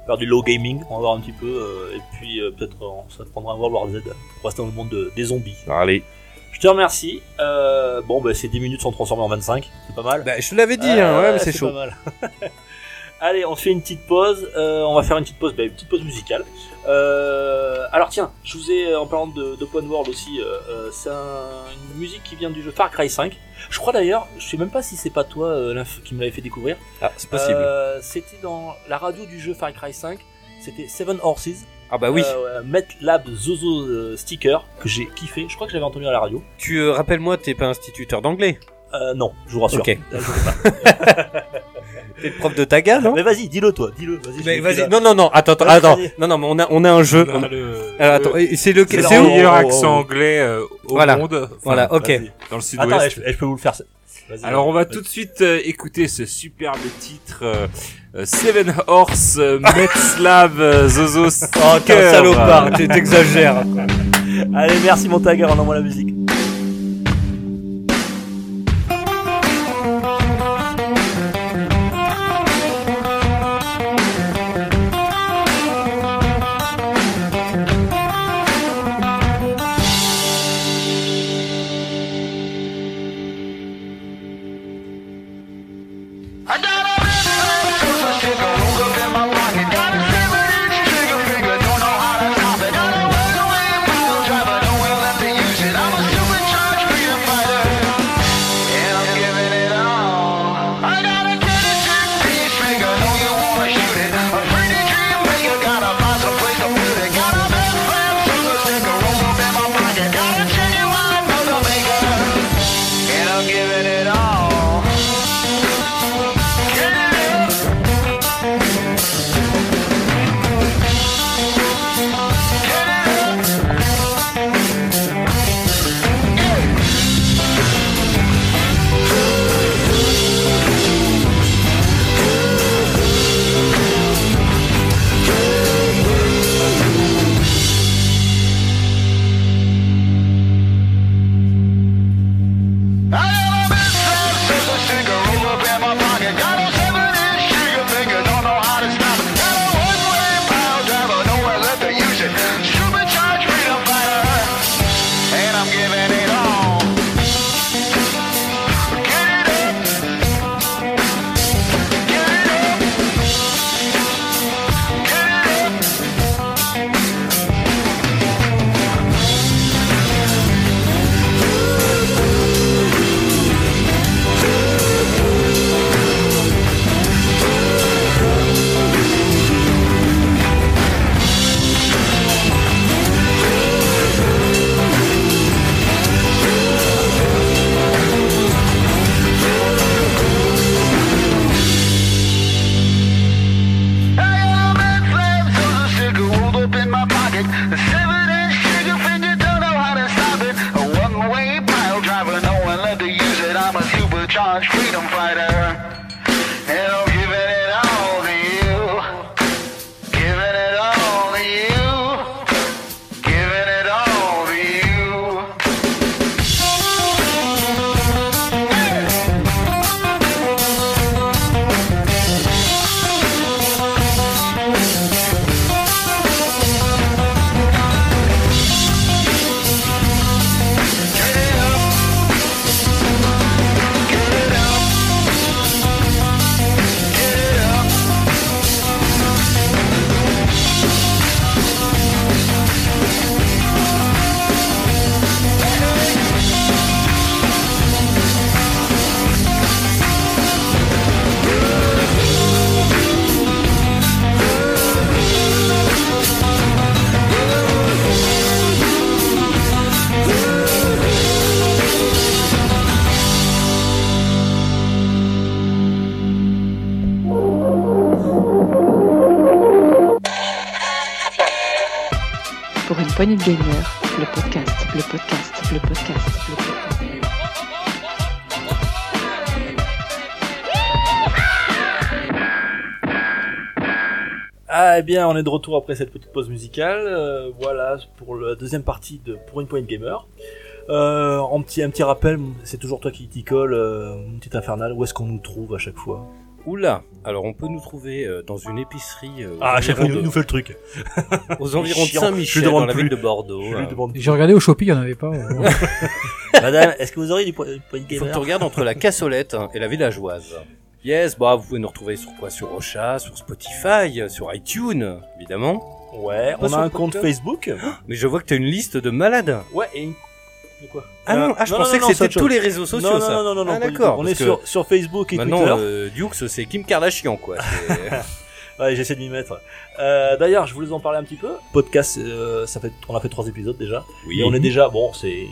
Faire du low gaming, on va voir un petit peu, euh, et puis euh, peut-être euh, ça te prendra un World War Z pour rester dans le monde de- des zombies.
Allez.
Je te remercie. Euh, bon, ben, ces 10 minutes sont transformées en 25, c'est pas mal.
Bah, je te l'avais dit, hein,
Euh,
ouais, mais c'est chaud.
pas mal. Allez, on se fait une petite pause. Euh, on va faire une petite pause, bah, une petite pause musicale. Euh, alors tiens, je vous ai, en parlant de, de Open World aussi, euh, euh, c'est un- une musique qui vient du jeu Far Cry 5. Je crois d'ailleurs, je sais même pas si c'est pas toi euh, l'inf- qui me l'avait fait découvrir.
Ah, c'est possible.
Euh, c'était dans la radio du jeu Far Cry 5. C'était Seven Horses,
ah, bah oui.
euh, ouais, MetLab Zozo euh, Sticker, que j'ai kiffé. Je crois que j'avais entendu à la radio.
Tu, euh, rappelle-moi, t'es pas instituteur d'anglais.
Euh, non, je vous rassure.
Ok.
Euh, je sais pas.
T'es le prof de ta gare, non
Mais vas-y, dis-le toi, dis-le. Bah, Vas-y, je
Mais
l'ai
vas-y,
pris là.
non, Euh, non, non, attends, attends,
Vas-y,
attends.
vas-y. Bah, euh,
Non, non, mais on a, on a un jeu.
On
on-
a le-
Alors, attends,
le
et c'est le,
c'est
c'est
leur-
où
meilleur
Oh, oh,
accent
oh.
anglais euh, au
Voilà.
monde. Enfin,
Voilà, ok.
Vas-y.
Dans le
Attends,
sud-ouest.
je, je peux vous le faire. c'est- Vas-y.
Alors on va
Vas-y.
tout de suite euh, écouter ce superbe titre euh, euh, Seven Horse euh, Metslav euh, Zozo
Oh, t'es un
Sticker.
salopard, t'es- t'exagères.
Allez, merci mon tagger, on envoie la musique.
Don't know how to stop it. Got a way, we will drive it. Don't will have to use it. I'm a a freedom fighter. And I'm giving it all to you. Giving it all to you. Giving it all to you.
Pour une poignée de gamer, le podcast, le podcast, le podcast, le podcast.
Ah, eh bien, on est de retour après cette petite pause musicale. Euh, voilà pour la deuxième partie de Pour une poignée de gamer. Euh, en petit, un petit rappel, c'est toujours toi qui t'y colle, euh, une petite infernale. Où est-ce qu'on nous trouve à chaque fois
Oula, alors on peut nous trouver euh, dans une épicerie euh, aux
Ah, à chaque fois,
environs
il nous
de-
fait le truc.
aux environs de
Chiant, je lui
Saint-Michel,
demande
dans la ville
plus.
de Bordeaux.
Je lui
euh.
demande.
J'ai regardé au Shopee, il n'y en avait pas.
Madame, est-ce que vous auriez du point une poignée de
Il faut que
gamer
tu regardes entre la cassolette hein, et la villageoise. Yes, bah vous pouvez nous retrouver sur quoi Sur Ocha, sur Spotify, euh, sur iTunes, évidemment.
Ouais,
Pas
on
sur
a un
le
compte
podcast
Facebook.
Mais je vois que t'as une liste de malades.
Ouais, et une... de quoi Euh,
Ah non, ah, je pensais
non,
que
non, c'est
c'était
autre chose.
tous les réseaux sociaux,
non,
ça.
Non, non, non, non,
Ah,
pas du tout.
d'accord,
On
parce
est
que
sur, sur Facebook et
Maintenant,
Twitter.
euh, Dukes, c'est Kim Kardashian, quoi. C'est-
Ouais, j'essaie de m'y mettre. Euh, D'ailleurs, je voulais en parler un petit peu. Podcast, euh, ça fait, on a fait trois épisodes déjà.
oui,
Et on est déjà, bon, c'est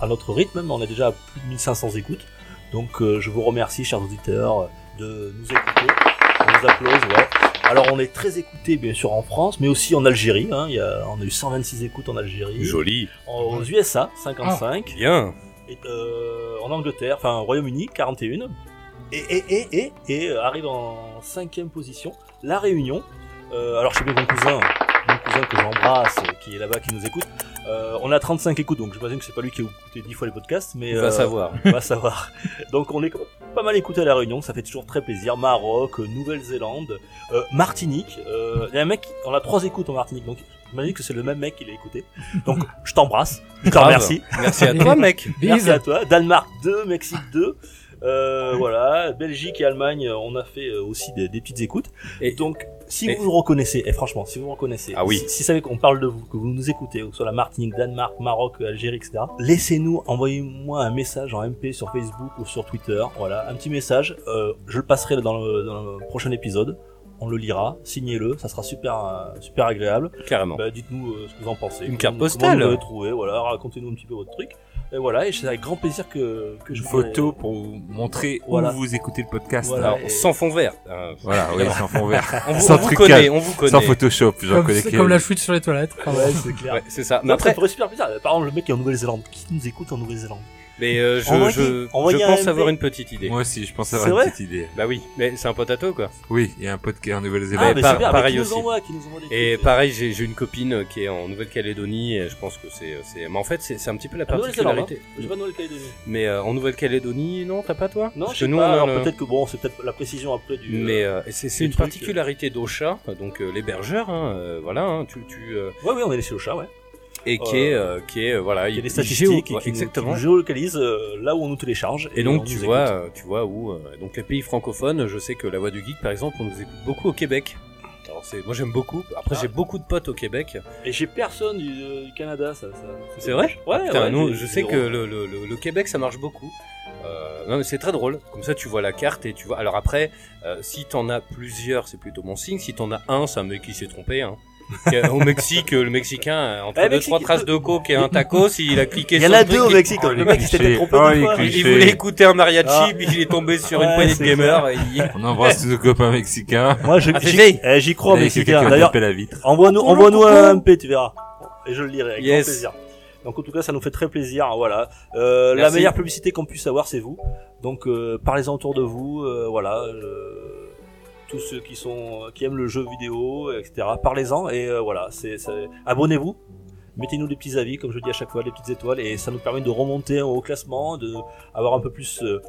à notre rythme, mais on est déjà à plus de 1500 écoutes. Donc, euh, je vous remercie, chers auditeurs, euh, de nous écouter. On vous applause, ouais. Alors, on est très écoutés, bien sûr, en France, mais aussi en Algérie. Hein. Il y a, on a eu 126 écoutes en Algérie.
Joli.
En- Aux USA,
Ah.
55.
Bien.
Et, euh, en Angleterre, enfin au Royaume-Uni, 41. Et, et, et, et, et euh, arrive en cinquième position La Réunion. Euh, alors je sais bien que mon cousin, mon cousin que j'embrasse, euh, qui est là-bas, qui nous écoute. euh, on a 35 écoutes, donc j'imagine que c'est pas lui qui a écouté 10 fois les podcasts, mais
On va
euh,
savoir.
on va savoir. Donc on est pas mal écouté à La Réunion, ça fait toujours très plaisir. Maroc, euh, Nouvelle-Zélande, euh, Martinique. euh, Il y a un mec, qui- on a trois écoutes en Martinique, donc j'imagine que c'est le même mec qui l'a écouté. Donc je t'embrasse, je te
Grave.
remercie.
Merci à toi, mec.
Merci
Bise.
à toi. Danemark 2, Mexique 2. Euh, voilà, Belgique et Allemagne, euh, on a fait euh, aussi des, des petites écoutes. Et
Et-
donc, si
et-
vous vous reconnaissez, et franchement, si vous vous reconnaissez,
Ah oui.
si, si vous savez qu'on parle de vous, que vous nous écoutez, que ce soit la Martinique, Danemark, Maroc, Algérie, etc., laissez-nous, envoyez-moi un message en MP sur Facebook ou sur Twitter. Voilà, un petit message. euh, je le passerai dans le, dans le prochain épisode. On le lira, signez-le, ça sera super, euh, super agréable.
Carrément.
Bah, dites-nous euh, ce que vous en pensez.
Une carte
Comment-
postale.
Comment vous l'avez trouvé, voilà, racontez-nous un petit peu votre truc. Et voilà, et c'est avec grand plaisir que, que je
Une
vous
photo pour vous montrer
Voilà.
où vous écoutez le podcast.
Voilà.
Alors,
et-
sans fond vert. Euh,
Voilà, oui, sans fond vert.
on vous,
Sans
on vous
trucage.
connaît, on vous connaît.
Sans Photoshop, j'en
Comme,
connais
c'est
quelques-
comme la chute sur les toilettes. pardon.
Ouais, c'est clair.
Ouais, c'est ça. Mais
Non, ça
après,
ferait super plaisir. Par exemple, le mec qui est en Nouvelle-Zélande, qui nous écoute en Nouvelle-Zélande
mais euh, je,
Envoyez-
je,
envoyez
je
un
pense
MP.
avoir une petite idée.
Moi aussi, je pense
C'est
avoir
vrai
une petite idée.
Bah oui, mais c'est un pote à toi, quoi.
Oui, il y a un podcast en
Ah,
Nouvelle-Zélande.
mais
Eh ben, par-
super, mais
pareil
qui nous
aussi.
envoie, qui nous envoie des
Et
trucs.
pareil, j'ai j'ai une copine euh, qui est en Nouvelle-Calédonie, et je pense que c'est. euh, c'est- Mais en fait, c'est c'est un petit peu la
Ah, Nouvelle-Zélande,
particularité.
Je vais pas demander le cahier de nuit.
Mais euh, en Nouvelle-Calédonie, non, t'as pas toi
Non,
Parce
je sais
que nous,
pas.
on a
alors
le-
peut-être que bon, c'est peut-être la précision après du.
Mais euh, c'est c'est
du
une
truc,
particularité d'Ocha, donc euh, l'hébergeur, hein, euh, voilà, hein, tu, tu, euh,
Ouais, ouais, on est laissé au chat, ouais.
et qui est, euh, qui est, euh, voilà,
Oh Il y a des
géo-
statistiques
ouais,
et qui,
exactement.
nous, qui nous géolocalisent euh, là où on nous télécharge.
Et donc
on
tu
nous
vois,
écoute.
euh, tu vois où. euh, donc les pays francophones, je sais que la voix du geek, par exemple, on nous écoute beaucoup au Québec. Alors c'est, moi j'aime beaucoup. Après
Ah.
j'ai beaucoup de potes au Québec.
Et j'ai personne du, euh, du Canada, ça. ça-
C'est vrai
Ouais,
Putain,
ouais,
nous,
c'est-
je
c'est
sais que
drôle.
le, le, le, le Québec ça marche beaucoup. Euh, non mais c'est très drôle. Comme ça tu vois la carte et tu vois. Alors après, euh, si t'en as plusieurs, c'est plutôt bon signe. Si t'en as un, c'est un mec qui s'est trompé. Hein. Au Mexique, le Mexicain, euh, entre
Eh,
deux,
Mexique,
trois traces de coke et un tacos, il a cliqué
Il y en
sur
a
le truc
deux au
et-
Mexique,
Oh,
le
les
mec il s'était
clichés.
trompé
Oh,
deux
les
fois.
Il, il
clichés.
voulait écouter un mariachi,
Ah.
puis il est tombé sur
Ouais,
une poignée
c'est
de gamers. et il-
On embrasse tous nos copains mexicains.
Moi je-
Ah, c'est
j'y
fait.
eh, j'y crois,
Là, il y a
mais
quelqu'un qui a
D'ailleurs,
tapé la vitre.
envoie-nous envoie-nous un MP, tu verras. Et je le lirai avec
Yes.
grand plaisir. Donc en tout cas, ça nous fait très plaisir. Voilà. Euh, la
Merci.
meilleure publicité qu'on puisse avoir, c'est vous. Donc euh, parlez-en autour de vous. euh, voilà. euh, tous ceux qui sont qui aiment le jeu vidéo, etc. Parlez-en et euh, voilà. C'est c'est- abonnez-vous. Mettez-nous des petits avis, comme je dis à chaque fois, des petites étoiles, et ça nous permet de remonter au classement, de avoir un peu plus euh,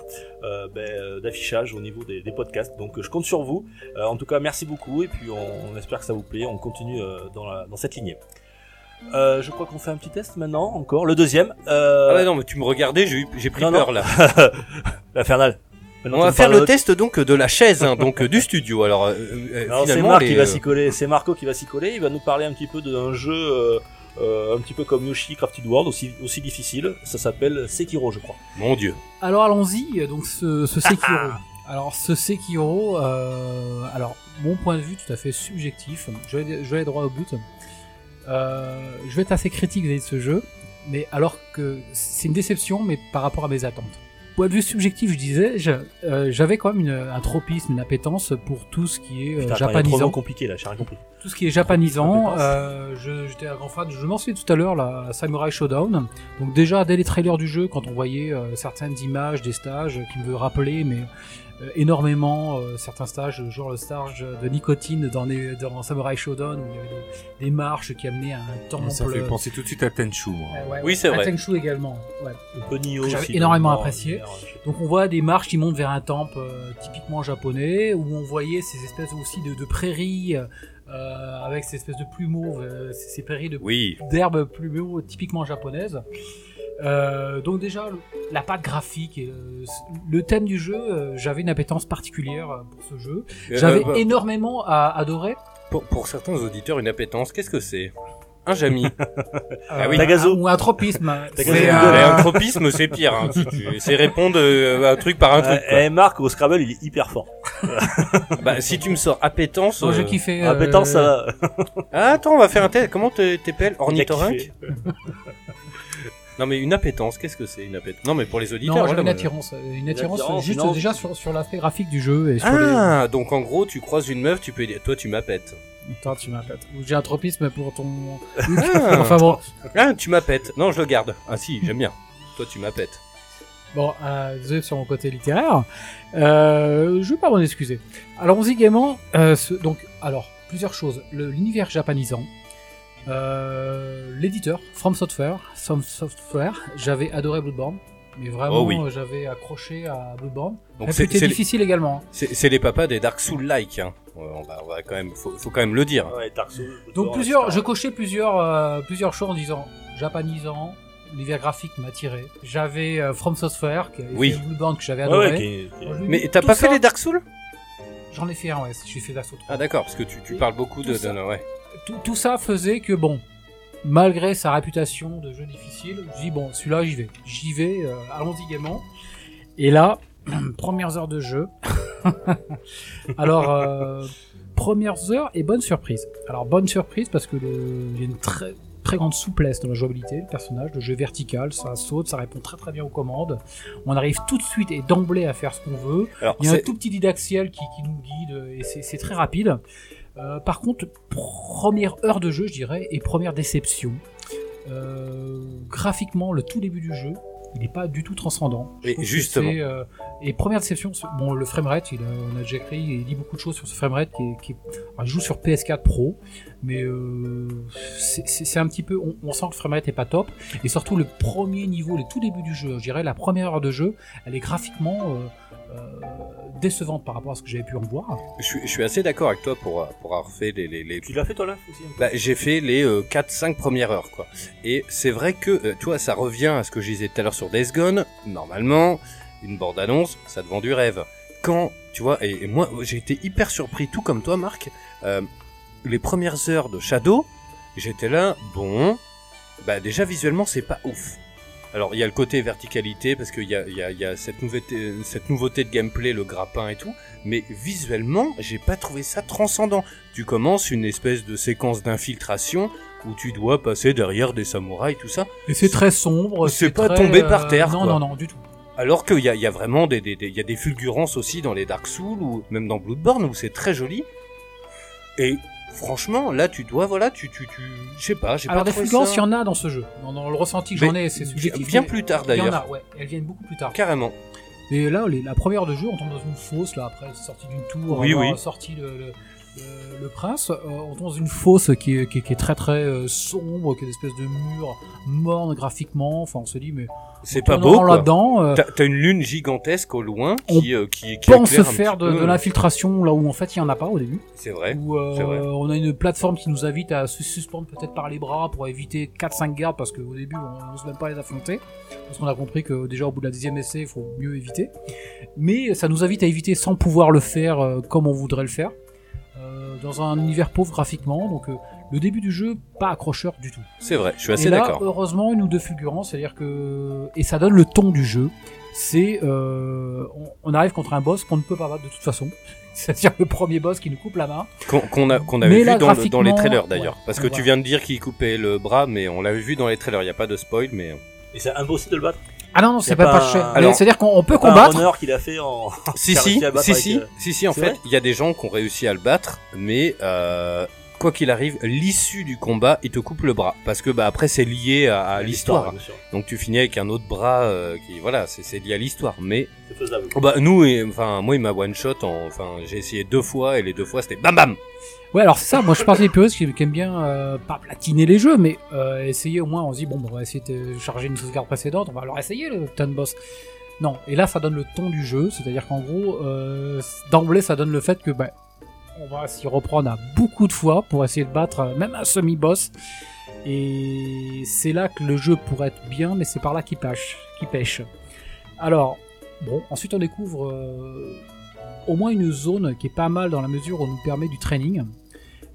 euh, ben, euh, d'affichage au niveau des, des podcasts. Donc euh, je compte sur vous. Euh, en tout cas, merci beaucoup, et puis on, on espère que ça vous plaît. On continue euh, dans, la- dans cette lignée. Euh, je crois qu'on fait un petit test maintenant, encore. Le deuxième. Euh...
Ah bah non, mais tu me regardais, j'ai eu- j'ai pris
Non, non.
peur là.
L'infernal. Maintenant,
On
tu
va
me
faire
parles
le
d'autre.
test donc de la chaise, hein, donc euh, du studio. Alors, euh, euh,
Alors, c'est
finalement,
Marc
les,
qui va
euh,
s'y coller. C'est Marco qui va s'y coller. Il va nous parler un petit peu d'un jeu euh, euh, un petit peu comme Yoshi Crafted World, aussi, aussi difficile. Ça s'appelle Sekiro, je crois.
Mon dieu.
Alors allons-y, donc ce, ce Sekiro. alors ce Sekiro, euh, alors mon point de vue tout à fait subjectif, je vais, je vais aller droit au but. Euh, je vais être assez critique vis-à-vis de ce jeu, mais alors que c'est une déception, mais par rapport à mes attentes. Point de vue subjectif, je disais, je- euh, j'avais quand même une- un tropisme, une appétence pour tout ce qui est euh,
Putain, attends, il y a trop de
japonisant
mots compliqués là, j'ai rien compris.
tout ce qui est japanisant.
Compétence.
euh, je- J'étais un grand fan. Je m'en souviens tout à l'heure, la Samurai Showdown. Donc déjà dès les trailers du jeu, quand on voyait euh, certaines images des stages euh, qui me rappelaient, mais euh, énormément euh, certains stages, euh, genre le stage de nicotine dans, les, dans Samurai Shodown, où il y avait des, des marches qui amenaient à un temple.
Ça fait penser tout de suite à Tenchu, moi.
Euh, ouais,
Oui, c'est
à
vrai.
Tenchu également. Ouais.
Un peu Nioh
J'avais
aussi,
énormément
dans-
apprécié.
dans- dans-
Donc on voit des marches qui montent vers un temple euh, typiquement japonais, où on voyait ces espèces aussi de, de prairies, euh, avec ces espèces de plumeaux, euh, ces ces prairies de
Oui.
d'herbes plumeaux typiquement japonaises. Euh, donc déjà, le- la patte graphique, et, euh, le thème du jeu, euh, j'avais une appétence particulière euh, pour ce jeu. J'avais
Euh, euh,
énormément à adorer.
pour, pour certains auditeurs, une appétence, qu'est-ce que c'est Un jami. Ah oui.
Tagazo.
Euh, Ou un tropisme.
Tagazo
C'est, euh,
C'est un,
Google.
mais un tropisme, c'est pire. hein, si tu- c'est répondre euh, à un truc par un truc.
Euh, et Marc au Scrabble, il est hyper fort.
quoi. Bah, si tu me sors appétence.
Moi, je
euh,
kiffais. euh,
Appétence, Ah, ça va.
Ah, attends, on va faire un test. Comment te- t'appelles
Il a
Ornithorynque
kiffé.
Non, mais une appétence, qu'est-ce que c'est une appétence Non, mais pour les auditeurs.
Non,
voilà,
j'avais une
moi,
attirance, euh, une attirance,
attirance,
juste
non.
déjà sur, sur l'aspect graphique du jeu et sur les.
Ah, donc en gros, tu croises une meuf, tu peux dire Toi, tu m'appètes.
Putain, tu m'appelles. Ou J'ai un tropisme pour ton.
Ah,
Enfin bon,
ah, tu m'appètes. Non, je le garde. Ah, si, j'aime bien. Toi, tu m'appètes.
Bon, euh, désolé sur mon côté littéraire. Euh, je vais pas m'en excuser. Allons-y gaiement. Euh, ce- donc, alors, plusieurs choses. Le- L'univers japanisant. Euh, L'éditeur, From Software. From Software. J'avais adoré Bloodborne. Mais vraiment,
Oh oui.
euh, j'avais accroché à Bloodborne.
Donc,
Mais
c'est- c'est
c'était
les-
difficile également.
c'est c'est les papas des Dark Souls-like. hein. Euh, On va, on va quand même, faut, faut quand même le dire.
Ouais, Dark Souls,
Donc
Oh,
Bloodborne,
plusieurs, je
etc.
cochais plusieurs, euh, plusieurs choses en disant japanisant. L'univers graphique m'a tiré. J'avais euh, From Software, qui avait
Oui.
fait Bloodborne que j'avais
Ouais,
adoré.
ouais, qui- qui-
Mais t'as pas fait les Dark Souls
J'en ai fait un, ouais, j'ai fait Dark Souls 3.
Ah d'accord, parce que tu, tu
Et
parles beaucoup
tout
de...
ça.
de- ouais.
tout, tout ça faisait que, bon, malgré sa réputation de jeu difficile, je dis, bon, celui-là, j'y vais. J'y vais, euh, allons-y gaiement. Et là, premières heures de jeu. Alors, euh, premières heures et bonne surprise. Alors, bonne surprise parce que le- il y a une très, très grande souplesse dans la jouabilité, le personnage, le jeu vertical, ça saute, ça répond très très bien aux commandes. On arrive tout de suite et d'emblée à faire ce qu'on veut.
Alors,
Il y a un
c'est-
tout petit didactiel qui, qui nous guide et c'est c'est très rapide. Euh, par contre, première heure de jeu, je dirais, et première déception. Euh, graphiquement, le tout début du jeu, il n'est pas du tout transcendant. Je
Et
trouve que
justement.
c'est, euh, et première déception, c'est- bon, le framerate, il a- on a déjà écrit, il dit beaucoup de choses sur ce framerate qui, est- qui est- alors, il joue sur PS4 Pro, mais euh, c'est- c'est c'est un petit peu, on, on sent que le framerate est pas top, et surtout le premier niveau, le tout début du jeu, je dirais la première heure de jeu, elle est graphiquement euh, euh, décevante par rapport à ce que j'avais pu en voir.
je, suis- je suis assez d'accord avec toi pour, euh, pour avoir fait les... les, les-
Tu l'as fait toi là aussi
Bah, j'ai fait les 4-5 premières heures, quoi. Et c'est vrai que, euh, tu vois, ça revient à ce que je disais tout à l'heure sur Days Gone. Normalement, une bande-annonce, ça te vend du rêve. Quand, tu vois, et, et moi, j'ai été hyper surpris, tout comme toi, Marc, euh, les premières heures de Shadow, j'étais là, bon, bah déjà visuellement, c'est pas ouf. Alors, il y a le côté verticalité, parce qu'il y a, il y a- il y a cette, nouveauté, cette nouveauté de gameplay, le grappin et tout, mais visuellement, j'ai pas trouvé ça transcendant. Tu commences une espèce de séquence d'infiltration où tu dois passer derrière des samouraïs, tout ça,
Et c'est très sombre.
C'est pas
très, euh,
tombé par terre,
Non,
quoi.
non, non, du tout.
Alors qu'il y a, il y a vraiment des, des, des- il y a des fulgurances aussi dans les Dark Souls ou même dans Bloodborne où c'est très joli. Et Franchement, là, tu dois, voilà, tu, tu, tu, je sais pas, j'ai pas
Alors des
trouvé
fulgurances,
ça.
il y en a dans ce jeu. Dans, dans le ressenti que j'en
Mais
ai, c'est subjectif.
Bien
mais
plus tard
Il y en
d'ailleurs.
a, ouais. Elles viennent beaucoup plus tard.
Carrément.
Mais là, les- la première heure de jeu, on tombe dans une fosse, là, après, c'est sorti d'une tour,
Oui,
on
oui.
a sorti le, le, le- le prince, euh, on tombe dans une fosse qui est, qui est- qui est très très euh, sombre, qui est une espèce de mur morne graphiquement, enfin, on se dit, mais
C'est
en
pas
tournant
beau. quoi.
là-dedans, euh,
T'as t'as une lune gigantesque au loin
On
qui, euh, qui, qui
pense
éclaire un
faire
petit
de,
peu.
de l'infiltration là où en fait il y en a pas au début.
C'est vrai.
Où euh,
c'est vrai.
on a une plateforme qui nous invite à se suspendre peut-être par les bras pour éviter 4-5 gardes parce qu'au début on n'ose même pas les affronter. Parce qu'on a compris que déjà au bout de la dixième essai il faut mieux éviter. Mais ça nous invite à éviter sans pouvoir le faire euh, comme on voudrait le faire. Euh, dans un univers pauvre graphiquement. Donc euh, le début du jeu, pas accrocheur du tout.
Bah, C'est vrai. Je suis
Et
assez
là,
d'accord.
Heureusement, une ou deux fulgurants, c'est-à-dire que et ça donne le ton du jeu. C'est euh, on, on arrive contre un boss qu'on ne peut pas battre de toute façon. C'est-à-dire le premier boss qui nous coupe la main.
Qu'on qu'on a- qu'on
Mais
avait
là,
vu dans, le- dans les
graphiquement,
trailers d'ailleurs.
ouais.
Parce que tu
Voilà.
viens de dire qu'il coupait le bras, mais on l'avait vu dans les trailers. Il n'y a pas de spoil, mais.
Et c'est impossible de le battre.
Ah non, non,
Y a
c'est pas,
pas
pas
un-
cher. Mais
Alors-
c'est-à-dire qu'on on peut
Pas Un
combattre.
runner qu'il a fait en.
Si
T'as
si,
réussi à battre
si
avec,
si,
euh,
si si. En
c'est
fait,
vrai
il y a des gens qui ont réussi à le battre, mais euh, quoi qu'il arrive, l'issue du combat, il te coupe le bras parce que bah après c'est lié à, à Ah, l'histoire.
bien sûr.
Donc tu finis avec un autre bras euh, qui voilà, c'est c'est lié à l'histoire. Mais
C'est faisable.
oh, bah nous, et, enfin moi il m'a one shot. En, enfin j'ai essayé deux fois et les deux fois c'était bam bam.
Ouais, alors c'est ça. Moi, je suis partie des puristes qui, qui aiment bien euh, pas platiner les jeux, mais euh, essayer au moins. On se dit bon, bah, on va essayer de charger une sauvegarde précédente. On va alors essayer le ton boss. Non. Et là, ça donne le ton du jeu, c'est-à-dire qu'en gros, euh, d'emblée, ça donne le fait que bah, on va s'y reprendre à beaucoup de fois pour essayer de battre euh, même un semi-boss. Et c'est là que le jeu pourrait être bien, mais c'est par là qu'il pêche. Qui pêche. Alors, bon, ensuite on découvre euh, au moins une zone qui est pas mal dans la mesure où on nous permet du training.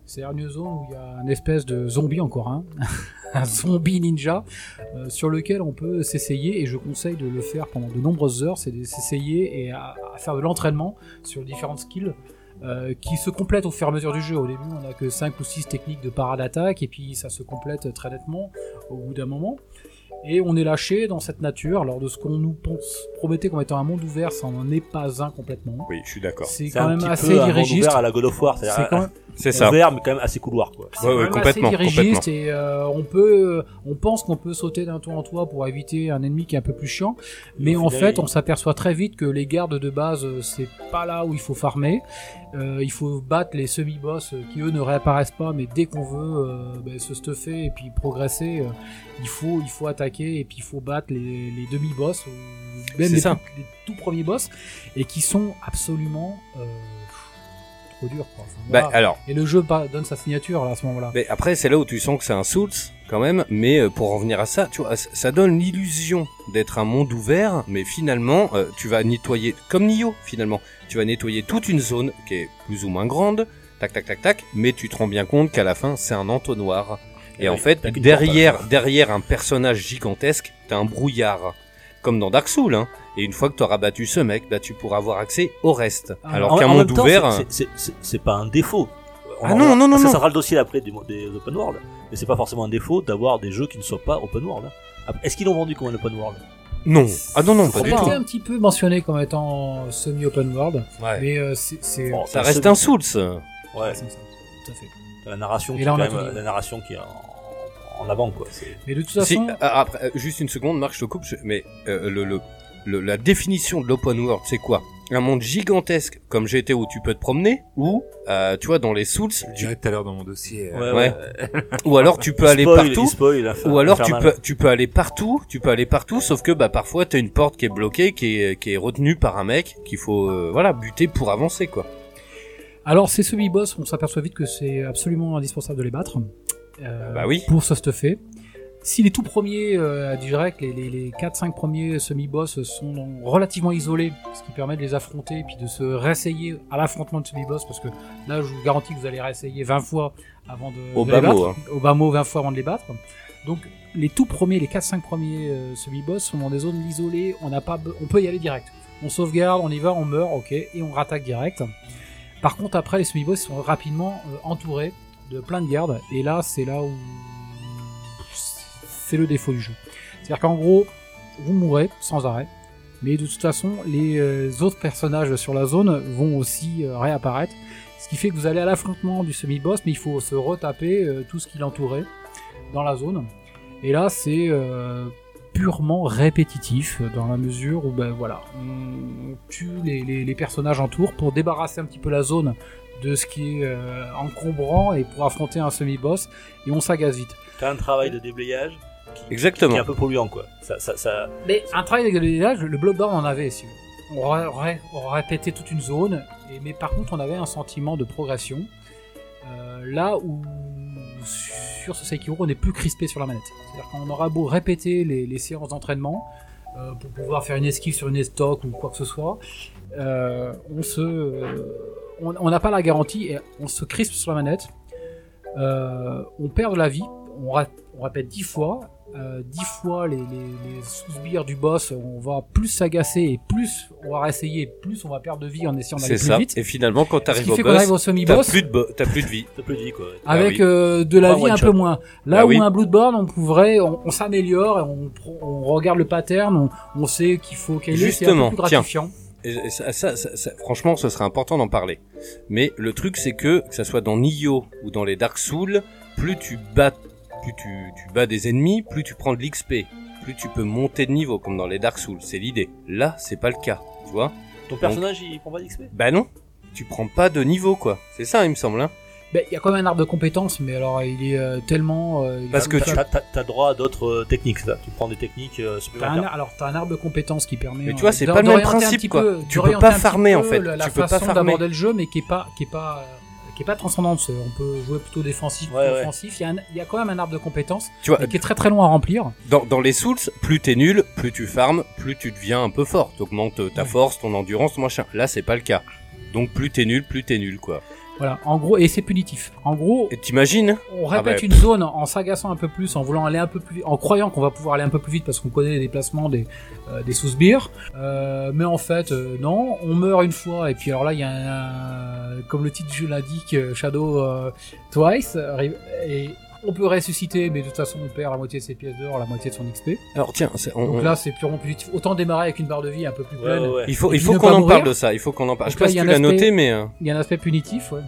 C'est-à-dire une zone où il y a une espèce de zombie encore un, un zombie ninja, euh, sur lequel on peut s'essayer, et je conseille de le faire pendant de nombreuses heures, c'est de s'essayer et à, à faire de l'entraînement sur différentes skills. euh, qui se complètent au fur et à mesure du jeu. Au début, on n'a que 5 ou 6 techniques de parade d'attaque, et puis ça se complète très nettement au bout d'un moment. Et on est lâché dans cette nature, alors de ce qu'on nous pense, promettait comme étant un monde ouvert, ça n'en est pas un complètement.
Oui, je suis d'accord.
C'est
C'est
quand
un
même
petit
assez
peu un monde
dirigiste.
ouvert à la God of War.
C'est
C'est-à-dire
quand même
C'est ça.
ouvert, mais quand même assez couloir, quoi.
Ouais, ouais,
quand même
complètement,
assez dirigiste
complètement.
et euh, on peut, euh, on pense qu'on peut sauter d'un toit en toit pour éviter un ennemi qui est un peu plus chiant, mais
au
en
final,
fait on s'aperçoit très vite que les gardes de base euh, c'est pas là où il faut farmer, Euh, il faut battre les semi-boss euh, qui eux ne réapparaissent pas, mais dès qu'on veut euh, ben, se stuffer et puis progresser, euh, il faut, il faut attaquer et puis il faut battre les, les demi-boss, ou même
C'est
les,
ça.
tout- les tout premiers boss, et qui sont absolument euh, trop durs. Quoi. Enfin,
Bah,
voilà.
alors,
Et le jeu pa- donne sa signature là, à ce moment-là.
mais après c'est là où tu sens que c'est un Souls quand même, mais euh, pour en venir à ça, tu vois, ça- ça donne l'illusion d'être un monde ouvert, mais finalement euh, tu vas nettoyer comme Nioh finalement, tu vas nettoyer toute une zone qui est plus ou moins grande, tac tac tac tac, mais tu te rends bien compte qu'à la fin c'est un entonnoir. Et
Eh
en
oui,
fait,
t'as qu'une
derrière, derrière un personnage gigantesque, t'as un brouillard. Comme dans Dark Souls, hein. Et une fois que t'auras battu ce mec, bah, tu pourras avoir accès au reste.
Ah,
Alors
En-
qu'un
en
monde
même temps,
ouvert.
c'est- c'est- c'est- C'est pas un défaut. On
Ah
en-
non, non, non,
ça,
non.
Ça sera le dossier après des, mo- des open world. Mais c'est pas forcément un défaut d'avoir des jeux qui ne soient pas open world. Après, Est-ce qu'ils l'ont vendu comme un open world
Non. Ah non, non, pas du
C'était
tout.
un petit peu mentionné comme étant semi-open world,
Ouais.
mais euh, c'est- c'est.
Bon,
Ça
Oh, c'est
reste
semi-
un Souls.
Ouais,
c'est ça, tout à fait.
la narration,
Et
qui est
là,
quand
on a
même,
tout
euh,
dit.
la narration qui est en, en avant, quoi. C'est-
Mais de toute façon,
Si, euh, après, euh, juste une seconde, Marc, je te coupe, je- mais euh, le, le- le- la définition de l'open world, c'est quoi Un monde gigantesque comme GTA où tu peux te promener, ou, euh, tu vois, dans les Souls,
Je
tu-
dirais tout à l'heure dans mon dossier. euh,
Ouais,
ouais.
ouais.
ou alors tu peux
Il
aller
spoil,
partout,
il spoil, inf-
Ou alors tu
infernal.
peux, tu peux aller partout, tu peux aller partout, sauf que bah parfois t'as une porte qui est bloquée, qui est, qui est retenue par un mec qu'il faut euh, voilà buter pour avancer quoi.
alors ces semi-boss, on s'aperçoit vite que c'est absolument indispensable de les battre. euh,
Bah oui.
Pour se stuffer. Si les tout premiers, euh, je dirais que les, les, les 4-5 premiers semi-boss sont dans- relativement isolés, ce qui permet de les affronter et puis de se réessayer à l'affrontement de semi-boss, parce que là je vous garantis que vous allez réessayer 20 fois avant de,
Au
de les
bas mot, hein.
battre. Au bas mot, 20 fois avant de les battre. Donc les tout premiers, les 4-5 premiers euh, semi-boss sont dans des zones isolées, on, n'a pas, be- on peut y aller direct. On sauvegarde, on y va, on meurt, ok, et on rattaque direct. Par contre, après, les semi-boss sont rapidement euh, entourés de plein de gardes, et là, c'est là où c'est le défaut du jeu. C'est-à-dire qu'en gros, vous mourrez sans arrêt, Mais de toute façon, les euh, autres personnages sur la zone vont aussi euh, réapparaître. Ce qui fait que vous allez à l'affrontement du semi-boss, mais il faut se retaper euh, tout ce qui l'entourait dans la zone. Et là, c'est euh, purement répétitif, dans la mesure où, ben voilà, on tue les, les- les personnages en tour pour débarrasser un petit peu la zone de ce qui est euh, encombrant et pour affronter un semi-boss, et on s'agace vite.
T'as un travail de déblayage qui est
Exactement.
un peu polluant, quoi. Ça, ça, ça...
Mais un travail de déblayage, le Bloodborne en avait, si vous voulez. on, ré- ré- on répétait toute une zone, et- mais par contre on avait un sentiment de progression. Euh, là où sur ce Sekiro on est plus crispé sur la manette. C'est-à-dire qu'on aura beau répéter les, les séances d'entraînement euh, pour pouvoir faire une esquive sur une estoc ou quoi que ce soit, euh, on se, euh, on on n'a pas la garantie et on se crispe sur la manette. Euh, on perd de la vie, on, ra- on répète dix fois, euh, dix fois les, les, les sous-sbires du boss, on va plus s'agacer et plus on va réessayer, plus on va perdre de vie en essayant d'aller
C'est
plus
ça.
vite.
Et finalement, quand
Ce qui
t'arrives au
fait qu'on arrive
boss,
au
t'as
semi-boss
plus de bo- t'as plus de vie.
T'as plus de vie, quoi.
Ah
avec
oui.
euh, de la
Pas
vie
one
un
shot.
peu moins. Là
Ah
où
oui.
un Bloodborne, on pourrait, on, on s'améliore, et on, pro- on regarde le pattern, on, on sait qu'il faut qu'elle est, c'est un peu
Justement,
plus
tiens.
gratifiant.
Et ça, ça- ça- ça- franchement, ce serait important d'en parler. Mais le truc, c'est que, que ça soit dans Nioh ou dans les Dark Souls, plus tu bats, plus tu, tu bats des ennemis, plus tu prends de l'XP, plus tu peux monter de niveau, comme dans les Dark Souls. C'est l'idée. Là, c'est pas le cas. Tu vois
Ton personnage, il prend pas d'XP
Bah non. Tu prends pas de niveau, quoi. C'est ça, il me semble. Hein.
Ben, Il y a quand même un arbre de compétences, mais alors il est euh, tellement... euh, il
Parce
est
que
comme
tu-
ça.
T'as- T'as t'as droit à d'autres euh, techniques, ça. Tu prends des techniques euh,
T'as un,
supplémentaires.
alors t'as un arbre de compétences qui permet.
Mais tu
euh,
vois, c'est
d'or-
pas le même
d'orienter un
principe,
petit
quoi.
peu-
Tu peux
d'orienter
pas
un petit
farmer,
peu
en fait.
La, la
Tu peux pas
façon
farmer.
d'aborder le jeu, mais qui est pas, qui est pas, euh, qui est pas transcendante. C'est- On peut jouer plutôt défensif,
Ouais, ouais.
offensif. Il y a un- il y, a quand même un arbre de compétences
Tu vois,
mais qui est très très long à remplir.
Dans, dans les Souls, plus t'es nul, plus tu farmes, plus tu deviens un peu fort. T'augmentes euh, ta
Ouais.
force, ton endurance, ton machin. Là, c'est pas le cas. Donc plus t'es nul, plus t'es nul, quoi.
Voilà. En gros, et c'est punitif. En gros,
Et t'imagines
on répète
bah.
une zone en s'agaçant un peu plus, en voulant aller un peu plus, en croyant qu'on va pouvoir aller un peu plus vite parce qu'on connaît les déplacements des euh, des sous-sbires. Euh, mais en fait, euh, non, on meurt une fois et puis alors là, il y a un, comme le titre du jeu l'indique, euh, Shadow euh, Twice euh, arrive- et on peut ressusciter, mais de toute façon, on perd la moitié de ses pièces d'or, la moitié de son XP.
Alors tiens, c'est- on-
Donc
on-
là, c'est purement positif. Autant démarrer avec une barre de vie un peu plus
Ouais,
pleine.
ouais, ouais.
il faut,
et
il
puis
faut
ne
qu'on
pas
en
mourir.
parle de ça. Il faut qu'on en parle. Je sais
Donc
pas
là,
si
il y a
tu
un
l'as
aspect-
noté, mais, euh,
Il y a un aspect punitif, ouais.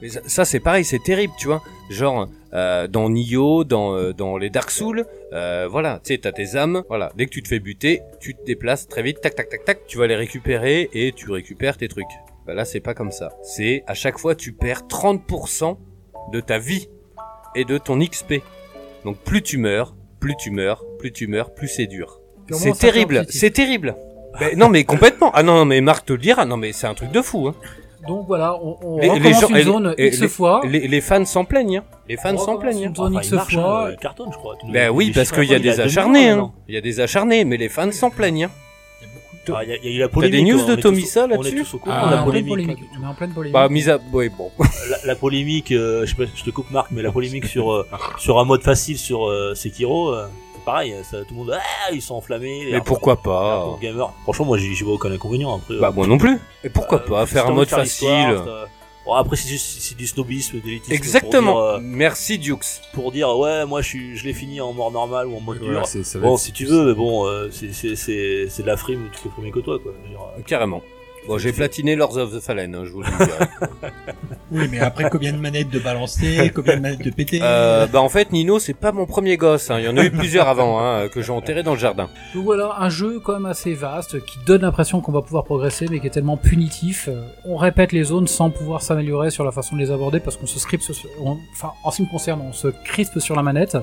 mais ça- ça, c'est pareil, c'est terrible, tu vois. Genre euh, dans Nioh, dans euh, dans les Dark Souls, euh, voilà, tu sais, t'as tes âmes. Voilà, dès que tu te fais buter, tu te déplaces très vite, tac, tac, tac, tac. Tu vas les récupérer et tu récupères tes trucs. Bah là, c'est pas comme ça. C'est à chaque fois, tu perds 30% de ta vie et de ton XP. Donc plus tu meurs, plus tu meurs, plus tu meurs, plus c'est dur.
Purement
C'est
ça,
terrible,
positif.
c'est terrible. Ben, non mais complètement. Ah non, non, mais Marc te le dira. Non mais c'est un truc de fou. Hein.
Donc voilà, on, on
Les- les
recommence
gens-
une
et-
zone
et
X
les-
fois.
Les, les fans s'en plaignent. Hein. Les fans
Oh,
s'en
comment
plaignent.
c'est
hein.
Tony
il
ce
marche,
fois-
hein, il cartonne, je crois. Tu nous-
Ben oui,
les
parce
chiffres,
qu'il y a
il
des
2 millions,
acharnés. hein.
maintenant.
Il y a des acharnés, mais les fans s'en plaignent. Hein.
Ah, Il y, a- il y a eu la polémique.
des news
on
de
est tous
Tommy
au-
ça,
On est
là-dessus
tous au courant
Ah,
de la
on est en pleine
polémique. hein,
polémique. On est en pleine polémique.
Bah, mis à... Ouais, bon.
La, la polémique, euh, je, sais pas, je te coupe Marc, mais la polémique sur euh, sur un mode facile sur euh, Sekiro, euh, c'est pareil, ça, tout le monde, ah, ils sont enflammés. les
Mais pourquoi pas
hardcore gamers. Franchement, moi, j'y j'y vois aucun inconvénient. Après,
Bah,
euh,
moi non plus. Et pourquoi
euh,
pas
si
Faire
t'as
un
envie
mode
de l'histoire,
facile.
t'as- Bon, après, c'est juste c'est du snobisme, de l'élitisme. pour dire,
Exactement.
euh,
Merci, Dukes.
pour dire ouais moi je, suis- je l'ai fini en mort normale ou en mode dur.
c'est-
Oh,
ça va
Bon
être-
si tu veux mais bon euh, c'est c'est c'est c'est de la frime tu fais premier que toi quoi. Je veux dire, euh,
Carrément. Bon, j'ai platiné Lords of the Fallen, hein, je vous le dis.
Oui, mais après, combien de manettes de balancer, combien de manettes de péter
euh, bah, en fait, Nino, c'est pas mon premier gosse. hein. Il y en a eu plusieurs avant, hein, que j'ai enterré dans le jardin.
Donc voilà, un jeu quand même assez vaste qui donne l'impression qu'on va pouvoir progresser mais qui est tellement punitif. Euh, On répète les zones sans pouvoir s'améliorer sur la façon de les aborder parce qu'on se scripte sur... on- Enfin, en ce qui me concerne, on se crispe sur la manette.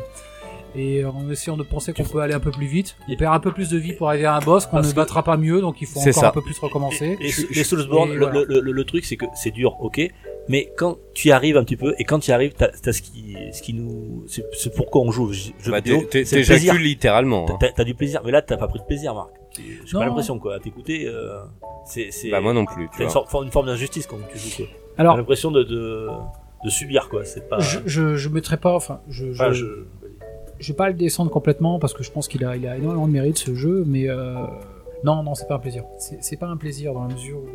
Et en essayant de penser qu'on peut aller un peu plus vite, on perd un peu plus de vie pour arriver à un boss qu'on
Parce
ne
que-
battra pas mieux, donc il faut
C'est
encore
ça.
un peu plus recommencer.
Les,
Je-
les Soulsborne
et
le,
voilà.
le, le, le truc c'est que c'est dur ok mais quand tu y arrives un petit peu et quand tu y arrives t'as t'as ce qui ce qui nous c'est c'est pourquoi on joue aux jeux
Bah,
vidéo
t'é- t'é-
c'est le plaisir.
t'éjacules littéralement. hein.
T'as- T'as du plaisir mais là t'as pas pris de plaisir Marc. J'ai
Non.
pas l'impression quoi à t'écouter euh, c'est c'est
Bah, moi non plus,
t'as
tu
une,
vois.
sorte- une forme d'injustice quand tu joues quoi. T'as
Alors,
l'impression de, de de subir quoi c'est pas.
je, je, je mettrai pas... Enfin, je-
Enfin,
je,
je-
je vais pas le descendre complètement parce que je pense qu'il a, il a énormément de mérite ce jeu, mais euh, non, non, c'est pas un plaisir. C'est c'est pas un plaisir dans la mesure où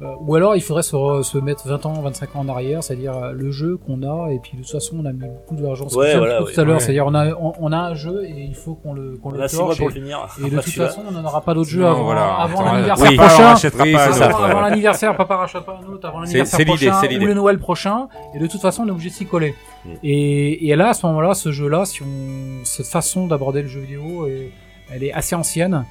Euh, ou alors il faudrait se, re- se mettre 20 ans, 25 ans en arrière, c'est-à-dire euh, le jeu qu'on a, et puis de toute façon on a mis beaucoup d'argent C'est
Ouais,
ce que j'ai
voilà,
dit
ouais,
tout à l'heure,
ouais.
c'est-à-dire on a, on, on a un jeu et il faut qu'on le, qu'on
On
le
a 6 mois
torche,
pour le
et,
finir.
et de
Bah,
toute
celui-là.
façon on n'en aura pas d'autres jeux
Non,
avant,
voilà.
avant
Attends,
l'anniversaire
oui.
prochain.
on achètera
Oui,
pas.
c'est
non.
ça.
Avant,
ouais.
avant l'anniversaire, papa rachète pas un autre, avant l'anniversaire
c'est l'idée,
prochain,
c'est l'idée.
ou le Noël prochain, et de toute façon on est obligé de s'y coller.
Mm.
Et, et là, à ce moment-là, ce jeu-là, si on, cette façon d'aborder le jeu vidéo, est- elle est assez ancienne,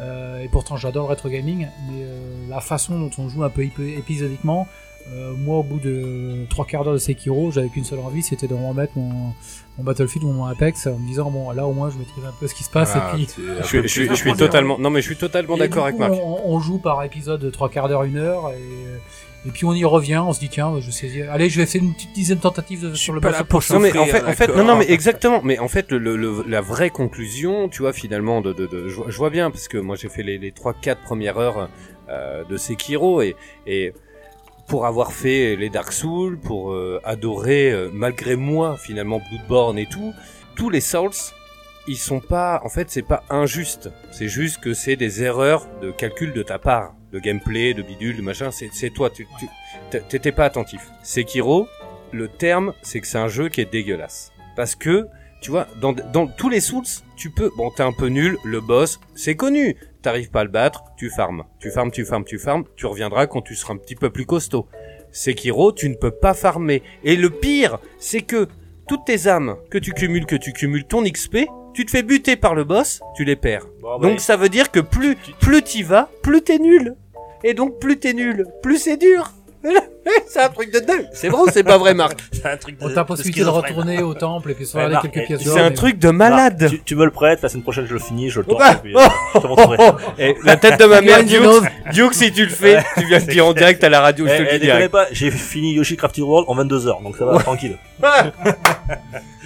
euh, et pourtant j'adore le rétro gaming, mais euh, la façon dont on joue un peu épi- épisodiquement, euh, moi au bout de trois quarts d'heure de Sekiro, j'avais qu'une seule envie, c'était de remettre mon, mon Battlefield ou mon Apex, en me disant, bon là au moins je maîtrise un peu ce qui se passe,
Voilà,
et puis...
Ah, tu- un
Je suis,
peu
je suis- je
plus
suis
profond.
totalement, non mais je suis totalement
Et
d'accord
du
avec
coup,
Marc.
On, on joue par épisode de trois quarts d'heure, une heure, et, et puis on y revient, on se dit tiens, je sais, allez, je vais faire une petite dizaine de tentatives de-
Je
sur
suis
le
pas
boss
là pour
Non mais en
S'offrir
fait,
un
en fait, non,
accord.
non mais exactement. Mais en fait, le, le- le- la vraie conclusion, tu vois, finalement, de, de, de- je, vois- je vois bien parce que moi j'ai fait les, les 3-4 premières heures euh, de Sekiro et, et pour avoir fait les Dark Souls, pour euh, adorer euh, malgré moi finalement Bloodborne et tout, tous les Souls, ils sont pas, en fait, c'est pas injuste. C'est juste que c'est des erreurs de calcul de ta part, de gameplay, de bidule, de machin. C'est c'est toi, tu tu- t'é- t'étais pas attentif. Sekiro, le terme, c'est que c'est un jeu qui est dégueulasse. Parce que, tu vois, dans, dans tous les Souls, tu peux, bon, t'es un peu nul, le boss, c'est connu. T'arrives pas à le battre, tu farmes. Tu farmes, tu farmes, tu farmes, tu reviendras quand tu seras un petit peu plus costaud. Sekiro, tu ne peux pas farmer. Et le pire, c'est que toutes tes âmes que tu cumules, que tu cumules ton XP, tu te fais buter par le boss, tu les perds.
Bon, bah,
Donc ça veut dire que plus plus t'y vas, plus t'es nul. Et donc plus t'es nul, plus c'est dur. c'est un truc de dingue. C'est vrai ou c'est pas vrai, Marc
c'est un truc de.
On t'a
de
possibilité de
schizophrène.
retourner au temple et puis se
Ouais,
regarder
Marc,
quelques
eh,
pièces
c'est
d'or,
C'est un
mais-
truc de
Voilà,
malade.
Tu, tu me le prêtes, la semaine prochaine je le finis, je le
Oh,
bah,
torche, et puis, euh, je te
oh,
montrerai.
Et la tête de ma mère,
Yoann
Duke, Duke, si tu le fais, tu viens le dire en direct à la radio, je te
Eh,
le
eh,
dis
déconnez
direct.
pas, j'ai fini Yoshi Crafted World en 22h, donc ça va, tranquille.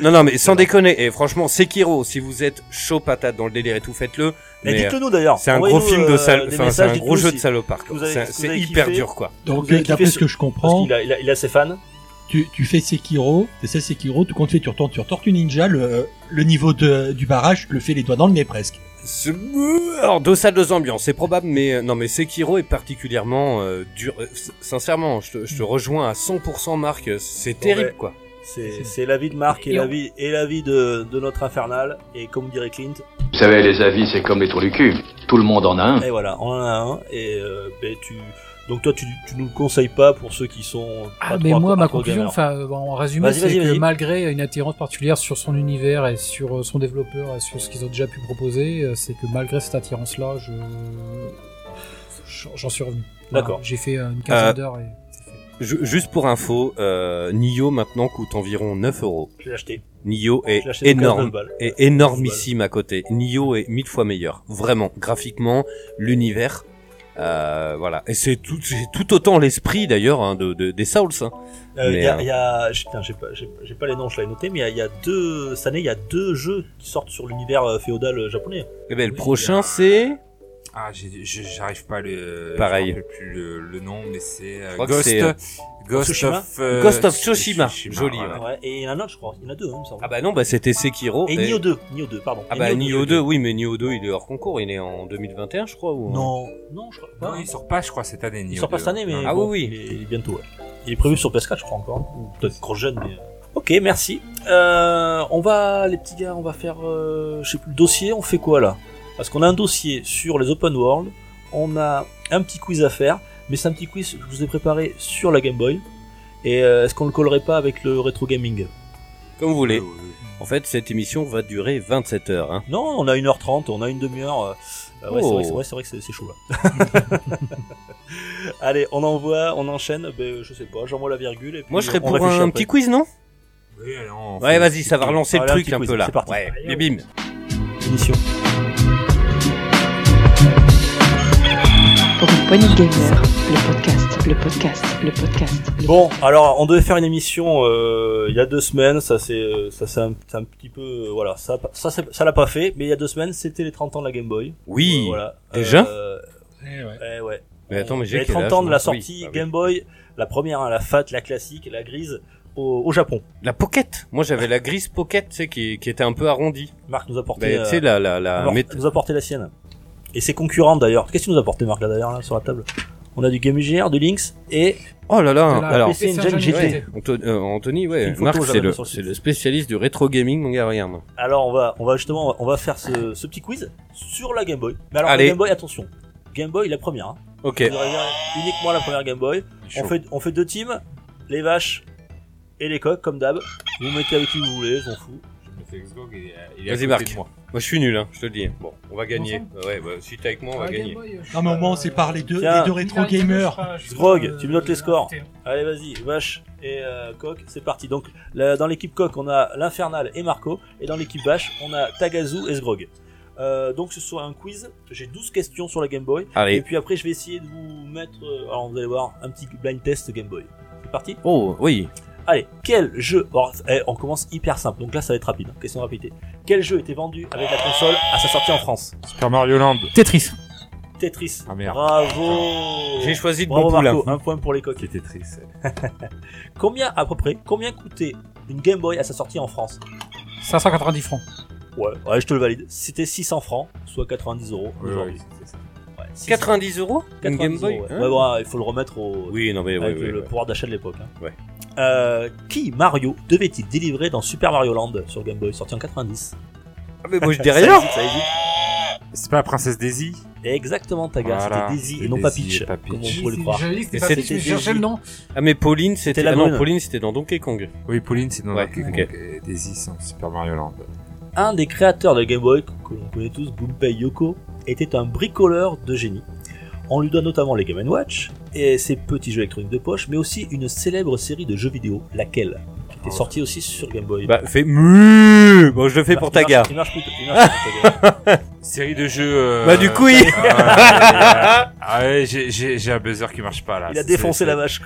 Non, non, mais sans déconner. Et franchement, Sekiro, si vous êtes chaud patate dans le délire et tout, faites-le.
Mais
Mais, euh,
dites-le nous d'ailleurs.
C'est un gros
Envoyez-nous,
film
euh,
de sale,
des
enfin, c'est
messages,
un gros
dites-nous
jeu de
si-
salopard.
ce que vous
quoi.
avez-
C'est
ce que vous
c'est
avez
hyper
kiffé.
dur, quoi.
Vous
Donc,
avez
d'après
kiffé
ce que je
Parce
comprends,
qu'il a, il a, il a ses fans.
tu, tu fais Sekiro, t'essaies Sekiro, tout compte fait, tu retournes sur Tortue Ninja, le, le niveau de, du barrage, tu le fais les doigts dans le nez presque.
Ce- Alors, deux salles, deux ambiances, c'est probable, mais euh, non, mais Sekiro est particulièrement euh, dur. Euh, s- Sincèrement, je te, je te rejoins à 100%, Marc. euh, C'est terrible,
ben,
quoi.
C'est c'est la vie de Marc et,
Et
la
on-
vie, et la vie de, de notre infernal. Et comme dirait Clint,
Vous savez, les avis, c'est comme les trous du cul. Tout le monde en a un.
et voilà, on en a un. Et euh, ben, tu, donc toi, tu, tu nous le conseilles pas pour ceux qui sont.
Ah,
pas
mais
trop
moi,
hardcore
ma conclusion,
gamers.
enfin, bon, en résumé,
Vas-y,
c'est
vas-y,
que
vas-y.
malgré une attirance particulière sur son univers et sur euh, son développeur et sur ce qu'ils ont déjà pu proposer, euh, c'est que malgré cette attirance-là, je j'en suis revenu. Voilà.
D'accord.
J'ai fait euh, une quinzaine
Euh,
d'heures et c'est fait.
Ju- juste pour info, euh, Nioh maintenant coûte environ 9 euros.
Je l'ai acheté.
Nioh
Je
est
l'ai Oh, acheté pour 49
énorme.
balles.
Est énormissime à côté. Nioh est mille fois meilleur. Vraiment. Graphiquement, l'univers. Euh, voilà. Et c'est tout, c'est tout autant l'esprit d'ailleurs hein, de, de- des Souls. hein.
Euh, Il
Mais,
y a,
euh,
il y a- j'ai- putain, j'ai pas, j'ai- j'ai pas les noms, je l'avais noté, mais il y a- il y, a deux, cette année, il y a deux jeux qui sortent sur l'univers euh, féodal euh, japonais.
Eh ben, le
bah.
prochain, c'est.
Ah, j'ai- j'ai- j'arrive pas le.
Pareil.
Je me rappelle plus le, le nom, mais c'est euh,
crois que
Ghost.
c'est, euh,
Ghost
Tsushima
of. euh,
Ghost of Tsushima. Joli,
voilà.
Ouais, et il y en a un autre, je crois. Il y en a deux, hein, il me semble.
Ah bah non, bah c'était Sekiro.
et Nioh 2, Nioh 2, pardon.
Ah
Et
bah
Nioh
Nioh 2, oui, mais Nioh 2, il est hors concours. Il est en 2021, je crois. Ou...
Non, non, je crois pas.
Non, il sort pas, je crois, cette année.
Il
Nioh
sort pas cette
2.
année, mais
Non.
Ah
bon,
oui, oui.
Il, est, il est bientôt. ouais. Il est prévu sur PS4, je crois encore. hein. Ou peut-être trop jeune, mais. euh. Ok, merci. Euh, on va, les petits gars, on va faire, euh, je sais plus, le dossier. On fait quoi là Parce qu'on a un dossier sur les open world. On a un petit quiz à faire, mais c'est un petit quiz que je vous ai préparé sur la Game Boy. Et euh, est-ce qu'on le collerait pas avec le rétro gaming
Comme vous voulez.
Ouais, ouais, ouais.
En fait, cette émission va durer 27 heures. Hein.
Non, on a 1h30, on a une demi-heure. euh, euh, ouais, c'est
Oh.
vrai, c'est vrai, c'est vrai que c'est- c'est chaud là. Allez, on envoie, on enchaîne. Ben, je sais pas, j'envoie la virgule. Et puis
Moi, je serais
on
pour
réfléchit
un
après.
petit quiz, non
Oui, alors, on
Ouais,
fait-
vas-y, ça va relancer le
Allez, un
truc
petit
un
quiz,
peu là.
c'est parti.
Ouais, et bim.
Finition.
Pour une poignée de gamers, le podcast, le podcast, le podcast. le
Bon, alors on devait faire une émission euh, il y a deux semaines, ça c'est ça c'est un, c'est un petit peu euh, voilà ça a pas- ça c'est- ça l'a pas fait, mais il y a deux semaines c'était les 30 ans de la Game Boy.
Oui.
Euh, voilà.
Déjà
Euh, eh ouais.
Mais attends, mais j'ai
les
quel
30
âge,
ans de
moi
la
Oui,
sortie
bah oui.
Game Boy, la première, hein, la fat, la classique, la grise au, au Japon.
La pocket. Moi, j'avais la grise pocket, tu sais, qui, qui était un peu arrondie.
Marc nous a porté,
Mais,
euh,
Ben, tu sais, la, la, la
nous a-
méthode-
nous a porté la sienne. Et ses concurrents d'ailleurs. Qu'est-ce que tu nous a porté Marc là d'ailleurs là sur la table on a du Game Gear, du Lynx et
Oh là là,
De la
alors.
PC Engine
Engine
GT.
GT.
ouais, Anto- euh, Anthony,
C'est
ouais,
une photo,
Marc,
j'avais
c'est le,
mis sur le
c'est
site.
le spécialiste du rétro gaming, mon gars, regarde.
Alors on va on va justement on va faire ce, ce petit quiz sur la Game Boy. Mais alors la
Allez.
Game Boy attention. Game Boy la première. Hein.
Ok.
On dirait bien uniquement la première Game Boy. On fait on fait deux teams, les vaches et les coqs comme d'hab. Vous mettez avec qui vous voulez, je m'en fous.
Vas-y, Marc. Moi. je suis nul, hein, je te le dis. Bon, on va gagner. Ouais, bah, si t'es avec moi, on va gagner.
Non, mais au moins, on s'est parlé deux,
Tiens.
les deux rétro gamers.
Grog, tu me notes les scores. Allez vas-y, vache et euh, coq, c'est parti. Donc la- dans l'équipe coq, on a l'infernal et Marco et dans l'équipe vache, on a Tagazu et Sgrog. Euh, donc ce sera un quiz, j'ai 12 questions sur la Game Boy et
Allez.
puis après je vais essayer de vous mettre euh, alors vous allez voir un petit blind test Game Boy. C'est parti
Oh, oui.
Allez, quel jeu alors, eh, On commence hyper simple, donc là ça va être rapide. hein, Question de rapidité. Quel jeu était vendu avec la console à sa sortie en France
Super Mario Land.
Tetris.
Tetris.
Ah, merde.
Bravo
J'ai choisi le
Bravo
bon poulain.
Marco, un point pour les coqs.
était triste.
Combien à peu près Combien coûtait une Game Boy à sa sortie en France
590 francs.
Ouais, ouais, je te le valide. C'était 600 francs, soit 90 euros aujourd'hui. Ouais, 600,
90 euros Une
90
Game Boy
euros, ouais.
hein
Ouais, ouais, il faut le remettre au
Oui, non, mais oui,
avec
oui,
le
ouais.
pouvoir d'achat de l'époque. hein.
Ouais.
Euh, qui Mario devait-il délivrer dans Super Mario Land sur Game Boy sorti en 90
Ah, mais moi, je dis
Ça
rien.
hésite, ça hésite.
C'est pas la princesse Daisy
Exactement, Taga,
Voilà,
c'était Daisy
c'était
et non pas
Daisy
Peach,
et pas
comme
Peach.
on pourrait le croire.
J'avais dit que
Mais
c'était pas
c'est-
Tetris, mais je
c'est-
cherchais le nom.
Ah, mais Pauline, c'était,
la
ah non,
brune.
Pauline, c'était dans Donkey Kong.
Oui, Pauline, c'est dans
Ouais,
Donkey Kong.
ok.
Et Daisy, c'est dans Super Mario Land.
Un des créateurs de Game Boy, que l'on connaît tous, Gunpei Yoko, était un bricoleur de génie. On lui doit notamment les Game Watch et ses petits jeux électroniques de poche, mais aussi une célèbre série de jeux vidéo, laquelle Qui
Oh.
était sortie aussi sur Game Boy.
Bah, fais mu Bon, je le fais
Bah,
pour
il
ta
marche-
gare.
Il marche plutôt. il marche plutôt, Taga.
Série de jeux. euh,
Bah, du coup, oui.
Ah, ouais, ah ouais, j'ai- j'ai j'ai un buzzer qui marche pas là.
Il a
Ah, C'est-
défoncé
c'est-
la vache.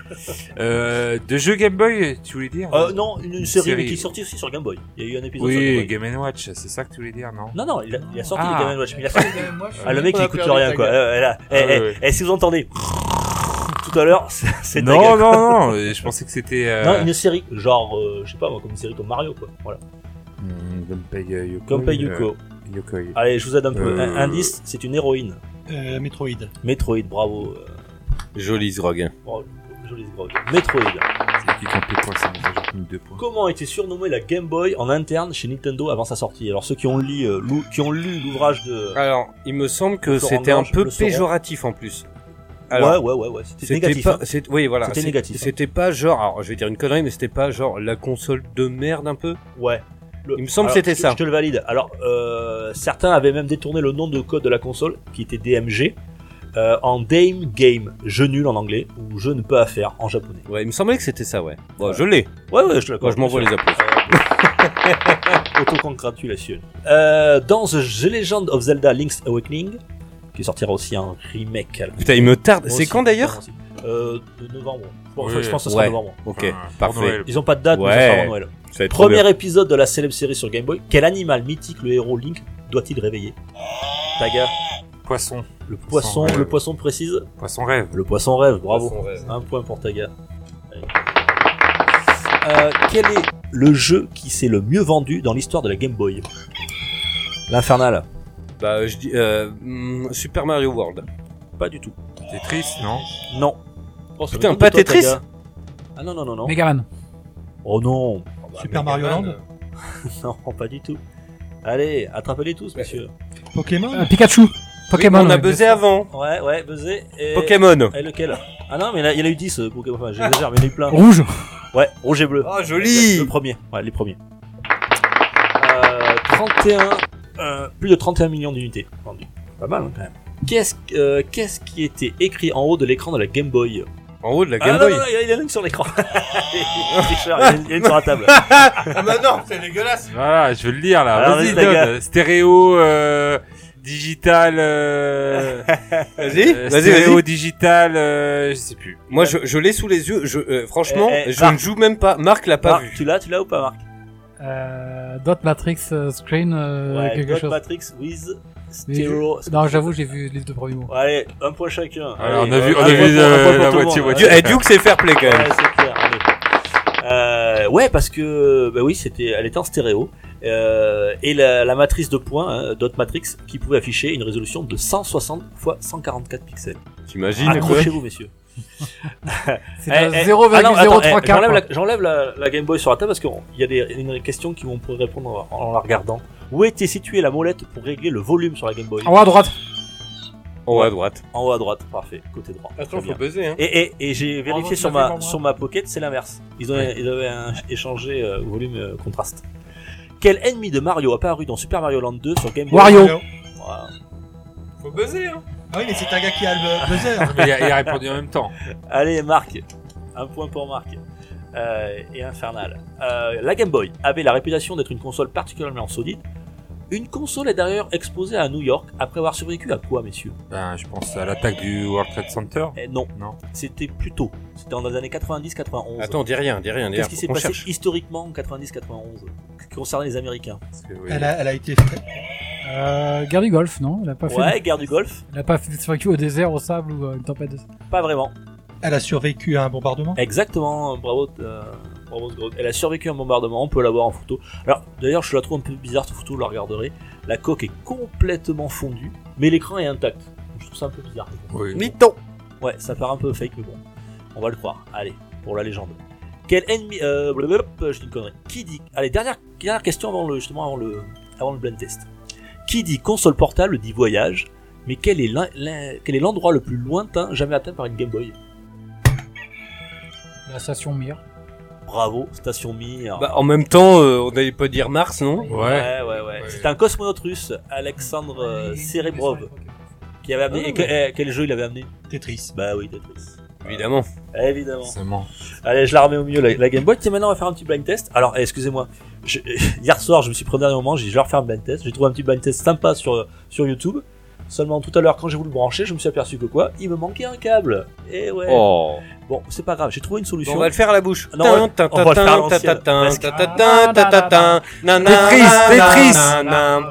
Euh, de jeux Game Boy, tu voulais dire
Euh, non, une,
Oh. Une
série, mais
série.
qui est sortie aussi sur Game Boy. Il y a eu un épisode sur Game Boy.
Oui, Game Watch, c'est ça que tu voulais dire, non
Non, non, il a, il a sorti
Ah.
les Game Watch, mais il a sorti Ah, le mec il écoute rien quoi. Euh, là, eh,
ouais,
eh,
ouais.
eh, si vous entendez tout à l'heure, c'est c'est ta
non,
gueule.
non, non, euh, je pensais que c'était. Euh...
Non, une série, genre, euh, je sais pas moi, comme une série comme Mario quoi. Voilà.
hmm, Gunpei euh, Yokoi.
Comme
euh,
Yoko.
Yokoi.
Allez, je vous aide un peu.
Euh.
Un- Indice, c'est une héroïne.
Euh, Metroid.
Metroid, bravo. euh,
Joli, Zrog.
bravo, Joli ce grog. Metroid.
C'est qui compte les points, c'est moi, j'ai retenu deux points.
Comment était surnommée la Game Boy en interne chez Nintendo avant sa sortie Alors ceux qui ont lu, euh, lou- qui ont lu l'ouvrage de.
Alors, il me semble que
Le sauron
c'était un
blanche,
peu
le sauron.
péjoratif en plus.
ouais, ouais, ouais, ouais. C'était
C'était
négatif.
pas,
hein.
c'est- oui, voilà.
C'était
c'est-
négatif, hein.
C'était pas genre, alors je vais dire une connerie, mais c'était pas genre la console de merde un peu.
Ouais. Le-
Il me semble que
Alors,
c'était
je-
ça.
Je te le valide. Alors, euh, certains avaient même détourné le nom de code de la console, qui était DMG, euh, en Dame Game, jeu nul en anglais, ou je ne peux à faire en japonais.
Ouais, il me semblait que c'était ça, ouais. Bon, je l'ai.
Ouais, ouais, je te
Bon,
l'accorde.
je m'envoie les applaudissements.
Autocongratulation. Euh, dans The Legend of Zelda Link's Awakening, qui sortira aussi un remake. à la-
Putain, il me tarde.
Moi
C'est
aussi,
quand d'ailleurs
aussi. euh, De novembre. Je pense-
Oui.
Je pense que ce sera
Ouais.
novembre.
Ok,
Enfin, Ah, pour
parfait.
Noël.
Ils ont pas de date, mais
Ouais.
ça sera avant Noël.
Ça va être trop bien.
Premier épisode de la célèbre série sur Game Boy. Quel animal mythique le héros Link doit-il réveiller Taga.
Poisson.
Le poisson,
rêve.
le poisson précise
Poisson rêve.
Le poisson rêve, bravo.
Poisson rêve.
Un point pour Taga. Allez. Euh, quel est le jeu qui s'est le mieux vendu dans l'histoire de la Game Boy L'Infernal
Bah, je dis euh, hmm, Super Mario World.
Pas du tout.
Tetris, non
Non. Oh, ça
Putain,
m'étonne
pas
de toi,
Tetris
Taga. Ah non, non, non, non.
Megaman.
Oh non,
Ah, bah,
Super Mario Land.
euh,
non, pas du tout. Allez, attrapez-les tous, monsieur.
Pokémon.
Euh, Pikachu. Pokémon.
on a
ouais,
buzzé avant.
Ouais, ouais, buzzé. Et...
Pokémon.
Et lequel Ah non, mais il y en a- il y en a eu 10 euh, Pokémon. Enfin, j'exagère, mais il y en a eu plein.
Rouge.
Ouais, rouge et bleu.
Oh,
Le
joli.
premier, ouais, les premiers. Euh, 31, euh, plus de 31 millions d'unités vendues. Pas mal hein, quand même. Qu'est-ce euh, qu'est-ce qui était écrit en haut de l'écran de la Game Boy
En haut de la
Ah
Game
non,
Boy.
non, non, il y en a- il y en a une sur l'écran. C'est cher, il y en a une- il y en a une sur la table.
Ah bah non, c'est dégueulasse.
Voilà, je veux le dire là.
Alors,
Vas-y,
vas-y, ta
donne. Stéréo, euh, digital. Euh,
Vas-y,
euh,
vas-y,
Stéréo,
vas-y.
digital, euh, je sais plus.
Moi, je, je l'ai sous les yeux. Je, euh, franchement,
Eh, eh,
je
Marc.
ne joue même pas. Marc l'a pas
Marc,
vu.
Ah, tu l'as, tu l'as ou pas, Marc
Euh, Dot Matrix euh, Screen. euh,
Ouais,
quelque
God
chose.
Matrix with
Mais je-
Stereo.
Non, j'avoue, j'ai vu les deux premiers mots.
Ouais, Allez, un point chacun.
Alors,
Allez,
Ah, on a vu,
euh,
on
un point
a vu
pour- un point
euh,
pour
la
tout le
moitié,
monde.
moitié.
Dieu, eh, Duke, c'est fair play quand même.
Ouais, c'est clair. allez. Euh, ouais, parce que bah oui, c'était, elle était en stéréo euh, et la, la matrice de points, hein, Dot Matrix, qui pouvait afficher une résolution de 160 x 144 pixels.
T'imagines quoi
Accrochez-vous, messieurs.
C'est
Eh,
à
eh, alors, attends, eh,
0,034.
J'enlève,
quoi.
la, j'enlève la- la Game Boy sur la table parce qu'il y a des, une question qui vont pourrait répondre en, en la regardant. Où était située la molette pour régler le volume sur la Game Boy
En haut à droite.
En haut à droite.
En haut à droite, parfait, côté droit. Très bien.
buzzer, hein.
Et, et- et j'ai vérifié
tu
sur
l'as fait
ma,
pour moi.
sur ma pocket, c'est l'inverse. Ils, ont, ils avaient un- échangé euh, volume euh, contraste. Quel ennemi de Mario apparu dans Super Mario Land 2 sur Game Boy
Wario.
Voilà.
Faut buzzer, hein.
Ah oui, mais c'est un gars qui a le buzzer.
Mais il a, il a répondu en même temps.
Allez, Marc, un point pour Marc. Euh, et Infernal. Euh, la Game Boy avait la réputation d'être une console particulièrement solide. Une console est d'ailleurs exposée à New York après avoir survécu à quoi, messieurs
Ben, je pense à l'attaque du World Trade Center.
eh, Non,
Non.
c'était plus tôt. C'était dans les années 90-91.
Attends, dis rien, dis rien, dis rien.
Qu'est-ce qui
faut
s'est
qu'on
passé
cherche.
historiquement en 90-91 qui concernait les Américains
Parce que, oui.
Elle a, elle a été faite.
Euh, Gary Golf, non Elle a pas fait.
Ouais, guerre du Golfe
Elle a pas fait survécu au désert, au sable ou à une tempête. de-
Pas vraiment.
Elle a survécu à un bombardement.
Exactement, bravo. euh, bravo ce gros. Elle a survécu à un bombardement, on peut la voir en photo. Alors d'ailleurs, je la trouve un peu bizarre cette photo, vous la regarderez. La coque est complètement fondue, mais l'écran est intact. Donc, Je trouve ça un peu bizarre.
Oui.
Mytho
Ouais, ça part un peu fake, mais bon, on va le croire. Allez, pour la légende. Quel ennemi euh, blablabla, je dis une connerie. Qui dit Allez, dernière dernière question avant le justement avant le avant le blind test. Qui dit console portable dit voyage, mais quel est l'in- l'in- quel est l'endroit le plus lointain jamais atteint par une Game Boy
La station Mir.
Bravo, station Mir.
Bah, en même temps, euh, on n'allait pas dire Mars, non
Ouais.
Ouais, ouais, ouais. C'est un cosmonaute russe, Alexandre euh, Serebrov, qui avait amené.
Ah,
et que- eh, quel jeu il avait amené
Tetris.
Bah oui, Tetris.
Évidemment.
Évidemment.
C'est bon.
Allez, je la remets au milieu, la, la Game Boy. Tiens, maintenant, on va faire un petit blind test. Alors, eh, excusez-moi. je- hier soir, je me suis pris au dernier moment, j'ai dit, je vais refaire un blind test. J'ai trouvé un petit blind test sympa sur, sur YouTube. Seulement, tout à l'heure, quand j'ai voulu le brancher, je me suis aperçu que quoi Il me manquait un câble. Et ouais.
Oh.
Bon, c'est pas grave, j'ai trouvé une solution.
On va le faire à la bouche.
Non, on va- on va le faire à l'ancienne, presque.
Tetris,
Tetris.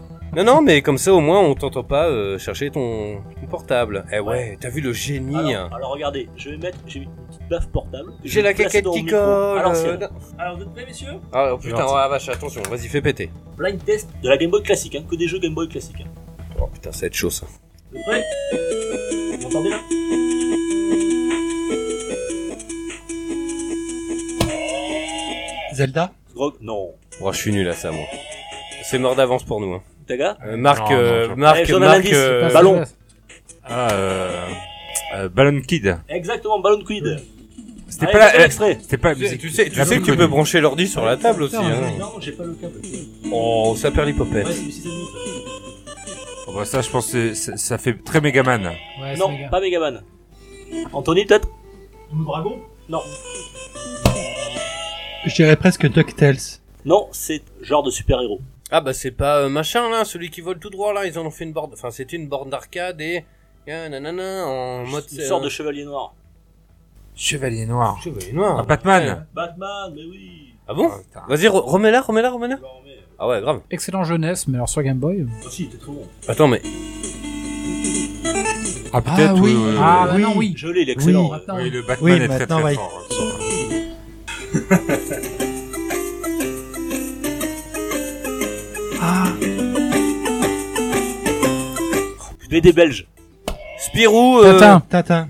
Non, non, mais comme ça au moins on t'entend pas euh, chercher ton, ton portable. Eh ouais, t'as vu le génie. hein.
Alors, alors, regardez, je vais mettre, j'ai mis une petite baffe portable. Je
J'ai
vais
la
placer
claquette
dans
qui
mon micro, à
colle.
l'ancienne.
euh,
Alors, vous êtes prêts, messieurs
Ah putain, ah vache, attention, vas-y fais péter.
Blind test de la Game Boy classique, hein, que des jeux Game Boy classique. Hein.
Oh putain, ça va être chaud ça.
Vous êtes prêts Vous m'entendez là
Zelda.
Grog Non.
Oh, je suis nul à ça moi. C'est mort d'avance pour nous. Hein.
Taga
Euh, Marc,
Non, non,
euh,
je-
Marc,
Eh,
Allez, je donne un
Marc,
indice.
euh,
Passe. ballon.
Ah, euh, euh, Ballon Kid.
Exactement, Ballon Quid.
Ah,
C'était
Allez,
pas la,
euh,
euh,
deuxième extrait.
c'était pas la
Tu sais,
musique.
tu sais,
la
Ah, tu sais que
plus
tu peux
connue.
brancher l'ordi sur la table aussi. Hein.
Non, j'ai pas le câble. Ouais,
Oh, ça perd l'hypopète.
c'est du 6,5.
Oh, bah, ça, je pense que c'est- ça fait très Megaman.
Ah,
Ouais, c'est
Non,
méga.
pas Megaman. Anthony, peut-être
Le dragon
Je dirais presque DuckTales.
Non, c'est genre de super-héros.
Ah bah c'est pas euh, machin là, celui qui vole tout droit là, ils en ont fait une borne. Enfin, c'était une borne d'arcade et Ah, nanana en mode
Une sorte de chevalier noir.
Chevalier Noir.
euh, chevalier noir.
Ah, Batman.
Batman, mais oui
Ah bon
Oh, putain.
Vas-y, re- remets-la, remets-la, remets-la.
Je le remets.
Ah ouais, grave.
Excellent jeunesse, mais alors sur Game Boy.
Ah si, t'es trop bon.
Attends mais
Ah, peut-être.
oui.
oui,
Ah
oui.
non, oui.
Je l'ai, il est excellent.
Maintenant,
Oui,
oui.
le Batman
Oui,
est très
maintenant,
très
ouais.
fort.
BD belge.
Spirou euh,
Tintin.
Tintin.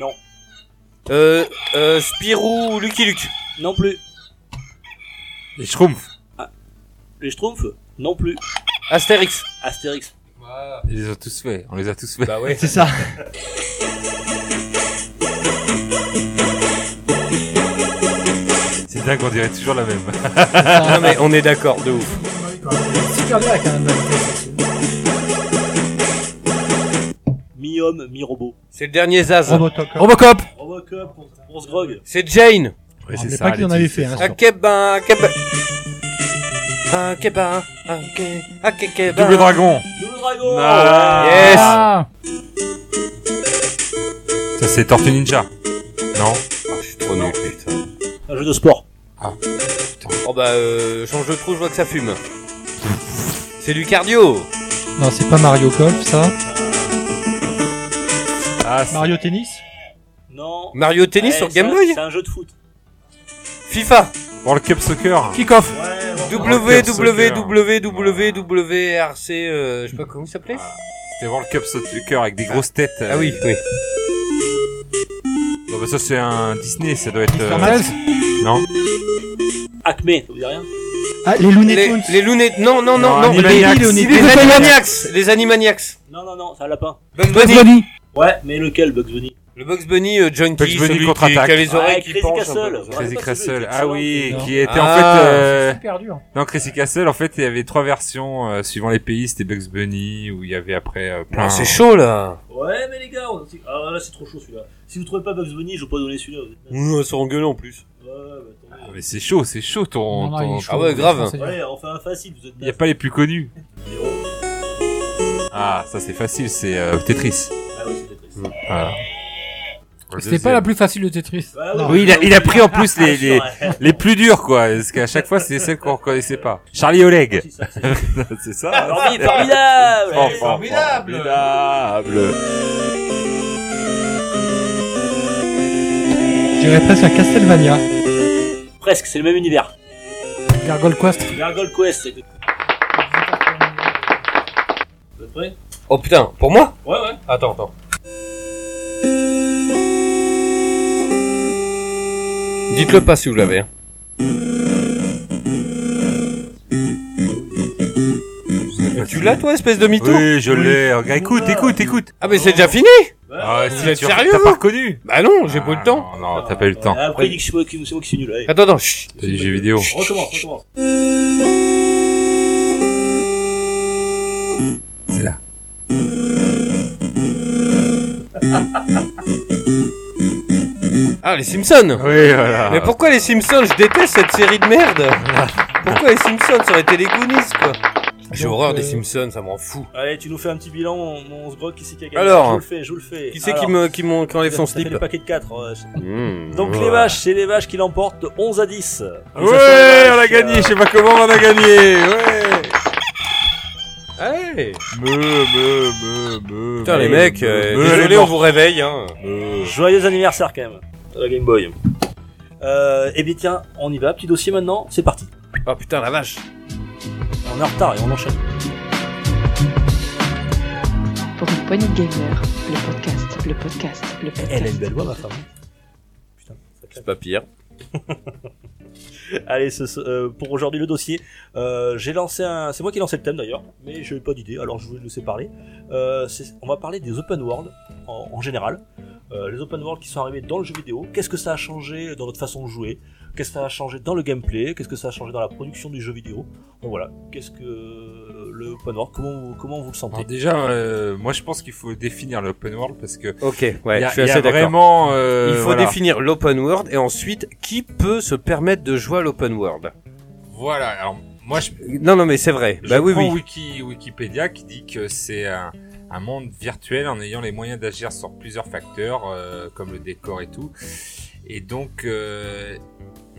Non.
euh, euh, Spirou Lucky Luke.
Non plus. Ah.
Les Schtroumpfs.
Les Schtroumpfs Non plus.
Astérix.
Astérix.
Ils les ont tous fait. On les a tous fait.
Bah ouais.
C'est ça.
C'est dingue, on dirait toujours la même.
non mais on est d'accord de ouf.
Super bien avec un
Mi-homme, mi-robot.
C'est le dernier Zaz.
Robotop.
Robocop.
Robocop pour, pour ce grog.
C'est Jane.
Ouais,
Je pas qu'il en avait fait. Hein,
Ah,
sur-
Keba, Keba. ben, Ah, Keba, ah, Ke- ah, Ke- Keba.
Double Dragon.
Double dragon
Ah.
Yes.
Ah,
Ça, c'est Tortue Ninja. Non.
Ah, je suis trop nul, putain.
Un jeu de sport.
Oh bah, euh, change de trou, je vois que ça fume. C'est du cardio
Non, c'est pas Mario Golf, ça.
Ah, c'est-
Mario Tennis
Non.
Mario Tennis
Ouais,
sur
c'est un-
Game Boy
C'est un jeu de foot.
FIFA
World Cup Soccer.
Kick-off
Ouais,
WWWWWRC, euh, je sais pas comment il s'appelait
C'était World Cup Soccer avec des grosses têtes. euh,
Ah oui, oui.
Non, bah ça c'est un Disney, ça doit être. euh, non.
Acme, ça vous dit rien
Ah, les Looney
Les,
Tunes. Ah,
les lunettes, non, non, non, non,
Non,
les,
Animaniacs.
les,
Animaniacs.
Animaniacs, les Animaniacs.
Non, non, non, c'est un lapin.
Bugs
Bugs
Bunny.
Bunny.
Ouais, mais lequel, Bugs Bunny
Le Bugs Bunny euh, junkie,
Bugs Bunny
celui qui, qui
contre-attaque.
a les oreilles
Ouais,
qui
Crazy
penchent
Castle.
un peu.
Ouais.
Crazy
pas ce jeu,
Castle.
qui est
Ah oui,
excellent.
qui était en
Ah.
fait. euh,
Super dur.
Non, Crazy Castle, en fait, il y avait trois versions euh, suivant les pays. C'était Bugs Bunny, où il y avait après euh, plein.
Ah, c'est chaud là.
Ouais, mais les gars, on- c'est- ah, là c'est trop chaud celui-là. Si vous trouvez pas Bugs Bunny, je vais pas donner celui-là. vous
Mm.
êtes-
Mmh, sont engueulés en plus.
Ouais, bah,
Ah,
attendez.
mais c'est chaud, c'est chaud ton.
Non, non, il est
ton-
chaud.
Ah ouais, grave.
C'est dur.
Ouais, on fait un facile, vous êtes
Il y a
naze. Oh.
pas les plus connus.
Zéro.
Ah, ça c'est facile, c'est euh, Tetris.
Ah oui, c'était
Mm.
triste.
Voilà.
C'était pas la plus facile de Tetris.
Bah
Oui, il a, il a pris en plus les, les,
Ah,
les plus durs, quoi. Parce qu'à chaque fois, c'est celles qu'on reconnaissait pas. Charlie
c'est
Oleg.
gentil, Ah, ça, c'est-
c'est ça.
Ah,
Ah, Formidable, formidable.
Fort,
Allez,
fort,
formidable.
formidable.
J'irais presque à Castlevania.
Presque, c'est le même univers.
Gargoyle Quest.
Gargoyle Quest. c'est- Vous êtes prêts
Oh putain, pour moi
Ouais, ouais.
Attends, attends. Dites-le pas si vous l'avez. hein. Tu l'as toi, espèce de mytho
Ah, Oui, je l'ai. Regarde, Écoute, écoute, écoute.
Ah mais c'est déjà fini
Ouais.
Ah,
Vous
si
êtes
tu
sérieux,
t'as
vous
pas reconnu.
Bah
Ah,
non, j'ai pas eu le temps.
Non, non, t'as pas eu le temps.
Après, il dit que je suis- c'est moi qui suis nul. allez.
Attends, attends, chut.
T'as dit jeux vidéo.
On recommence, on recommence.
C'est là.
Ah, les Simpsons
Oui, Ah. voilà.
Mais pourquoi les Simpsons Je déteste cette série de merde Pourquoi les Simpsons Ça aurait été les Goonies, quoi J'ai
Donc,
horreur des
euh,
Simpsons, ça m'en fout.
Allez, tu nous fais un petit bilan, on, on se broque qui c'est qui a gagné.
Alors.
je vous le fais, je vous le fais.
Qui c'est
Alors,
qui me qui, m'en- qui enlève son
ça fait
slip
le paquet de 4.
Mmh.
Donc les vaches, c'est les vaches qui l'emportent de 11 à 10. Les
Hmm. Ouais,
vaches,
on a
euh.
gagné. Je sais pas comment on a gagné. Ouais.
Allez
Me, me, me, me.
Putain, les
me,
mecs,
me,
euh,
me, elle est
désolé, on
morte.
vous réveille, hein.
euh, Joyeux anniversaire quand même. à La Game Boy. Euh, eh bien tiens, on y va, petit dossier maintenant, c'est parti.
Ah putain, la vache
On est en retard et on enchaîne.
Pour une poignée de gamer, le podcast, le podcast, le podcast.
Eh, Elle a une belle voix ma femme. Putain, ça claque.
C'est pas pire.
Allez, ce- ce- euh, pour aujourd'hui le dossier, euh, j'ai lancé un. C'est moi qui ai lancé le thème d'ailleurs, mais je n'avais pas d'idée, alors je vous laisser parler. Euh, c'est- on va parler des open world en, en général. Euh, les open world qui sont arrivés dans le jeu vidéo, qu'est-ce que ça a changé dans notre façon de jouer Qu'est-ce que ça a changé dans le gameplay Qu'est-ce que ça a changé dans la production du jeu vidéo Bon voilà, qu'est-ce que euh, le open world Comment vous, comment vous le sentez
Alors déjà, euh, moi je pense qu'il faut définir l'open world parce que
Ok, ouais,
il y
je
a,
suis
il y a
assez d'accord.
vraiment. euh,
Il faut
voilà.
définir l'open world et ensuite qui peut se permettre de jouer à l'open world.
Voilà. Alors moi je,
Non, non, mais c'est vrai.
je
bah oui,
prends
oui.
Wiki, Wikipédia qui dit que c'est un, un monde virtuel en ayant les moyens d'agir sur plusieurs facteurs euh, comme le décor et tout. Et donc euh,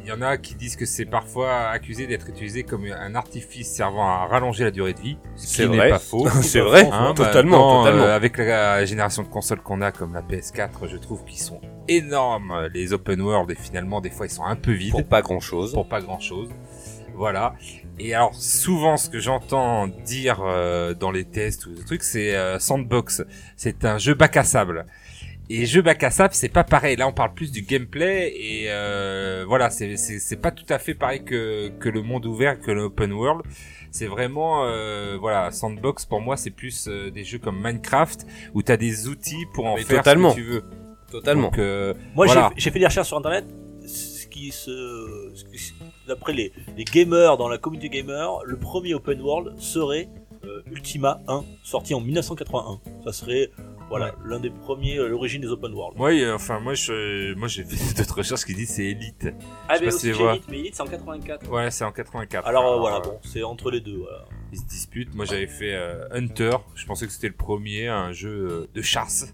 il y en a qui disent que c'est parfois accusé d'être utilisé comme un artifice servant à rallonger la durée de vie, ce
C'est
qui n'est
vrai.
pas faux.
c'est vrai, Ah,
Hein,
totalement,
maintenant,
totalement.
euh, avec la génération de consoles qu'on a, comme la PS4, je trouve qu'ils sont énormes, euh, les open world, et finalement, des fois, ils sont un peu vides
Pour pas grand chose.
pour pas grand chose. Voilà. Et alors, souvent, ce que j'entends dire euh, dans les tests ou des trucs, c'est euh, Sandbox. C'est un jeu bac à sable. Et jeu bac à sable, c'est pas pareil. Là, on parle plus du gameplay et euh, voilà, c'est- c'est c'est pas tout à fait pareil que, que le monde ouvert, que l'open world. C'est vraiment, euh, voilà, Sandbox pour moi, c'est plus euh, des jeux comme Minecraft où t'as des outils pour en
Mais
faire
totalement.
ce que tu veux.
Totalement.
Donc, euh,
Moi, j'ai-
Voilà.
j'ai fait des recherches sur internet. Ce qui se. ce qui- D'après les, les gamers dans la communauté gamer, le premier open world serait euh, Ultima 1, sorti en 1981. Ça serait voilà l'un des premiers, euh, l'origine des open world.
moi, euh, enfin, moi, je, moi, j'ai fait d'autres recherches qui disent c'est élite.
Ah,
sais
mais
pas si
aussi
tu vois. Ah.
Elite, mais Elite c'est en 84.
Ouais, c'est en 84.
Alors euh, voilà, bon, c'est entre les deux. voilà.
Ils se disputent. Moi, j'avais fait euh, Hunter. Je pensais que c'était le premier, un jeu euh, de chasse.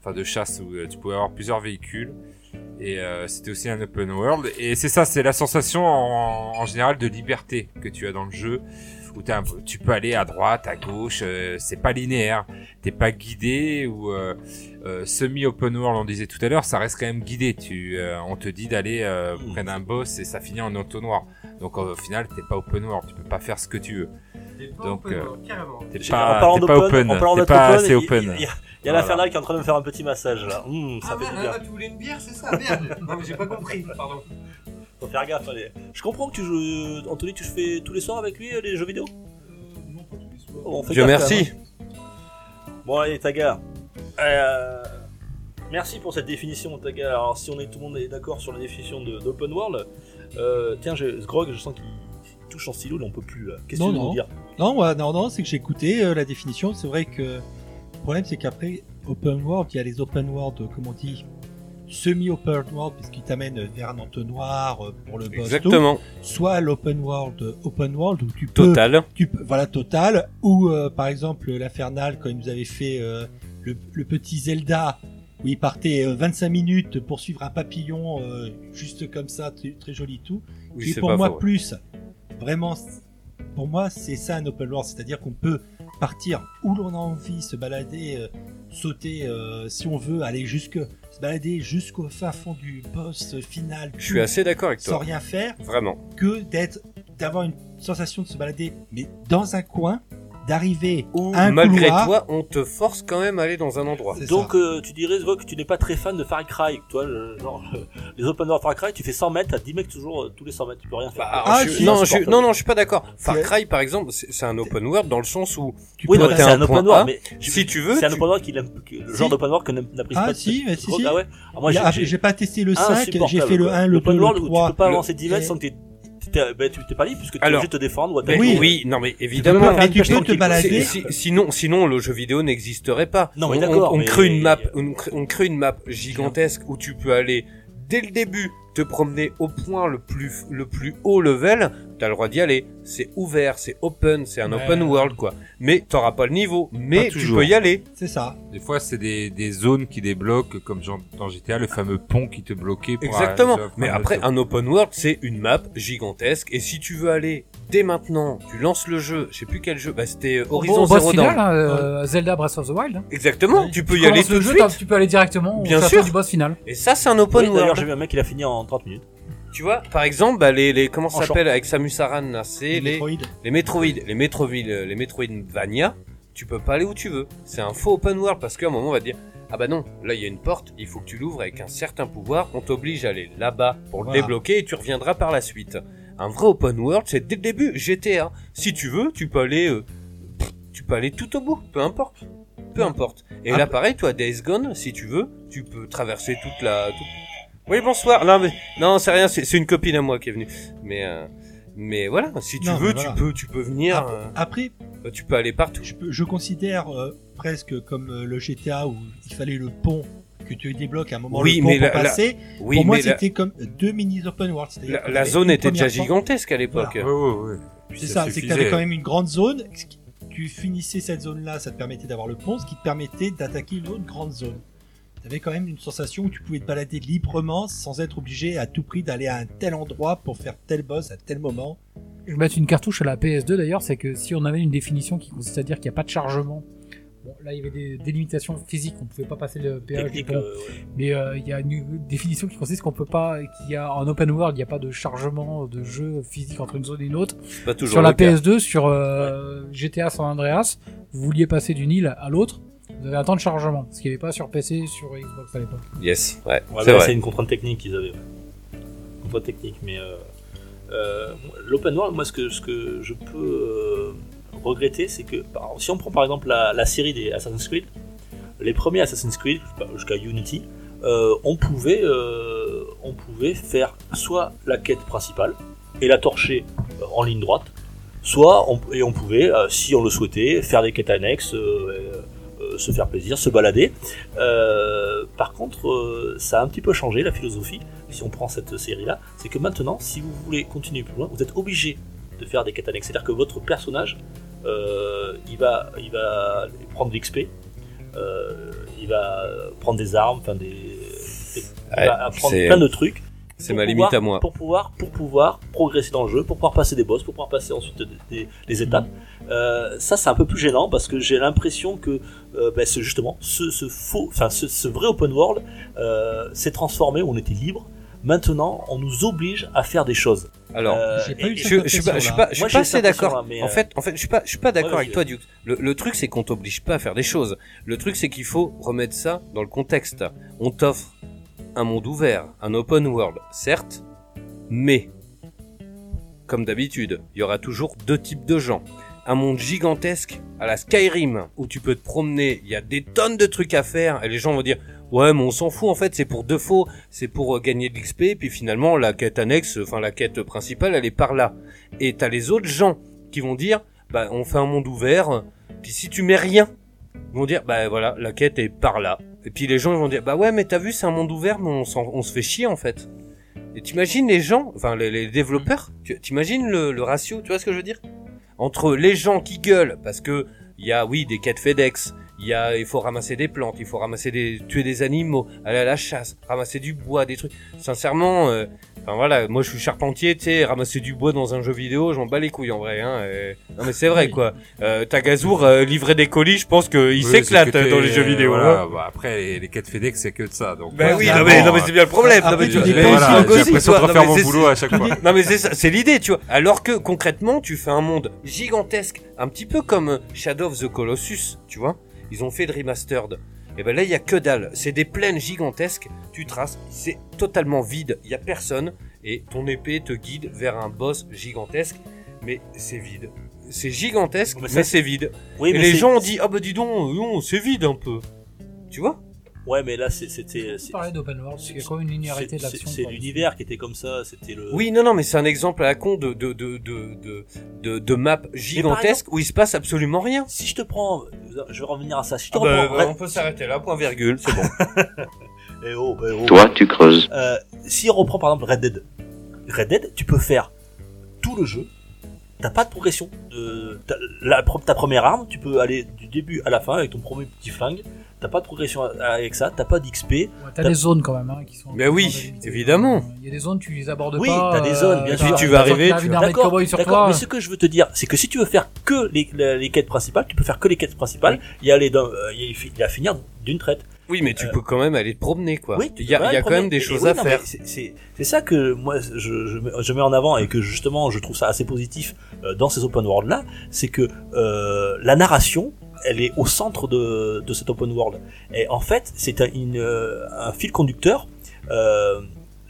Enfin, de chasse où euh, tu pouvais avoir plusieurs véhicules. Et euh, c'était aussi un open world. Et c'est ça, c'est la sensation en, en général de liberté que tu as dans le jeu, où t'as un peu- tu peux aller à droite, à gauche, euh, c'est pas linéaire, t'es pas guidé ou euh, euh, semi-open world, on disait tout à l'heure, ça reste quand même guidé. Tu, euh, on te dit d'aller euh, près d'un boss et ça finit en entonnoir. Donc euh, au final, t'es pas open world, tu peux pas faire ce que tu veux. Donc, euh, T'es pas,
en parlant
t'es pas
d'open,
open,
en parlant
t'es
d'être
pas
open,
assez
il-
open.
Il, il y a, il y a
Voilà.
l'infernal qui est en train de me faire un petit massage là. Hum, ça fait du bien.
Ah, tu voulais une bière, c'est ça Merde Non, mais j'ai pas compris, pardon.
Faut faire gaffe. allez. Je comprends que tu joues, Anthony, tu fais tous les soirs avec lui euh, les jeux vidéo. Oh, on fait
Dieu
gaffe,
merci.
hein.
Bon allez Taga. Euh, merci pour cette définition Taga. Alors si on est tout le monde est d'accord sur la définition de- d'open world, euh, tiens je, ce Grog je sens qu'il il touche en stylo, il en peut plus. là. Qu'est-ce que
Non,
tu veux
non.
nous dire
Non, ouais, non, non, c'est que j'ai écouté euh, la définition. C'est vrai que le problème, c'est qu'après open world, il y a les open world, euh, comme on dit, semi-open world, puisqu'ils t'amènent vers un entonnoir euh, pour le boss.
Exactement.
tout. Soit l'open world, euh, open world où tu peux,
Total.
tu peux- voilà, total. Ou euh, par exemple l'infernal quand ils nous avaient fait euh, le, le petit Zelda où il partait euh, 25 minutes pour suivre un papillon, euh, juste comme ça, très, très joli tout
Oui,
qui
c'est
pour
pas
moi
faux.
plus vraiment c- pour moi c'est ça un open world c'est à dire qu'on peut partir où l'on a envie se balader euh, sauter euh, si on veut aller jusque se balader jusqu'au fin fond du boss final
Je suis assez d'accord avec
sans
toi.
rien faire
Vraiment.
que d'être d'avoir une sensation de se balader mais dans un coin d'arriver
Ou
Un
malgré
couloir.
toi, on te force quand même à aller dans un endroit.
c'est
Donc
ça.
euh, tu dirais Grog que tu n'es pas très fan de Far Cry, toi le- genre le- les open world Far Cry tu fais 100 mètres, t'as 10 mecs toujours euh, tous les 100 mètres, tu peux rien faire.
Bah,
Ah,
je suis-
si,
non,
c'est
je suis-
portable.
non, non, je suis pas d'accord. Far
C'est-
Cry, par exemple, c'est c'est un open world dans le sens où,
tu
oui,
peux
non,
t'as
mais c'est
rester-
un
un open
point A,
world, mais je-
si tu veux,
c'est un
tu-
open world qu'il aime- que- le
Si.
genre d'open world que n'a- n'apprise
ah
euh, pas.
si, mais si,
Grog,
si.
ah ouais. Ah, moi,
Il y a-
j'ai-
j'ai pas testé le 5
Insupportable,
j'ai fait le
quoi.
1 le 2
Open
le
world où
3
tu peux pas
le-
avancer 10 mètres
et-
sans que t'aies- t'aies- ben, tu t'es pas libre puisque tu es
Alors-
obligé de te défendre ou
Ben
attaquer.
oui.
oui, non mais
Tu
évidemment.
peux pas-
mais
tu peux
tranquille,
te balader.
si- si- sinon, sinon le jeu vidéo n'existerait pas.
Non, mais
on,
d'accord,
on
mais-
crée une map, on crée, on crée une map gigantesque où tu peux aller dès le début, te promener au point le plus le plus haut level. T'as le droit d'y aller. C'est ouvert, c'est open, c'est un
Ouais.
open world quoi. Mais t'auras pas le niveau, mais tu
toujours.
peux y aller.
c'est ça
Des fois, c'est des, des zones qui débloquent, comme genre dans GTA, le fameux pont qui te bloquait. Pour
Exactement.
euh,
Mais
prendre
après,
le-
un open world, c'est une map gigantesque. Et si tu veux aller dès maintenant, tu lances le jeu. Je sais plus quel jeu. Bah, c'était Horizon
Au boss
Zero
final,
Dawn.
hein, euh, Zelda Breath of the Wild. hein.
Exactement. Tu peux y
Commence
aller tout
le
de
jeu,
suite.
t'as- tu peux aller directement au
Bien
plateau
sûr.
du boss final.
Et ça, c'est un
Oui,
open
D'ailleurs, j'ai
world.
vu un mec, il a fini en 30 minutes.
Tu vois, par exemple, bah, les, les comment
En
ça s'appelle avec Samus Aran, là, c'est les
Metroid.
les Metroid, les Metroid, euh, les Metroidvania. Tu peux pas aller où tu veux. C'est un faux open world parce qu'à un moment on va te dire ah bah non, là il y a une porte, il faut que tu l'ouvres avec un certain pouvoir. On t'oblige à aller là-bas pour le
Voilà.
débloquer et tu reviendras par la suite. Un vrai open world, c'est dès le début GTA. Si tu veux, tu peux aller, euh, pff, tu peux aller tout au bout, peu importe. Peu importe. Et là, pareil, toi, Days Gone, si tu veux, tu peux traverser toute la. toute- Oui, bonsoir. Non, mais non, c'est rien. C'est c'est une copine à moi qui est venue. Mais, euh, mais voilà, si tu
Non, mais
veux,
voilà. Ah,
tu peux, tu peux venir. euh,
après
bah, tu peux aller partout.
je, peux- je considère euh, presque comme euh, le GTA où il fallait le pont que tu débloques à un moment
Oui,
le pont
mais
pour
la- la-
passer.
Oui,
pour moi,
mais la,
c'était comme deux mini open world. c'est-à-dire
la-
que
la
t'avais
zone
une
était déjà
première fois-
gigantesque à l'époque.
Ouais, ouais, ouais. Puis
C'est ça, c'est que tu avais
suffisait.
quand même une grande zone. ce qui- Tu finissais cette zone-là, ça te permettait d'avoir le pont, ce qui te permettait d'attaquer une autre grande zone. Tu avais quand même une sensation où tu pouvais te balader librement sans être obligé à tout prix d'aller à un tel endroit pour faire tel boss à tel moment.
Je vais mettre une cartouche à la PS2 d'ailleurs, c'est que si on avait une définition qui consiste à dire qu'il n'y a pas de chargement, bon là il y avait des, des limitations physiques, on ne pouvait pas passer le péage du
Technique,
pont,
euh, ouais.
mais euh, il y a une définition qui consiste qu'on peut pas, qu'il y a en open world, il n'y a pas de chargement de jeu physique entre une zone et une autre.
C'est Pas toujours
Sur la
le cas.
PS2, sur euh, GTA San Andreas, vous vouliez passer d'une île à l'autre, vous avez un temps de chargement, ce qu'il n'y avait pas sur PC, sur Xbox à l'époque.
Yes, ouais,
Ouais,
c'est
mais là,
vrai.
C'est une contrainte technique qu'ils avaient. ouais. Contrainte technique, mais euh, euh, l'open world, moi, ce que, ce que je peux euh, regretter, c'est que par- si on prend par exemple la, la série des Assassin's Creed, les premiers Assassin's Creed jusqu'à Unity, euh, on pouvait, euh, on pouvait faire soit la quête principale et la torcher euh, en ligne droite, soit on, et on pouvait, euh, si on le souhaitait, faire des quêtes annexes. euh, euh, se faire plaisir, se balader, euh, par contre, euh, ça a un petit peu changé la philosophie, si on prend cette série-là, c'est que maintenant, si vous voulez continuer plus loin, vous êtes obligé de faire des quêtes annexes. C'est-à-dire que votre personnage, euh, il, va, il va prendre de l'XP, euh, il va prendre des armes, enfin des, Il
Ouais,
va apprendre
c'est-
plein de trucs.
C'est
pour
ma
pouvoir-
limite à moi.
Pour pouvoir, pour pouvoir progresser dans le jeu, pour pouvoir passer des boss, pour pouvoir passer ensuite des, des- les étapes. Euh, ça, c'est un peu plus gênant parce que j'ai l'impression que euh, ben, ce, justement ce, ce faux, enfin ce, ce vrai open world euh, s'est transformé. où On était libre. Maintenant, on nous oblige à faire des choses.
Alors,
Euh,
j'ai pas
et-
eu
je, je suis pas, je suis pas, je suis
Moi,
pas
j'ai
assez
cette
d'accord.
impression-là, mais,
En
euh,
fait, en fait, je suis pas, je suis pas d'accord
ouais,
avec
vas-y.
toi, Duke. Le, le truc, c'est qu'on t'oblige pas à faire des choses. Le truc, c'est qu'il faut remettre ça dans le contexte. On t'offre un monde ouvert, un open world, certes, mais comme d'habitude, il y aura toujours deux types de gens. Un monde gigantesque à la Skyrim où tu peux te promener, il y a des tonnes de trucs à faire et les gens vont dire ouais mais on s'en fout en fait c'est pour deux faux, c'est pour euh, gagner de l'XP puis finalement la quête annexe, enfin la quête principale elle est par là et t'as les autres gens qui vont dire bah on fait un monde ouvert euh, puis si tu mets rien ils vont dire bah voilà la quête est par là et puis les gens ils vont dire bah ouais mais t'as vu c'est un monde ouvert mais on, s'en- on se fait chier en fait et t'imagines les gens enfin les, les développeurs tu- t'imagines le, le ratio tu vois ce que je veux dire entre les gens qui gueulent parce que il y a oui des quêtes FedEx il y a il faut ramasser des plantes il faut ramasser des tuer des animaux aller à la chasse ramasser du bois des trucs sincèrement euh, Enfin voilà, moi je suis charpentier, tu sais, ramasser du bois dans un jeu vidéo, je m'en bats les couilles en vrai. Hein. euh. Non mais c'est vrai quoi. Euh, Tagazour, euh, livrer des colis, je pense qu'il
Oui,
s'éclate
c'est que t'es-
dans les jeux vidéo.
voilà,
hein.
bah, après, les, les quêtes FedEx, c'est euh, que de ça. Donc, euh,
Bah
voilà,
oui, non
finalement,
mais, non, mais c'est bien le problème.
Ah,
non, mais
mais
tu
tu
vois,
dis
mais
pas,
c'est
voilà,
le
j'ai
gossip,
l'impression de
quoi. Non,
refaire
mais
mon
c'est-
boulot à chaque fois.
Non mais c'est ça, c'est l'idée, tu vois. Alors que concrètement, tu fais un monde gigantesque, un petit peu comme euh, Shadow of the Colossus, tu vois. Ils ont fait de remastered. Et ben là, il y a que dalle. C'est des plaines gigantesques. Tu traces, c'est totalement vide. Il y a personne et ton épée te guide vers un boss gigantesque, mais c'est vide. C'est gigantesque,
Mais
mais,
ça, c'est-
c'est vide.
Oui,
et
mais
les
c'est-
gens ont dit, ah bah dis donc, euh, non, c'est vide un peu. Tu vois
Ouais, mais là, c'est- c'était.
Tu
c'est-
parlais d'open world, parce qu'il y a quand même une linéarité de
c'est-
l'action.
C'est
quoi.
l'univers qui était comme ça. C'était le.
Euh, Oui, non, non, mais c'est un exemple à la con de, de, de, de, de, de, de map gigantesque où il se passe absolument rien.
Si je te prends, je vais revenir à ça. Si je te
Ah bah,
reprends,
on peut s'arrêter là, point virgule, c'est bon.
Eh oh, eh oh.
Toi, tu creuses.
Euh, si on reprend par exemple Red Dead, Red Dead, tu peux faire tout le jeu. T'as pas de progression. Euh, t'as- la, pro- ta première arme, tu peux aller du début à la fin avec ton premier petit flingue. T'as pas de progression a- avec ça. T'as pas d'XP.
Ouais, t'as des zones quand même hein, qui sont.
Mais oui,
limitées.
évidemment.
Il y a des zones, tu les abordes
Oui,
pas. euh,
t'as des zones, bien
t'as-
sûr.
Tu vas
t'as-
arriver,
t'as
tu
une
vas-
armée de cowboys sur
d'accord.
toi.
Mais ce que je veux te dire, c'est que si tu veux faire que les, les- les quêtes principales, tu peux faire que les quêtes principales. Il y a les, d'un- euh, il y a- il y a à finir d'une traite.
Oui, mais tu
Euh,
peux quand même aller te promener, quoi.
Oui, tu
il y a,
peux pas
il y a
le
quand
premier.
même des
Et-
choses
oui,
à
non,
faire.
mais c'est- C'est c'est ça que moi je, je, mets- je mets en avant et que justement je trouve ça assez positif euh, dans ces open world là, c'est que euh, la narration elle est au centre de, de cet open world. Et en fait, c'est un, une, euh, un fil conducteur. Euh,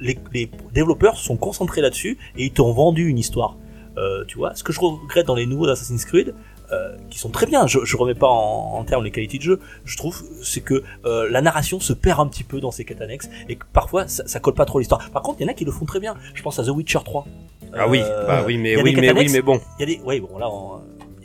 les, les développeurs sont concentrés là-dessus et ils t'ont vendu une histoire. Euh, tu vois, ce que je regrette dans les nouveaux Assassin's Creed, euh, qui sont très bien, je, je remets pas en, en termes les qualités de jeu, je trouve, c'est que euh, la narration se perd un petit peu dans ces quêtes annexes et que parfois ça, ça colle pas trop l'histoire. Par contre, il y en a qui le font très bien. Je pense à The Witcher 3.
Ah oui,
Euh,
bah oui,
il y
mais
a des
oui, mais oui,
catanex.
mais bon.
Il y a des, ouais, bon là, on- euh,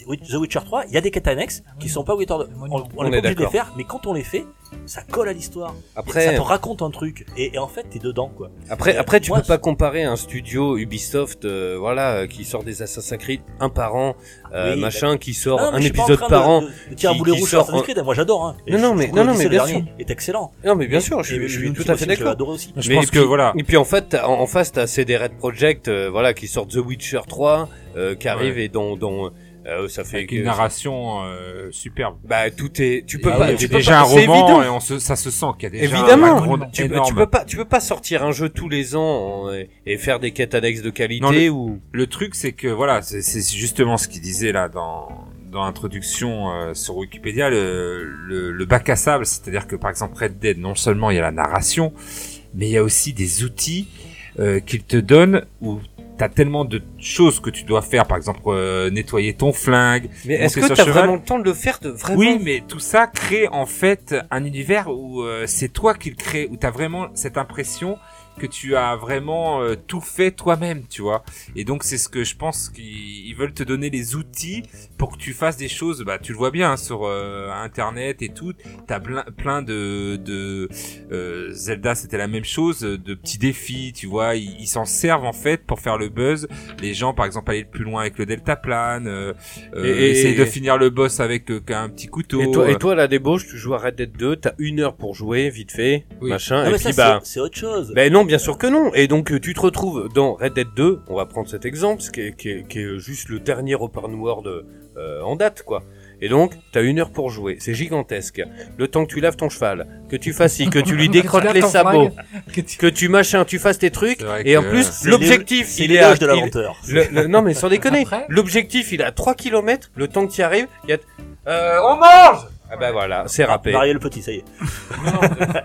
oui, The Witcher 3, il y a des quêtes annexes qui sont pas obligatoire-
Le
On,
monument.
on
On
est
est
pas obligé de les
d'accord.
faire, mais quand on les fait, ça colle à l'histoire. Ça
Après,
te raconte un truc et, et en fait t'es dedans quoi.
après, après, tu
Moi,
peux pas
c'est-
comparer un studio Ubisoft, euh, voilà, euh, qui sort des Assassin's Creed un par an, euh,
Oui,
machin, qui sort
Ah non, mais
un
je suis pas en
épisode
train
par
de-
an.
de- de tirer un
qui-
boulet
qui
rouge sur
sort
Assassin's
un-
Creed, moi j'adore. Hein. Et
Non,
je
non,
trouve
mais-
que
non, non,
Odyssey,
mais
le
bien
dernier,
sûr.
est excellent.
Non, mais bien
Et-
sûr, je,
et
je suis
Unity
tout à fait
Machine, je l'ai
d'accord.
adoré aussi.
Je
Mais
pense
puis-
que voilà.
Et puis en fait, t'as- en en face, t'as CD Red Project, euh, voilà, qui sort The Witcher 3, euh, qui arrive et dont, dont euh, ça fait
Avec une
que-
narration euh, superbe.
Bah tout est, tu peux
Ah
pas,
oui,
tu
j'ai
peux
déjà
pas-
un
c'est
roman
évident.
et on se, ça se sent qu'il y a déjà
Évidemment.
un background
Tu, peux-
énorme.
tu peux pas, tu peux pas sortir un jeu tous les ans en- et, et faire des quêtes annexes de qualité
Non, le-
ou.
Le truc, c'est que voilà, c'est c'est justement ce qu'il disait là dans dans l'introduction euh, sur Wikipédia, le, le, le bac à sable, c'est-à-dire que par exemple Red Dead, non seulement il y a la narration, mais il y a aussi des outils euh, qu'il te donne où t'as tellement de choses que tu dois faire, par exemple euh, nettoyer ton flingue.
Mais est-ce
monter
que
sur
t'as
cheval.
vraiment le temps de le faire de vraiment
Oui, mais tout ça crée en fait un univers où euh, c'est toi qui le crée, où t'as vraiment cette impression que tu as vraiment euh, tout fait toi-même, tu vois. Et donc c'est ce que je pense qu'ils ils veulent te donner les outils pour que tu fasses des choses. Bah tu le vois bien hein, sur euh, internet et tout. T'as plein plein de, de euh, Zelda, c'était la même chose, de petits défis, tu vois. Ils ils s'en servent en fait pour faire le buzz. Les gens, par exemple, aller plus loin avec le deltaplane, euh, euh,
Et- et-
essayer
et-
de finir le boss avec euh, un petit couteau. Euh,
Et toi, et toi, à la débauche, tu joues à Red Dead 2, t'as une heure pour jouer, vite fait,
Oui.
machin,
Non,
et
mais ça,
puis bah.
c'est- c'est autre chose.
Ben non, bien sûr que non. Et donc euh, tu te retrouves dans Red Dead 2, on va prendre cet exemple, ce qui est, qui est- qui est juste le dernier open world euh, en date, quoi. Et donc, t'as une heure pour jouer, c'est gigantesque. Le temps que tu laves ton cheval, que tu fasses ci, que tu lui
Tu
décrottes
laves
les
ton
sabots,
flag, que tu-
que tu machin, tu fasses tes trucs.
C'est vrai
Et en
que-
plus,
C'est
l'objectif,
C'est
il est à...
l'éloge de
il-
l'inventeur.
le- le- non mais sans déconner,
Après
l'objectif il est à 3 km, le temps que tu arrives, il y a... Euh, on mange Ah bah voilà, c'est râpé.
Mario le petit, ça y est.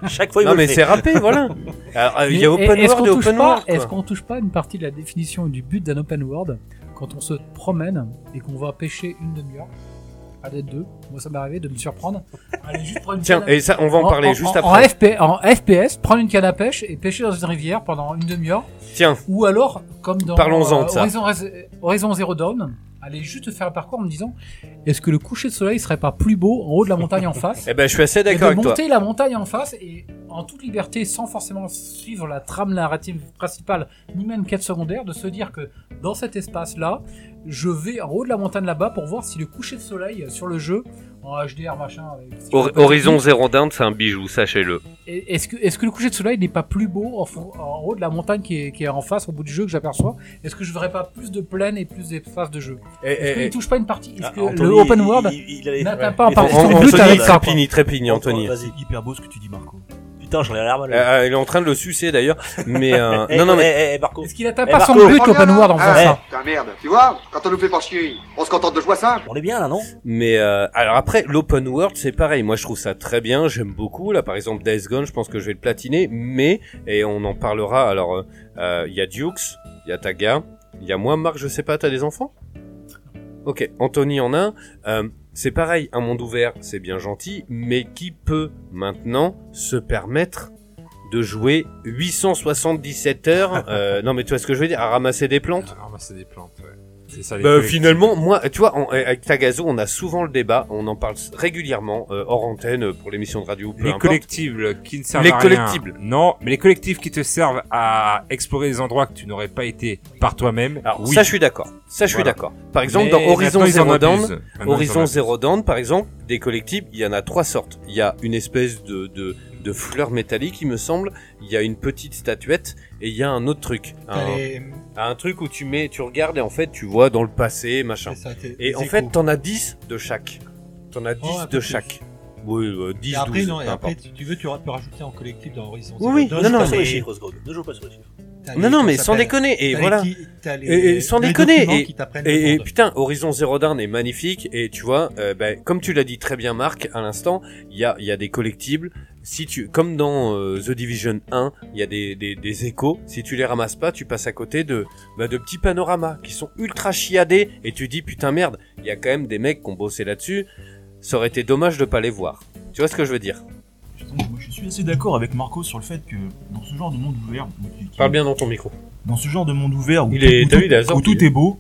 Chaque fois, il
Non
me le
mais
fait.
c'est râpé, voilà. Alors, euh, Il y a
Mais
open
est-ce qu'on
world et
touche
open
pas-
world. quoi.
Est-ce qu'on touche pas une partie de la définition du but d'un open world quand on se promène et qu'on va pêcher une demi-heure à l'aide 2 Moi, ça m'est arrivé de me surprendre. Allez, juste prendre une
Tiens,
canne à-
et ça, on va en, parler juste
en-
après.
En, FP en FPS, prendre une canne à pêche et pêcher dans une rivière pendant une demi-heure.
Tiens,
Ou alors, comme dans
Parlons-en de ça.
Horizon, Horizon Zero Dawn, aller juste faire un parcours en me disant est-ce que le coucher de soleil serait pas plus beau en haut de la montagne en face
eh ben, je suis assez
et
d'accord
de
avec toi.
monter la montagne en face et en toute liberté, sans forcément suivre la trame narrative principale, ni même quête secondaire, de se dire que dans cet espace-là, je vais en haut de la montagne là-bas pour voir si le coucher de soleil euh, sur le jeu, en HDR machin. euh, avec-
Hor- Horizon Zero Dawn, c'est un bijou, sachez-le.
Et Est-ce que, est que le coucher de soleil n'est pas plus beau en, fond- en haut de la montagne qui est, qui est en face, au bout du jeu que j'aperçois Est-ce que je verrais pas plus de plaines et plus d'espace de jeu
Eh, eh,
Est-ce qu'il
eh.
ne touche pas une partie Est-ce
Ah,
que
Anthony,
le open
il-
world
il- il allait-
n'atteint
Ouais.
pas en
Et
partie
An-
son but
Anthony,
avec
il
ça
trépigne, il trépigne, Anthony.
Vas-y.
hyper beau ce que tu dis, Marco.
Putain, j'en ai l'air mal.
Euh, euh, il est en train de le sucer d'ailleurs, mais euh,
Eh,
non non mais
eh, eh, eh, Marco.
Est-ce qu'il atteint
Eh,
pas son
Marco,
but l'open world en faisant
Ah,
ça
Putain, merde. Tu vois, quand on nous fait pencher, on se contente de joie simple.
On est bien là, non
mais euh, alors après l'open world c'est pareil. Moi je trouve ça très bien, j'aime beaucoup. Là par exemple Days Gone, je pense que je vais le platiner, mais et on en parlera. Alors euh, euh, il y a Dukes, il y a Taga, il y a moi Marc, je sais pas, t'as des enfants Ok, Anthony en a. un. Euh, c'est pareil, un monde ouvert, c'est bien gentil, mais qui peut maintenant se permettre de jouer 877 heures euh, Non, mais tu vois ce que je veux dire À ramasser des plantes
Ah, bah, c'est des plantes. ouais. C'est ça. les
Bah,
collectifs.
finalement, moi, tu vois, en- avec Tagazo, on a souvent le débat, on en parle régulièrement, euh, hors antenne, euh, pour l'émission de radio, peu
Les
importe.
collectibles qui ne servent
Les
à rien.
collectibles.
Non, mais les collectifs qui te servent à explorer des endroits que tu n'aurais pas été par toi-même.
Alors,
oui.
ça, je suis d'accord. Ça, je suis
Voilà.
d'accord. Par exemple,
Mais
dans Horizon
maintenant, ils en
Zero Dawn,
abusent. Maintenant, ils en
Horizon
abusent.
Zero Dawn, par exemple, des collectibles, il y en a trois sortes. Il y a une espèce de, de, de fleur métallique, il me semble. Il y a une petite statuette et il y a un autre truc.
T'as
Un,
les-
un truc où tu mets, tu regardes et en fait, tu vois dans le passé, machin.
ça, t'es-
Et
les
en fait,
échos.
t'en as 10 de chaque. T'en as 10
Oh, un peu
de
plus.
chaque. Oui, euh, 10,
Et après,
12,
non, et
peu
après,
importe.
tu tu veux, tu auras pu rajouter en collectif dans Horizon.
Oui, oui,
Zero Dawn,
non,
Ne joue pas
non,
sur
t'as
les
les-
chiffres, Grogue, Ne joue pas sur les chiffres.
t'as les-
Non, non,
comment
mais
ça
sans
s'appelle
déconner. Et
T'as
voilà.
les qui- t'as les-
Et- et sans
les
déconner,
documents
et-
qui t'apprennent
Et, et
le monde.
putain, Horizon Zero Dawn est magnifique. Et tu vois, euh, ben, comme tu l'as dit très bien, Marc, à l'instant, il y a, il y a des collectibles. Si tu, comme dans euh, The Division 1, il y a des, des, des échos. Si tu les ramasses pas, tu passes à côté de, ben, de petits panoramas qui sont ultra chiadés. Et tu dis, putain, merde, il y a quand même des mecs qui ont bossé là-dessus. Ça aurait été dommage de pas les voir. Tu vois ce que je veux dire
Moi, je suis assez d'accord avec Marco sur le fait que dans ce genre de monde ouvert, qui- qui-
Parle bien dans ton micro.
dans ce genre de monde ouvert où,
Il est-
tout,
t'as
où
vu, il est à
tout- où
Zorb,
tout
lui.
est beau,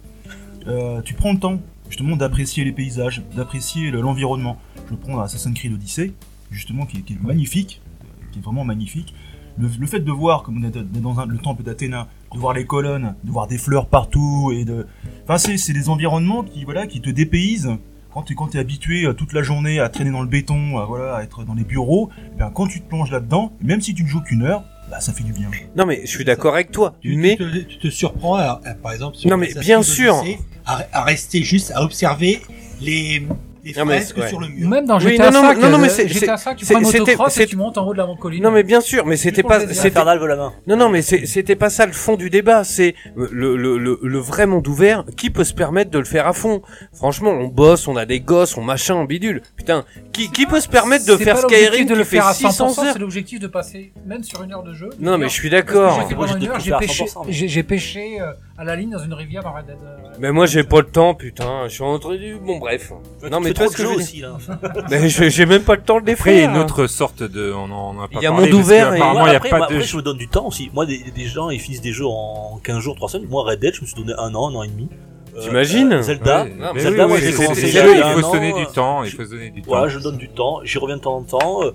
euh, tu prends le temps justement d'apprécier les paysages, d'apprécier le- l'environnement. Je prends Assassin's Creed Odyssey, justement, qui est, qui est magnifique, euh, qui est vraiment magnifique. Le, le fait de voir, comme on est dans un- le temple d'Athéna, de voir les colonnes, de voir des fleurs partout, et de. Enfin, c'est c'est des environnements qui, voilà, qui te dépaysent. Quand tu es habitué euh, toute la journée à traîner dans le béton, à, voilà, à être dans les bureaux, eh bien, quand tu te plonges là-dedans, même si tu ne joues qu'une heure, bah, ça fait du bien.
Non, mais je suis d'accord avec toi.
Tu, tu
mais
te, tu te surprends, à, à- par exemple, sur
Non, mais
Assassin's
bien
Creed
sûr.
Odyssey, à, à rester juste à observer les, les
Non, mais
fresques
ouais.
sur le
Ou
mur.
même dans
Oui,
GTA
non, non,
5,
non, non, mais c'est-
GTA 5, tu
c'est-
prends une
c'était-
motocross et
c'était-
tu montes en haut de la colline.
Non mais bien sûr, mais c'était
pour le
pas,
plaisir.
c'était,
Infernal veut la main.
non non mais c'est- c'était pas ça le fond du débat. C'est le, le, le, le vrai monde ouvert. Qui peut se permettre de le faire à fond Franchement, on bosse, on a des gosses, on machin, on bidule. Putain, qui, qui peut se permettre de
C'est
faire
pas l'objectif
Skyrim
de le
qui fait
faire à
600
100%,
heures
C'est l'objectif de passer même sur une heure de jeu.
Non mais je suis
Parce que j'ai
d'accord.
fait
Moi,
pendant
j'ai
une
tout
heure,
fait
j'ai
à
pêché,
100%, mais-
j'ai j'ai pêché euh, à la ligne dans une rivière dans Red Dead. euh,
Mais moi j'ai pas le temps, putain. Je suis en train de... Bon bref. Non mais tu vois ce que je veux dire
aussi là.
Mais je- j'ai même pas le temps de les
Après, il y a
faire. hein.
une autre sorte de. On en on en a pas
Il y a
parlé,
monde
parce
ouvert hein. et-
qu'apparemment,
moi,
il y a
après,
pas
moi,
de.
après, je me donne du temps aussi. Moi, des, des gens, ils finissent des jeux en 15 jours, 3 semaines. Moi, Red Dead, je me suis donné un an, un an et demi. Euh,
T'imagines
euh, Zelda.
Ouais,
Non,
mais
Zelda,
oui,
moi,
oui,
j'ai
c'est-
commencé
c'est-
il y a
c'est-
un
Il faut
an,
se donner du
euh,
temps. Il
je-
faut se donner du temps.
Voilà, je donne du temps. J'y reviens de temps en temps. Euh,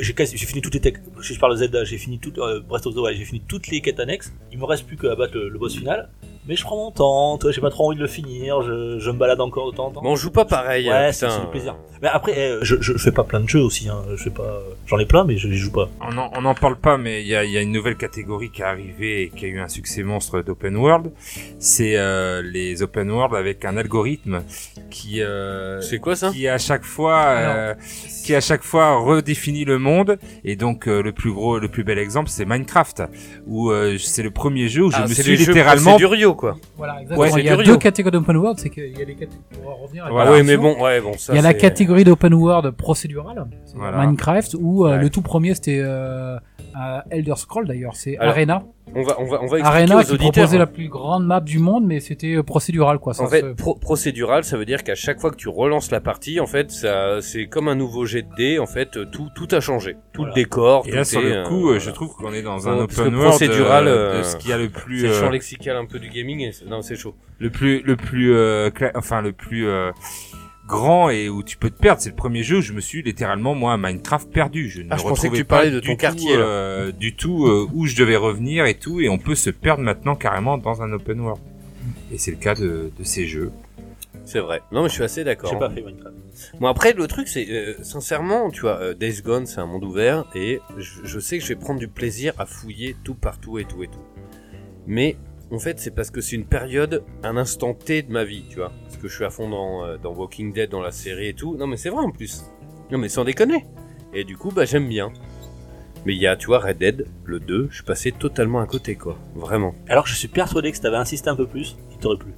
J'ai quasi- j'ai fini toutes les tech. Si je parle de Zelda, j'ai fini toutes. euh, Breath of the Wild, j'ai fini toutes les quêtes annexes. Il me reste plus qu'à battre le, le boss final. Mais je prends mon temps. tu vois, J'ai pas trop envie de le finir. Je, je me balade encore de temps en temps.
Bon, on joue pas pareil.
Ouais,
euh,
c'est
putain.
c'est du plaisir. Mais après, eh, je, je, je fais pas plein de jeux aussi. Hein. Je fais pas. J'en ai plein, mais je les joue pas.
On en, on en parle pas, mais il y a, il y a une nouvelle catégorie qui est arrivée et qui a eu un succès monstre d'open world. C'est euh, les open world avec un algorithme qui euh,
C'est quoi ça
qui à chaque fois euh, qui à chaque fois redéfinit le monde. Et donc euh, le plus gros, le plus bel exemple, c'est Minecraft, où euh, c'est le premier jeu où je
Ah,
me
c'est
suis
les jeux
littéralement
procéduriaux, quoi.
Voilà, exactement.
c'est
il y a
curieux.
deux catégories d'open world, c'est qu'il y a les catégories. On va revenir à la
Voilà.
Ah oui,
version.
mais bon, ouais, bon, ça.
il y a la
c'est-
catégorie d'open world procédurale, c'est
Voilà.
Minecraft, où euh,
Ouais.
le tout premier c'était euh, euh, Elder Scroll d'ailleurs, c'est
Alors,
Arena.
On va, on va, on va expliquer
Arena
aux
qui
auditeurs. hein.
proposait la plus grande map du monde, mais c'était euh, procédural quoi. Ça,
En
hein.
fait,
se-
pro- procédural, ça veut dire qu'à chaque fois que tu relances la partie, en fait, ça, c'est comme un nouveau jet de dés. En fait, euh, tout, tout a changé. Tout
Voilà.
le décor.
Et
tout
là, sur
est,
le coup,
euh,
euh, je trouve qu'on est dans un
Parce que
open world
procédural,
euh,
euh,
de ce qu'il y a le plus,
C'est le champ
euh,
lexical un peu du gaming. Et c'est- non, c'est chaud.
le plus, le plus, euh, cla- enfin le plus euh, grand et où tu peux te perdre. C'est le premier jeu où je me suis littéralement moi à Minecraft perdu. Je ne
Ah, je pensais
retrouvais
que tu
pas
parlais de
du
ton
tout,
quartier, là.
euh, du tout euh, où je devais revenir et tout. Et on peut se perdre maintenant carrément dans un open world. Et c'est le cas de, de ces jeux.
C'est vrai. Non, mais je suis assez d'accord.
J'ai pas fait Minecraft.
Bon après le truc c'est euh, sincèrement tu vois euh, Days Gone c'est un monde ouvert et je, je sais que je vais prendre du plaisir à fouiller tout partout et tout et tout. Mais en fait c'est parce que c'est une période, un instant T de ma vie tu vois. Parce que je suis à fond dans, euh, dans Walking Dead, dans la série et tout. Non mais c'est vrai en plus. Non mais sans déconner. Et du coup bah j'aime bien. Mais il y a tu vois Red Dead, le 2, je suis passé totalement à côté quoi. Vraiment.
Alors, je suis persuadé que si t'avais insisté un peu plus, il t'aurait plu.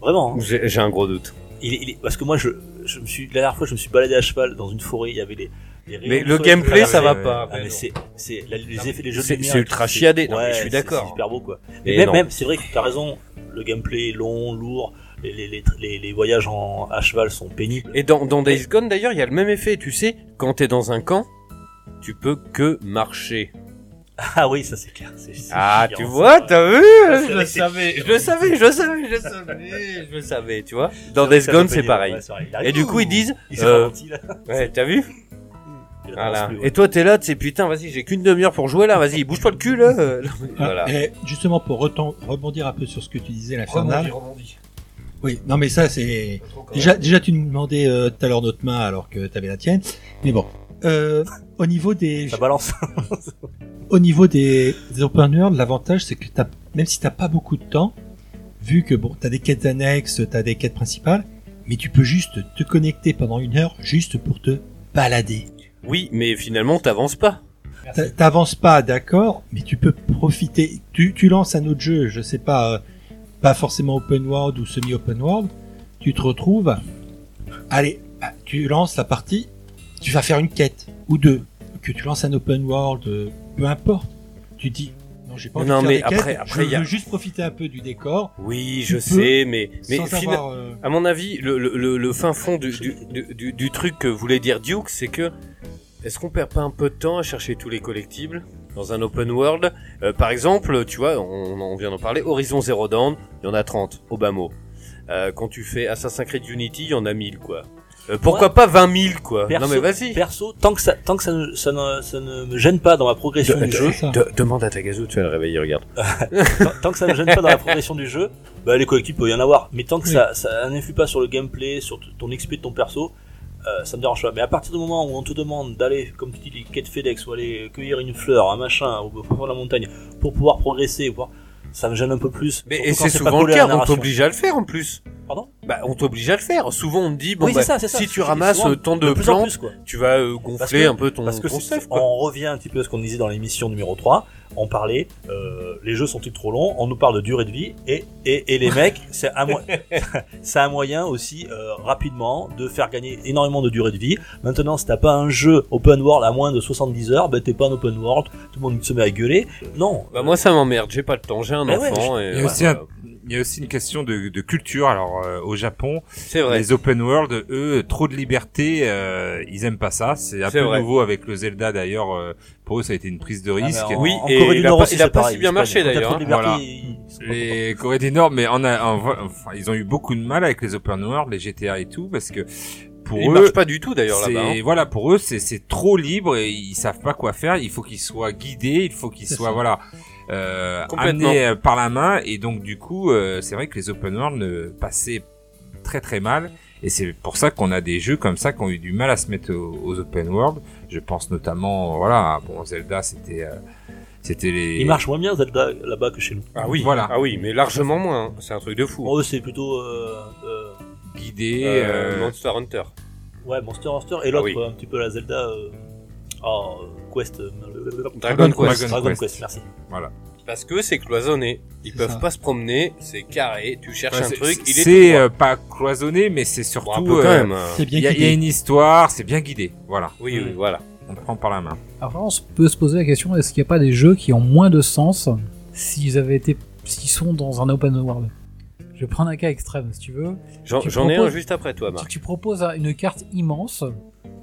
Vraiment. hein.
J'ai j'ai un gros doute.
Il, est- il est- parce que moi, je, je me suis la dernière fois, je me suis baladé à cheval dans une forêt. Il y avait les. les rayons
Mais
de
le
soleil qui
gameplay ça
traversaient.
va
ouais,
pas.
Ah, mais
non.
c'est, c'est, la-
Non,
les
mais
effets, les jeux de
c'est-
lumière
c'est
et
ultra
tout, c'est-
chiadé. Non, mais je suis
c'est-
d'accord.
C'est super beau, quoi.
Et
Et même,
non.
même, c'est vrai que t'as raison, le gameplay est long, lourd, les, les, les, les, les voyages en, à cheval sont pénibles.
Et dans, dans Days Gone d'ailleurs, il y a le même effet. Tu sais, quand t'es dans un camp, tu peux que marcher.
Ah oui, ça c'est clair. c'est- c'est
Ah,
chiant,
tu
ça,
vois,
ouais.
t'as vu
c'est
Je le
vrai,
savais, je le savais, je le savais, je le savais, je le savais, tu vois. Dans
vrai que
Days
ça
Gone,
fait
c'est
pénible,
pareil.
ouais, c'est vrai.
Et du coup, ils disent,
Il s'est
euh,
ralenti, là.
ouais, t'as vu
Il avance
Voilà.
plus, ouais.
Et toi, t'es là, tu sais, putain, vas-y, j'ai qu'une demi-heure pour jouer là, vas-y, bouge pas le cul là. Euh, non, mais
Ah,
Voilà.
et justement, pour retan- rebondir un peu sur ce que tu disais,
Rebondis,
l'infernal.
rebondis.
Oui, non, mais ça, c'est. Déjà, déjà, tu nous demandais euh, tout à l'heure notre main alors que t'avais la tienne. Mais bon. Euh, au niveau des,
Ça balance.
au niveau des, des open world, l'avantage, c'est que t'as, même si t'as pas beaucoup de temps, vu que bon, t'as des quêtes annexes, t'as des quêtes principales, mais tu peux juste te connecter pendant une heure juste pour te balader.
Oui, mais finalement, t'avances pas.
T'a- T'avances pas, d'accord, mais tu peux profiter. Tu, tu lances un autre jeu, je sais pas, euh, pas forcément open world ou semi-open world. Tu te retrouves, allez, bah, tu lances la partie, tu vas faire une quête ou deux. Que tu lances un open world, euh, peu importe. Tu dis, non, j'ai pas envie
Non,
de faire
mais
des
après-
quêtes,
après,
je
y a-
veux juste profiter un peu du décor.
Oui, je
Tu peux,
sais, mais mais
sans
fina-
avoir, euh,
À mon avis, le, le- le- le fin fond du, du- du- du- du truc que voulait dire Duke, c'est que est-ce qu'on perd pas un peu de temps à chercher tous les collectibles dans un open world Euh, Par exemple, tu vois, on, on vient d'en parler, Horizon Zero Dawn, il y en a 30, au bas mot. Euh, quand tu fais Assassin's Creed Unity, il y en a 1000, quoi. Euh, pourquoi pas 20 000, quoi
Perso-
Non mais vas-y
Perso, tant que ça, tant que ça ne, ça ne, ça ne me gêne pas dans ma progression
De-
du
de-
jeu,
ça.
de- Demande à Tagazu, tu vas le réveiller, regarde.
tant, tant que ça ne gêne pas dans la progression du jeu, bah, les collectifs peut y en avoir. Mais tant que
Oui.
ça, ça n'influe pas sur le gameplay, sur t- ton XP de ton perso, euh, ça me dérange pas. Mais à partir du moment où on te demande d'aller, comme tu dis, les quêtes FedEx, ou aller cueillir une fleur, un machin, ou au fond de la montagne, pour pouvoir progresser, voir, ça me gêne un peu plus.
Mais
Surtout
et
quand pas
c'est souvent
collé
le
à la
cas, on
narration.
t'oblige à le faire en plus.
Pardon
Bah, on t'oblige à le faire. Souvent, on te dit, bon,
Oui, c'est
bah,
ça, c'est ça.
si tu
C'est
ramasses
souvent
euh, tant
De
de
plus en
plantes,
plus, quoi.
tu vas euh,
Parce
gonfler
que-
un peu ton,
Parce que
ton
c'est-
self, quoi.
on revient un petit peu à ce qu'on disait dans l'émission numéro 3, on parlait, euh, les jeux sont-ils trop longs, on nous parle de durée de vie, et, et, et les mecs, c'est un, mo- c'est un moyen aussi euh, rapidement de faire gagner énormément de durée de vie. Maintenant, si t'as pas un jeu open world à moins de 70 heures, ben t'es pas un open world, tout le monde se met à gueuler. Non,
Bah moi ça m'emmerde, j'ai pas le temps, j'ai un
Mais ouais,
enfant et
Il y a
euh,
aussi un,
voilà.
il y a aussi une question de, de culture. Alors euh, au Japon,
C'est vrai.
les open world, eux, trop de liberté, euh, ils aiment pas ça. C'est un
C'est
peu
vrai. Ah,
nouveau avec le Zelda d'ailleurs. euh, pour eux, ça a été une prise de risque.
Ah, mais en-
Oui,
en
et
Corée du
il a
Nord
pas-
aussi,
il a
c'est
pas
pareil,
si bien
c'est
marché,
pareil. Quand t'as
d'ailleurs,
trop de
hein.
liberté, ils-
Les Corées du Nord, mais on a, en- enfin, ils ont eu beaucoup de mal avec les open world, les GTA et tout, parce que pour
Il
eux,
marche pas du tout d'ailleurs
c'est-
là-bas. hein.
voilà, pour eux, c'est- c'est trop libre et ils savent pas quoi faire. Il faut qu'ils soient guidés, il faut qu'ils
C'est
soient
ça.
voilà euh,
Complètement.
amenés euh, par la main. Et donc du coup, euh, c'est vrai que les open world ne passaient très très mal. Et c'est pour ça qu'on a des jeux comme ça qui ont eu du mal à se mettre aux, aux open world. Je pense notamment, voilà, bon Zelda, c'était euh, c'était les.
Ils marchent moins bien Zelda là-bas que chez nous.
Ah oui,
Voilà.
ah oui, mais largement moins. hein. C'est un truc de fou.
Pour eux, c'est plutôt euh, euh,
guidés.
Euh,
euh,
Monster Hunter.
ouais Monster Hunter et l'autre
Ah oui.
un petit peu la Zelda. euh, ah, euh, Quest. euh,
Dragon
Quest.
Dragon
Quest.
Quest, merci.
Parce que c'est cloisonné. Ils
C'est
peuvent
ça.
pas se promener, c'est carré, tu cherches
Ouais,
un
Bah, c'est-
truc, il est tout
C'est
droit.
euh, pas cloisonné, mais c'est
Bon, un
surtout.
peu quand
euh,
même. hein.
C'est bien
Il y, a- il y a
guidé.
une histoire, c'est bien guidé. Voilà,
Oui, oui, voilà.
on prend par la main.
Alors on se- peut se poser la question est-ce qu'il n'y a pas des jeux qui ont moins de sens s'ils avaient été s'ils sont dans un open world Je vais prendre un cas extrême si tu veux.
J'en
Tu
j'en ai un
proposes-
juste après toi, Marc.
Tu, tu proposes un- une carte immense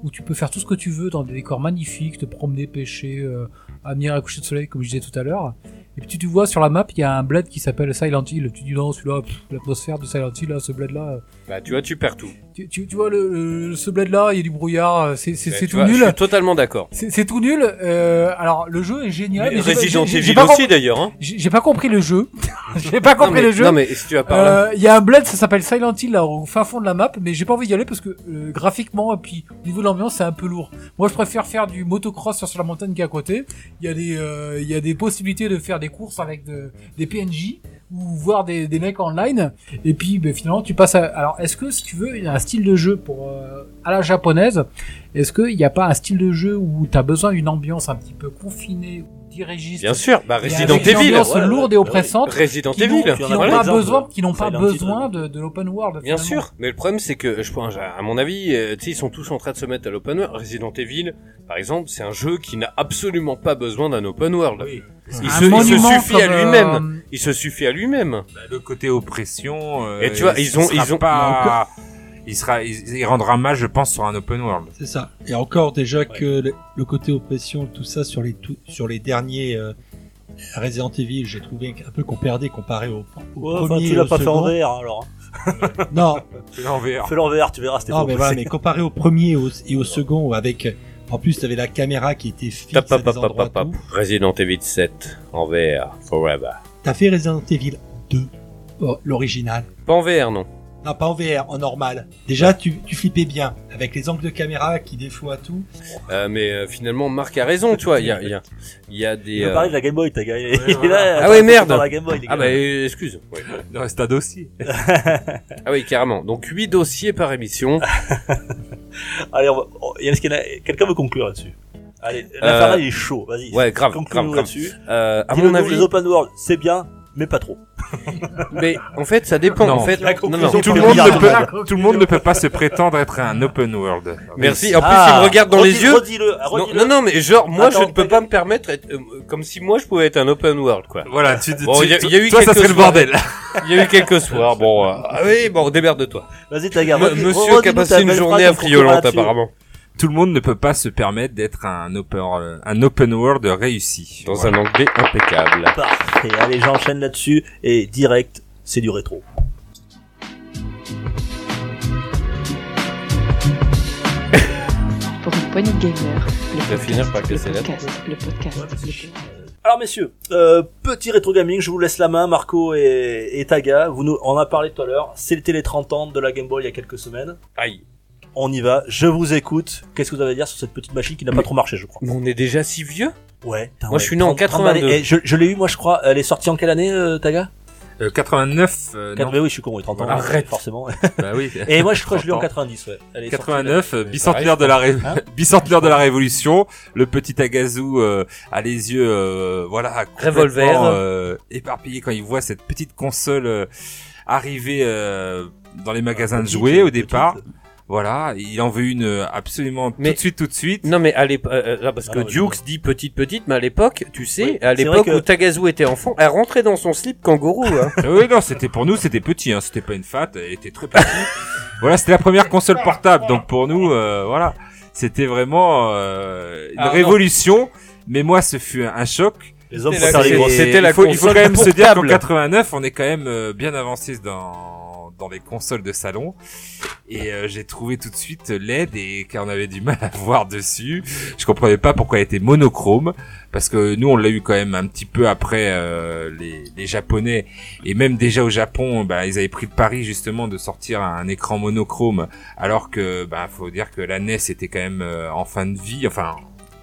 où tu peux faire tout ce que tu veux dans des décors magnifiques, te promener, pêcher, euh, amener à la coucher de soleil comme je disais tout à l'heure. Et puis tu te vois sur la map, il y a un bled qui s'appelle Silent Hill. Tu dis non, celui-là, pff, l'atmosphère de Silent Hill, là, ce bled là.
Bah, tu vois, tu perds tout.
Tu, tu- tu vois, le, le- ce bled là, il y a du brouillard, euh, c'est c'est-
Bah,
c'est
tu
tout
vois, Je
nul.
suis totalement d'accord.
C'est c'est tout nul. euh, alors le jeu est génial. mais j'ai pas-
Resident
j'ai- j'ai- j'ai
Evil
pas
aussi d'ailleurs. Hein.
J'ai j'ai pas compris le jeu. j'ai pas
non, mais,
compris le jeu.
non, mais si tu vas par là.
Euh, Il y a un bled, ça s'appelle Silent Hill, là, au fin fond de la map, mais j'ai pas envie d'y aller parce que euh, graphiquement et puis au niveau de l'ambiance, c'est un peu lourd. Moi, je préfère faire du motocross sur, sur la montagne qui est à côté. Il y a des, euh, il y a des possibilités de faire des courses avec de- des PNJ ou voir des, des mecs online. Et puis, ben, finalement, tu passes. À... Alors, est-ce que si tu veux, il y a un style de jeu pour euh, à la japonaise Est-ce qu'il n'y a pas un style de jeu où t'as besoin d'une ambiance un petit peu confinée, ou dirigiste
Bien sûr, bah,
et
Resident
avec une
Evil.
ambiance
ouais, ouais,
lourde
ouais,
et
ouais.
oppressante
Resident
qui n'ont
Evil.
qui n'ont
Voilà.
pas
Exemple,
besoin, qui n'ont pas
Silent
besoin
Hill.
de, de l'open world.
Bien
finalement.
sûr, mais le problème c'est que je pense, à mon avis, euh, tu sais, ils sont tous en train de se mettre à l'open world. Resident Evil, par exemple, c'est un jeu qui n'a absolument pas besoin d'un open world. Il,
Un
se, il se
monument
suffit à
comme,
lui-même.
euh,
Il se suffit à lui-même.
le côté oppression. euh,
Et tu vois, ils ont-
il sera
ils ont-
pas- Il sera, il, il rendra mal, je pense, sur un open world.
C'est ça. Et encore déjà que le, le côté oppression, tout ça sur les tout, sur les derniers euh, Resident Evil, j'ai trouvé un peu qu'on perdait comparé au, au
Ouais,
premier.
enfin, tu
et
l'as
au
pas fait en
second.
VR alors. hein.
Non,
C'est en VR.
Fais-le en VR, tu verras, c'était
non,
pas
Ah, mais
possible.
voilà, mais comparé au premier et au, et au second, avec en plus t'avais la caméra qui était fixe
Tap,
à
tap,
des
tap, tap,
endroits.
tap, tap.
tout.
Resident Evil 7 en VR, forever.
T'as fait Resident Evil 2, oh, l'original.
Pas en VR, non.
Non, pas en VR, en normal. Déjà, tu, tu flippais bien avec les angles de caméra qui défautent à tout.
Euh, mais euh, finalement, Marc a raison, tu vois. Il y a, il y a- il y a des.
Il veut
euh,
parler de la Game Boy, t'as gagné.
Ouais, voilà.
Ah ouais, merde.
Dans la Game Boy, les
Ah
gars.
bah euh, excuse. Ouais.
Il reste un dossier.
Ah oui, carrément. Donc 8 dossiers par émission.
Allez, on va... on- Yann, est-ce qu'il y en a- quelqu'un veut conclure là-dessus Allez, l'affaire là, il est chaud, vas-y.
Euh, Ouais, grave, grave,
Conclure
grave.
là-dessus.
Euh, à
Dis-le
mon
nous,
avis,
les open world, c'est bien, mais pas trop.
mais en fait, ça dépend.
Non.
En fait,
La
non, non.
conclusion,
Tout le
c'est
monde
bien.
ne
Ah,
peut, tout le monde ne peut pas se prétendre être un open world.
Merci. En plus,
Ah,
il me regarde dans
redis-
les yeux.
Redis-le,
Non,
redis-le.
non, non, mais genre, moi, je
Attends,
ne peux pas me permettre, être, euh, comme si moi, je pouvais être un open world, quoi.
Voilà, tu, tu-
Bon, il y a-
tu-
il y a eu
toi, ça
quelques
serait le
soirées.
bordel.
Il y a eu quelques soirs, bon, euh, ah oui, bon, démerde-toi.
Vas-y, ta gare. redis-
Monsieur
redis-nous
qui a
ta
passé une
belle
journée
phrase, on conclura
affriolante,
là-dessus.
apparemment.
Tout le monde ne peut pas se permettre d'être un open, un open world réussi.
Dans
Voilà.
un anglais impeccable.
Parfait, allez, j'enchaîne là-dessus, et direct, c'est du rétro.
Pour une poignée de gamer, le
vas finir par
le
casser la
podcast, le podcast, le podcast.
Alors messieurs, euh, petit rétro gaming, je vous laisse la main, Marco et, et Taga, vous nous, on en a parlé tout à l'heure, c'était les 30 ans de la Game Boy il y a quelques semaines.
Aïe.
On y va, je vous écoute, qu'est-ce que vous avez à dire sur cette petite machine qui n'a pas
Mais-
trop marché je crois
Mais on est déjà si vieux
Ouais,
Moi, je suis né en 82.
Et eh, je je l'ai eu moi je crois, elle est sortie en quelle année euh, Taga
Euh, 89. euh,
Quatre-
non.
Mais oui je suis con, oui 30 ans,
Arrête.
forcément.
bah oui.
Et moi je crois que je l'ai eu en
30 ans.
90, ouais. Elle est sortie-
89, euh,
Mais
bicentenaire de la ré-
Hein
bicentenaire de la révolution. Le petit Agazou euh, a les yeux, euh, voilà, complètement,
Revolver.
euh, éparpillé quand il voit cette petite console euh, arriver euh, dans les magasins de
Petite,
jouets au
Ah, petite.
départ. Voilà, il en veut une euh, absolument
Mais-
tout de suite, tout de suite.
Non mais à l'époque, euh, là, parce
Ah
que
non, mais
Dukes dit petite petite, mais à l'époque, tu sais,
Oui, c'est vrai
à l'époque
que-
où Tagazu était enfant, elle rentrait dans son slip kangourou. Hein.
Euh, oui, non, c'était pour nous, c'était petit, hein, c'était pas une fat, elle était très petite. voilà, c'était la première console
Ah,
portable, donc pour nous, euh, voilà, c'était vraiment euh, une
Ah, non.
révolution. Mais moi, ce fut un choc.
Les hommes
C'était la-
préfèrent les
c'est-
Et
grosses.
c'était la
il faut, il faut
console
quand même se dire qu'en
portable.
89, on est quand même euh, bien avancé dans dans les consoles de salon et euh, j'ai trouvé tout de suite l'aide et car on avait du mal à voir dessus je comprenais pas pourquoi elle était monochrome parce que nous on l'a eu quand même un petit peu après euh, les, les japonais et même déjà au Japon bah, ils avaient pris le pari justement de sortir un écran monochrome alors que bah faut dire que la NES était quand même euh, en fin de vie enfin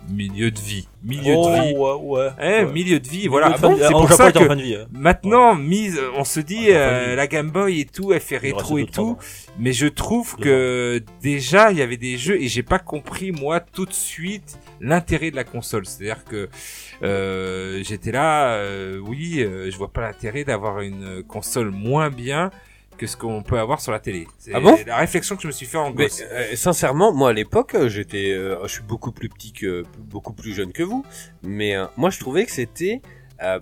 milieu de vie milieu
Oh,
de vie
ouais, ouais.
Eh,
Ouais.
milieu de vie, voilà.
Ah bon,
c'est
en
pour
Japon,
ça
il était en
que
fin de vie. hein.
maintenant, mise, on se dit
Ouais, en fin de
euh,
vie.
la Game Boy et tout, elle fait
Il reste
rétro
deux,
et
trois
tout,
ans.
mais je trouve
Deux
que déjà il y avait des jeux et j'ai pas compris moi tout de suite l'intérêt de la console. C'est-à-dire que euh, j'étais là, euh, oui, euh, je vois pas l'intérêt d'avoir une console moins bien que ce qu'on peut avoir sur la télé. C'est
Ah bon
la réflexion que je me suis fait en
Mais
gosse.
euh, sincèrement, moi à l'époque, euh, j'étais, euh, je suis beaucoup plus petit que, beaucoup plus jeune que vous, mais euh, moi je trouvais que c'était euh,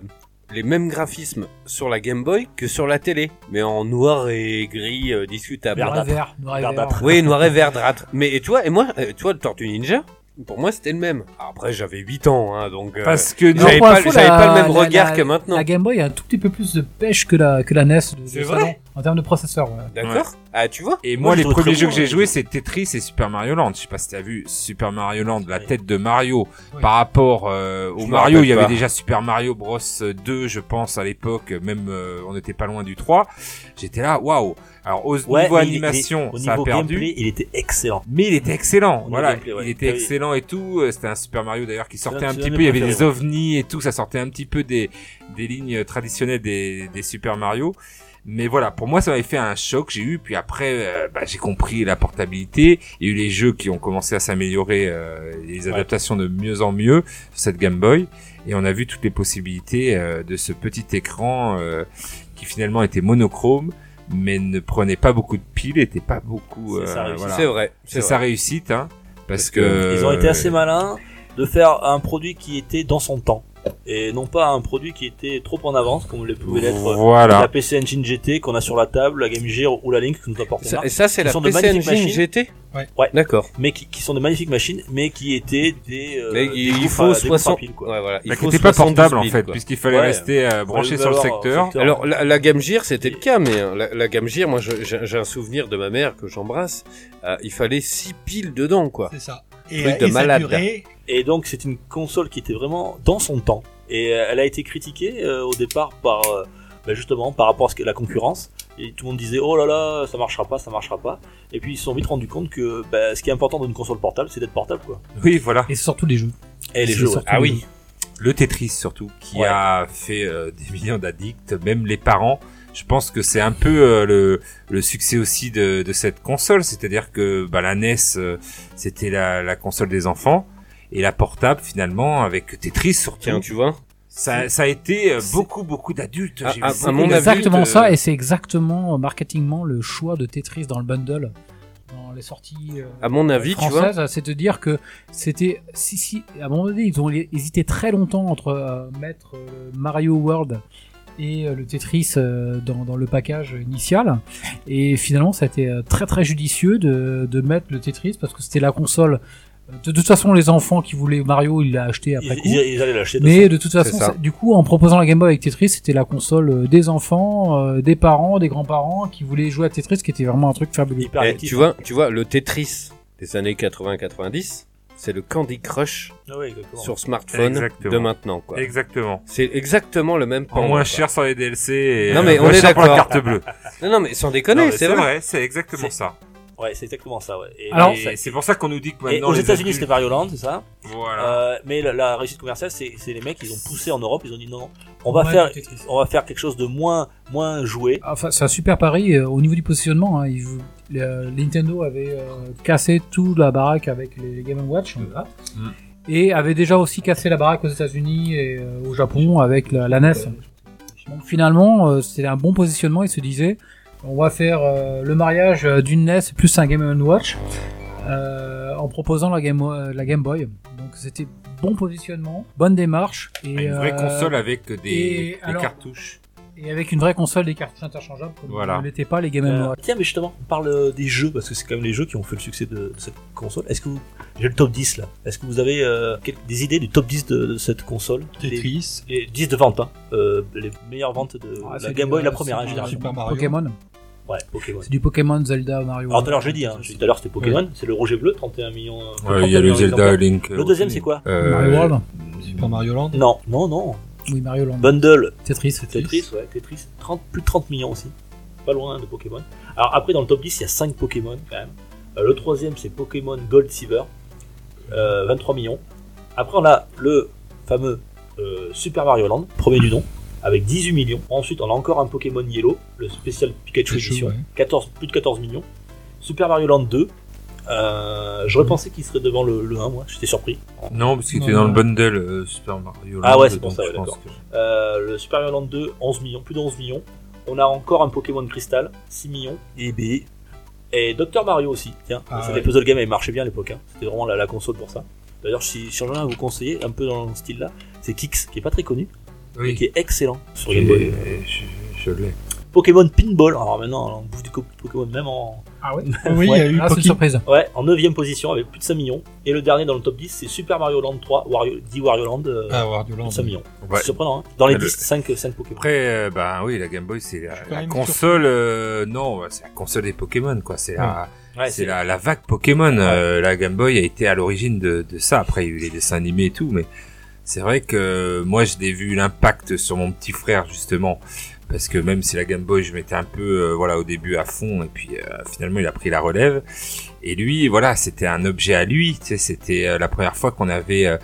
les mêmes graphismes sur la Game Boy que sur la télé, mais en noir et gris euh, discutable.
Noir et vert, noir et vert.
Verdâtre.
Oui, noir et vert, drâtre. Mais et toi, et moi, euh, tu vois, le Tortue Ninja, pour moi c'était le même. Après j'avais 8 ans, hein, donc. euh,
Parce que
j'avais
pour
pas-
info,
j'avais
la-
pas le même
la-
regard
la-
que maintenant.
La Game Boy a un tout petit peu plus de pêche que la, que la NES. de- de
C'est
salon,
vrai
En termes de processeur, ouais.
D'accord Ah, tu vois
Et
Moi,
moi,
je
les
trouve
premiers
très
jeux
bon,
que j'ai
hein.
joués, c'était Tetris et Super Mario Land. Je sais pas si t'as vu Super Mario Land, la
Oui.
tête de Mario.
Oui.
Par rapport euh,
Je
au
me
Mario,
rappelle
il y avait
pas.
déjà Super Mario Bros 2, je pense, à l'époque. Même, euh, on n'était pas loin du 3. J'étais là, waouh. Alors, au
Ouais,
niveau
mais il-
animation,
mais hein. au
ça a
niveau
perdu.
gameplay, il était excellent.
Mais il était excellent,
niveau
voilà,
gameplay, ouais.
il était
Ah oui.
excellent et tout. Euh, C'était un Super Mario d'ailleurs qui sortait
l'un-
un
c'est
petit
l'un
peu.
des
Il y avait
préférés,
des ovnis et tout, ça sortait un petit peu des des lignes traditionnelles des des Super Mario. Mais voilà, pour moi, ça m'avait fait un choc. J'ai eu, puis après, euh, bah, j'ai compris la portabilité. Il y a eu les jeux qui ont commencé à s'améliorer, euh, et les adaptations de mieux en mieux sur cette Game Boy, et on a vu toutes les possibilités euh, de ce petit écran euh, qui finalement était monochrome, mais ne prenait pas beaucoup de piles, était pas beaucoup.
C'est ça,
euh,
réussi.
voilà.
C'est vrai.
C'est
C'est
sa
vrai.
réussite, hein. Parce
Parce
que.
Ils ont été assez malins de faire un produit qui était dans son temps et non pas un produit qui était trop en avance comme le pouvait l'être la
Voilà.
PC Engine GT qu'on a sur la table, la Game Gear ou la Link que nous apportons
Ça-
là,
Et ça, c'est
Ce
la
sont de
PC
magnifiques
Engine
machines.
GT
Ouais.
Ouais.
D'accord.
mais qui, qui sont de magnifiques machines, mais qui étaient des, euh,
Mais
des
il
groupes à-
faut
des groupes à
60.
piles, quoi.
Ouais, voilà.
Il n'était Bah, pas
72
portable en
bits,
fait,
quoi.
puisqu'il fallait
Ouais.
rester euh, branché
Fallait
sur le
valoir, euh,
secteur.
Alors la, la Game Gear c'était le cas, mais hein, la, la Game Gear, moi je- j'ai j'ai un souvenir de ma mère que j'embrasse. euh, il fallait 6 piles dedans quoi.
C'est ça. Et,
Truc
euh,
de
et ça
malade,
durait.
Et donc c'est une console qui était vraiment dans son temps. Et euh, elle a été critiquée euh, au départ par euh, bah, justement par rapport à ce que- la concurrence. Et tout le monde disait oh là là ça marchera pas, ça marchera pas. Et puis ils se sont vite rendu compte que bah, ce qui est important d'une console portable, c'est d'être portable quoi.
Oui, voilà.
Et surtout les jeux.
Et les
C'est
jeux. ouais.
surtout
Ah
les
oui.
jeux.
Le Tetris surtout, qui
Ouais.
a fait euh, des millions d'addicts, même les parents. Je pense que c'est un peu euh, le, le succès aussi de, de cette console, c'est-à-dire que bah, la NES, euh, c'était la, la console des enfants, et la portable finalement avec Tetris surtout.
Tiens, tu vois.
Ça, ça a été euh,
C'est-
beaucoup beaucoup d'adultes.
Ah,
J'ai
ah,
vu
à
beaucoup
mon avis,
d'adultes,
exactement
euh,
ça, et c'est exactement euh, marketingement le choix de Tetris dans le bundle, dans les sorties euh,
À mon avis, tu vois.
françaises. C'est de dire que c'était si si à mon avis ils ont hésité très longtemps entre euh, mettre euh, Mario World et euh, le Tetris euh, dans, dans le package initial et finalement ça a été euh, très très judicieux de, de mettre le Tetris parce que c'était la console euh, de, de toute façon les enfants qui voulaient Mario ils l'ont acheté
Ils,
après coup
ils- ils allaient lâcher.
mais de toute façon,
C'est ça.
ça- du coup, en proposant la Game Boy avec Tetris, c'était la console euh, des enfants, euh, des parents, des grands-parents qui voulaient jouer à Tetris, qui était vraiment un truc fabuleux.
hyper
Eh,
addictif.
tu vois, tu vois, le Tetris des années 80-90, c'est le Candy Crush
Ah ouais, exactement.
sur smartphone
Exactement.
de maintenant quoi.
Exactement.
C'est exactement le même
En
pendant,
moins
quoi.
cher sur les DLC. Et
Non,
euh,
mais on
moins
est
cher pour la
d'accord.
carte bleue.
Non, non, mais sans
Non,
déconner,
mais
c'est vrai.
c'est exactement ça.
Ouais, c'est exactement ça. Ouais. Et,
Alors,
et-
Et c'est pour ça qu'on nous dit que
et
maintenant.
aux
les
États-Unis c'était
adultes-
Mario Land, c'est ça.
Voilà.
Euh, mais la, la réussite commerciale, c'est c'est les mecs, ils ont poussé en Europe, ils ont dit non, non, on va
Ouais,
faire,
du Tetris.
on va faire quelque chose de moins, moins joué.
Ah, Enfin, c'est un super pari euh, au niveau du positionnement. hein, ils- le- Nintendo avait euh, cassé toute la baraque avec les Game Watch hein,
Mm.
et avait déjà aussi cassé la baraque aux États-Unis et euh, E au Japon avec la, la NES. Donc finalement, euh, c'était un bon positionnement. Ils se disaient, On va faire euh, le mariage euh, d'une NES plus un Game Watch euh, en proposant la Game, euh, la Game Boy. Donc c'était bon positionnement, bonne démarche et
Une vraie
euh,
console avec des,
et
des
alors-
cartouches.
et avec une vraie console des cartouches interchangeables comme
Voilà.
ne l'étaient pas les Game
Euh,
Watch.
tiens, mais justement, on parle euh, des jeux, parce que c'est quand même les jeux qui ont fait le succès de, de cette console. Est-ce que vous... J'ai le top 10 là. Est-ce que vous avez euh, quel- des idées du top 10 de, de cette console les,
Tetris,
les 10 de vente, hein. Euh, les meilleures ventes de
Ah,
la
c'est
Game
du-
Boy, la
c'est
première, hein,
du-
généralement.
Super Mario.
Pokémon,
Ouais, Pokémon.
c'est du Pokémon, Zelda, Mario.
Alors tout à l'heure, j'ai dit, hein, j'ai dit tout à l'heure, c'était Pokémon, c'est le rouge et bleu, 31 millions. euh, 31 millions d'exemplaires.
Link. euh,
Le deuxième, c'est quoi
Euh, Mario World,
Super Mario Land.
Non, non, non.
oui Mario Land,
Bundle,
Tetris,
Bah, Tetris, ouais, Tetris, 30, plus de 30 millions aussi. Pas loin hein, de Pokémon. Alors après, dans le top 10, il y a 5 Pokémon quand même. Euh, le troisième, c'est Pokémon Gold Silver, euh, 23 millions. Après, on a le fameux euh, Super Mario Land, premier du nom, avec 18 millions. Ensuite, on a encore un Pokémon Yellow, le spécial Pikachu
Pikachu,
Edition,
ouais.
14, plus de 14 millions. Super Mario Land 2, euh, j'aurais pensé qu'il serait devant le, le 1, moi, j'étais surpris.
Non, parce qu'il
Non,
était dans
non.
le bundle euh, Super Mario.
Ah
Land,
ouais, c'est pour
donc
ça,
je
ouais,
pense
d'accord.
que-
Euh, le Super Mario Land 2, 11 millions, plus de 11 millions. On a encore un Pokémon Crystal, 6 millions. Et B. Et Dr Mario aussi, tiens.
Ah
parce que
ouais.
Les puzzle games, elles marchaient bien à l'époque. hein. C'était vraiment la, la console pour ça. D'ailleurs, si, si j'en ai un à vous conseiller, un peu dans ce style-là, c'est Kix, qui est pas très connu, mais qui est excellent sur Game Boy.
Et Je, je l'ai.
Pokémon Pinball, alors maintenant, on bouffe du co- Pokémon même en,
Ah ouais.
Oui, il y a eu
Ah, c'est une
Poki.
surprise.
ouais, en 9ème position avec plus de 5 millions. Et le dernier dans le top 10, c'est Super Mario Land 3, Wario, 10 Wario Land, euh,
Ah, Wario
plus
Land.
de 5 millions.
Ouais.
C'est surprenant, hein. Dans les
Ah, le-
10, 5, 5 Pokémon.
Après, euh, bah oui, la Game Boy, c'est la,
suis quand
la
même
console. euh, non, c'est la console des Pokémon, quoi. C'est la,
Ouais,
c'est la, la vague Pokémon. Euh, la Game Boy a été à l'origine de, de ça. Après, il y a eu les dessins animés et tout, mais c'est vrai que euh, moi, je l'ai vu l'impact sur mon petit frère justement, parce que même si la Game Boy, je m'étais un peu, euh, voilà, au début à fond, et puis euh, finalement, il a pris la relève. Et lui, voilà, c'était un objet à lui. Tu sais, c'était euh, la première fois qu'on avait. euh,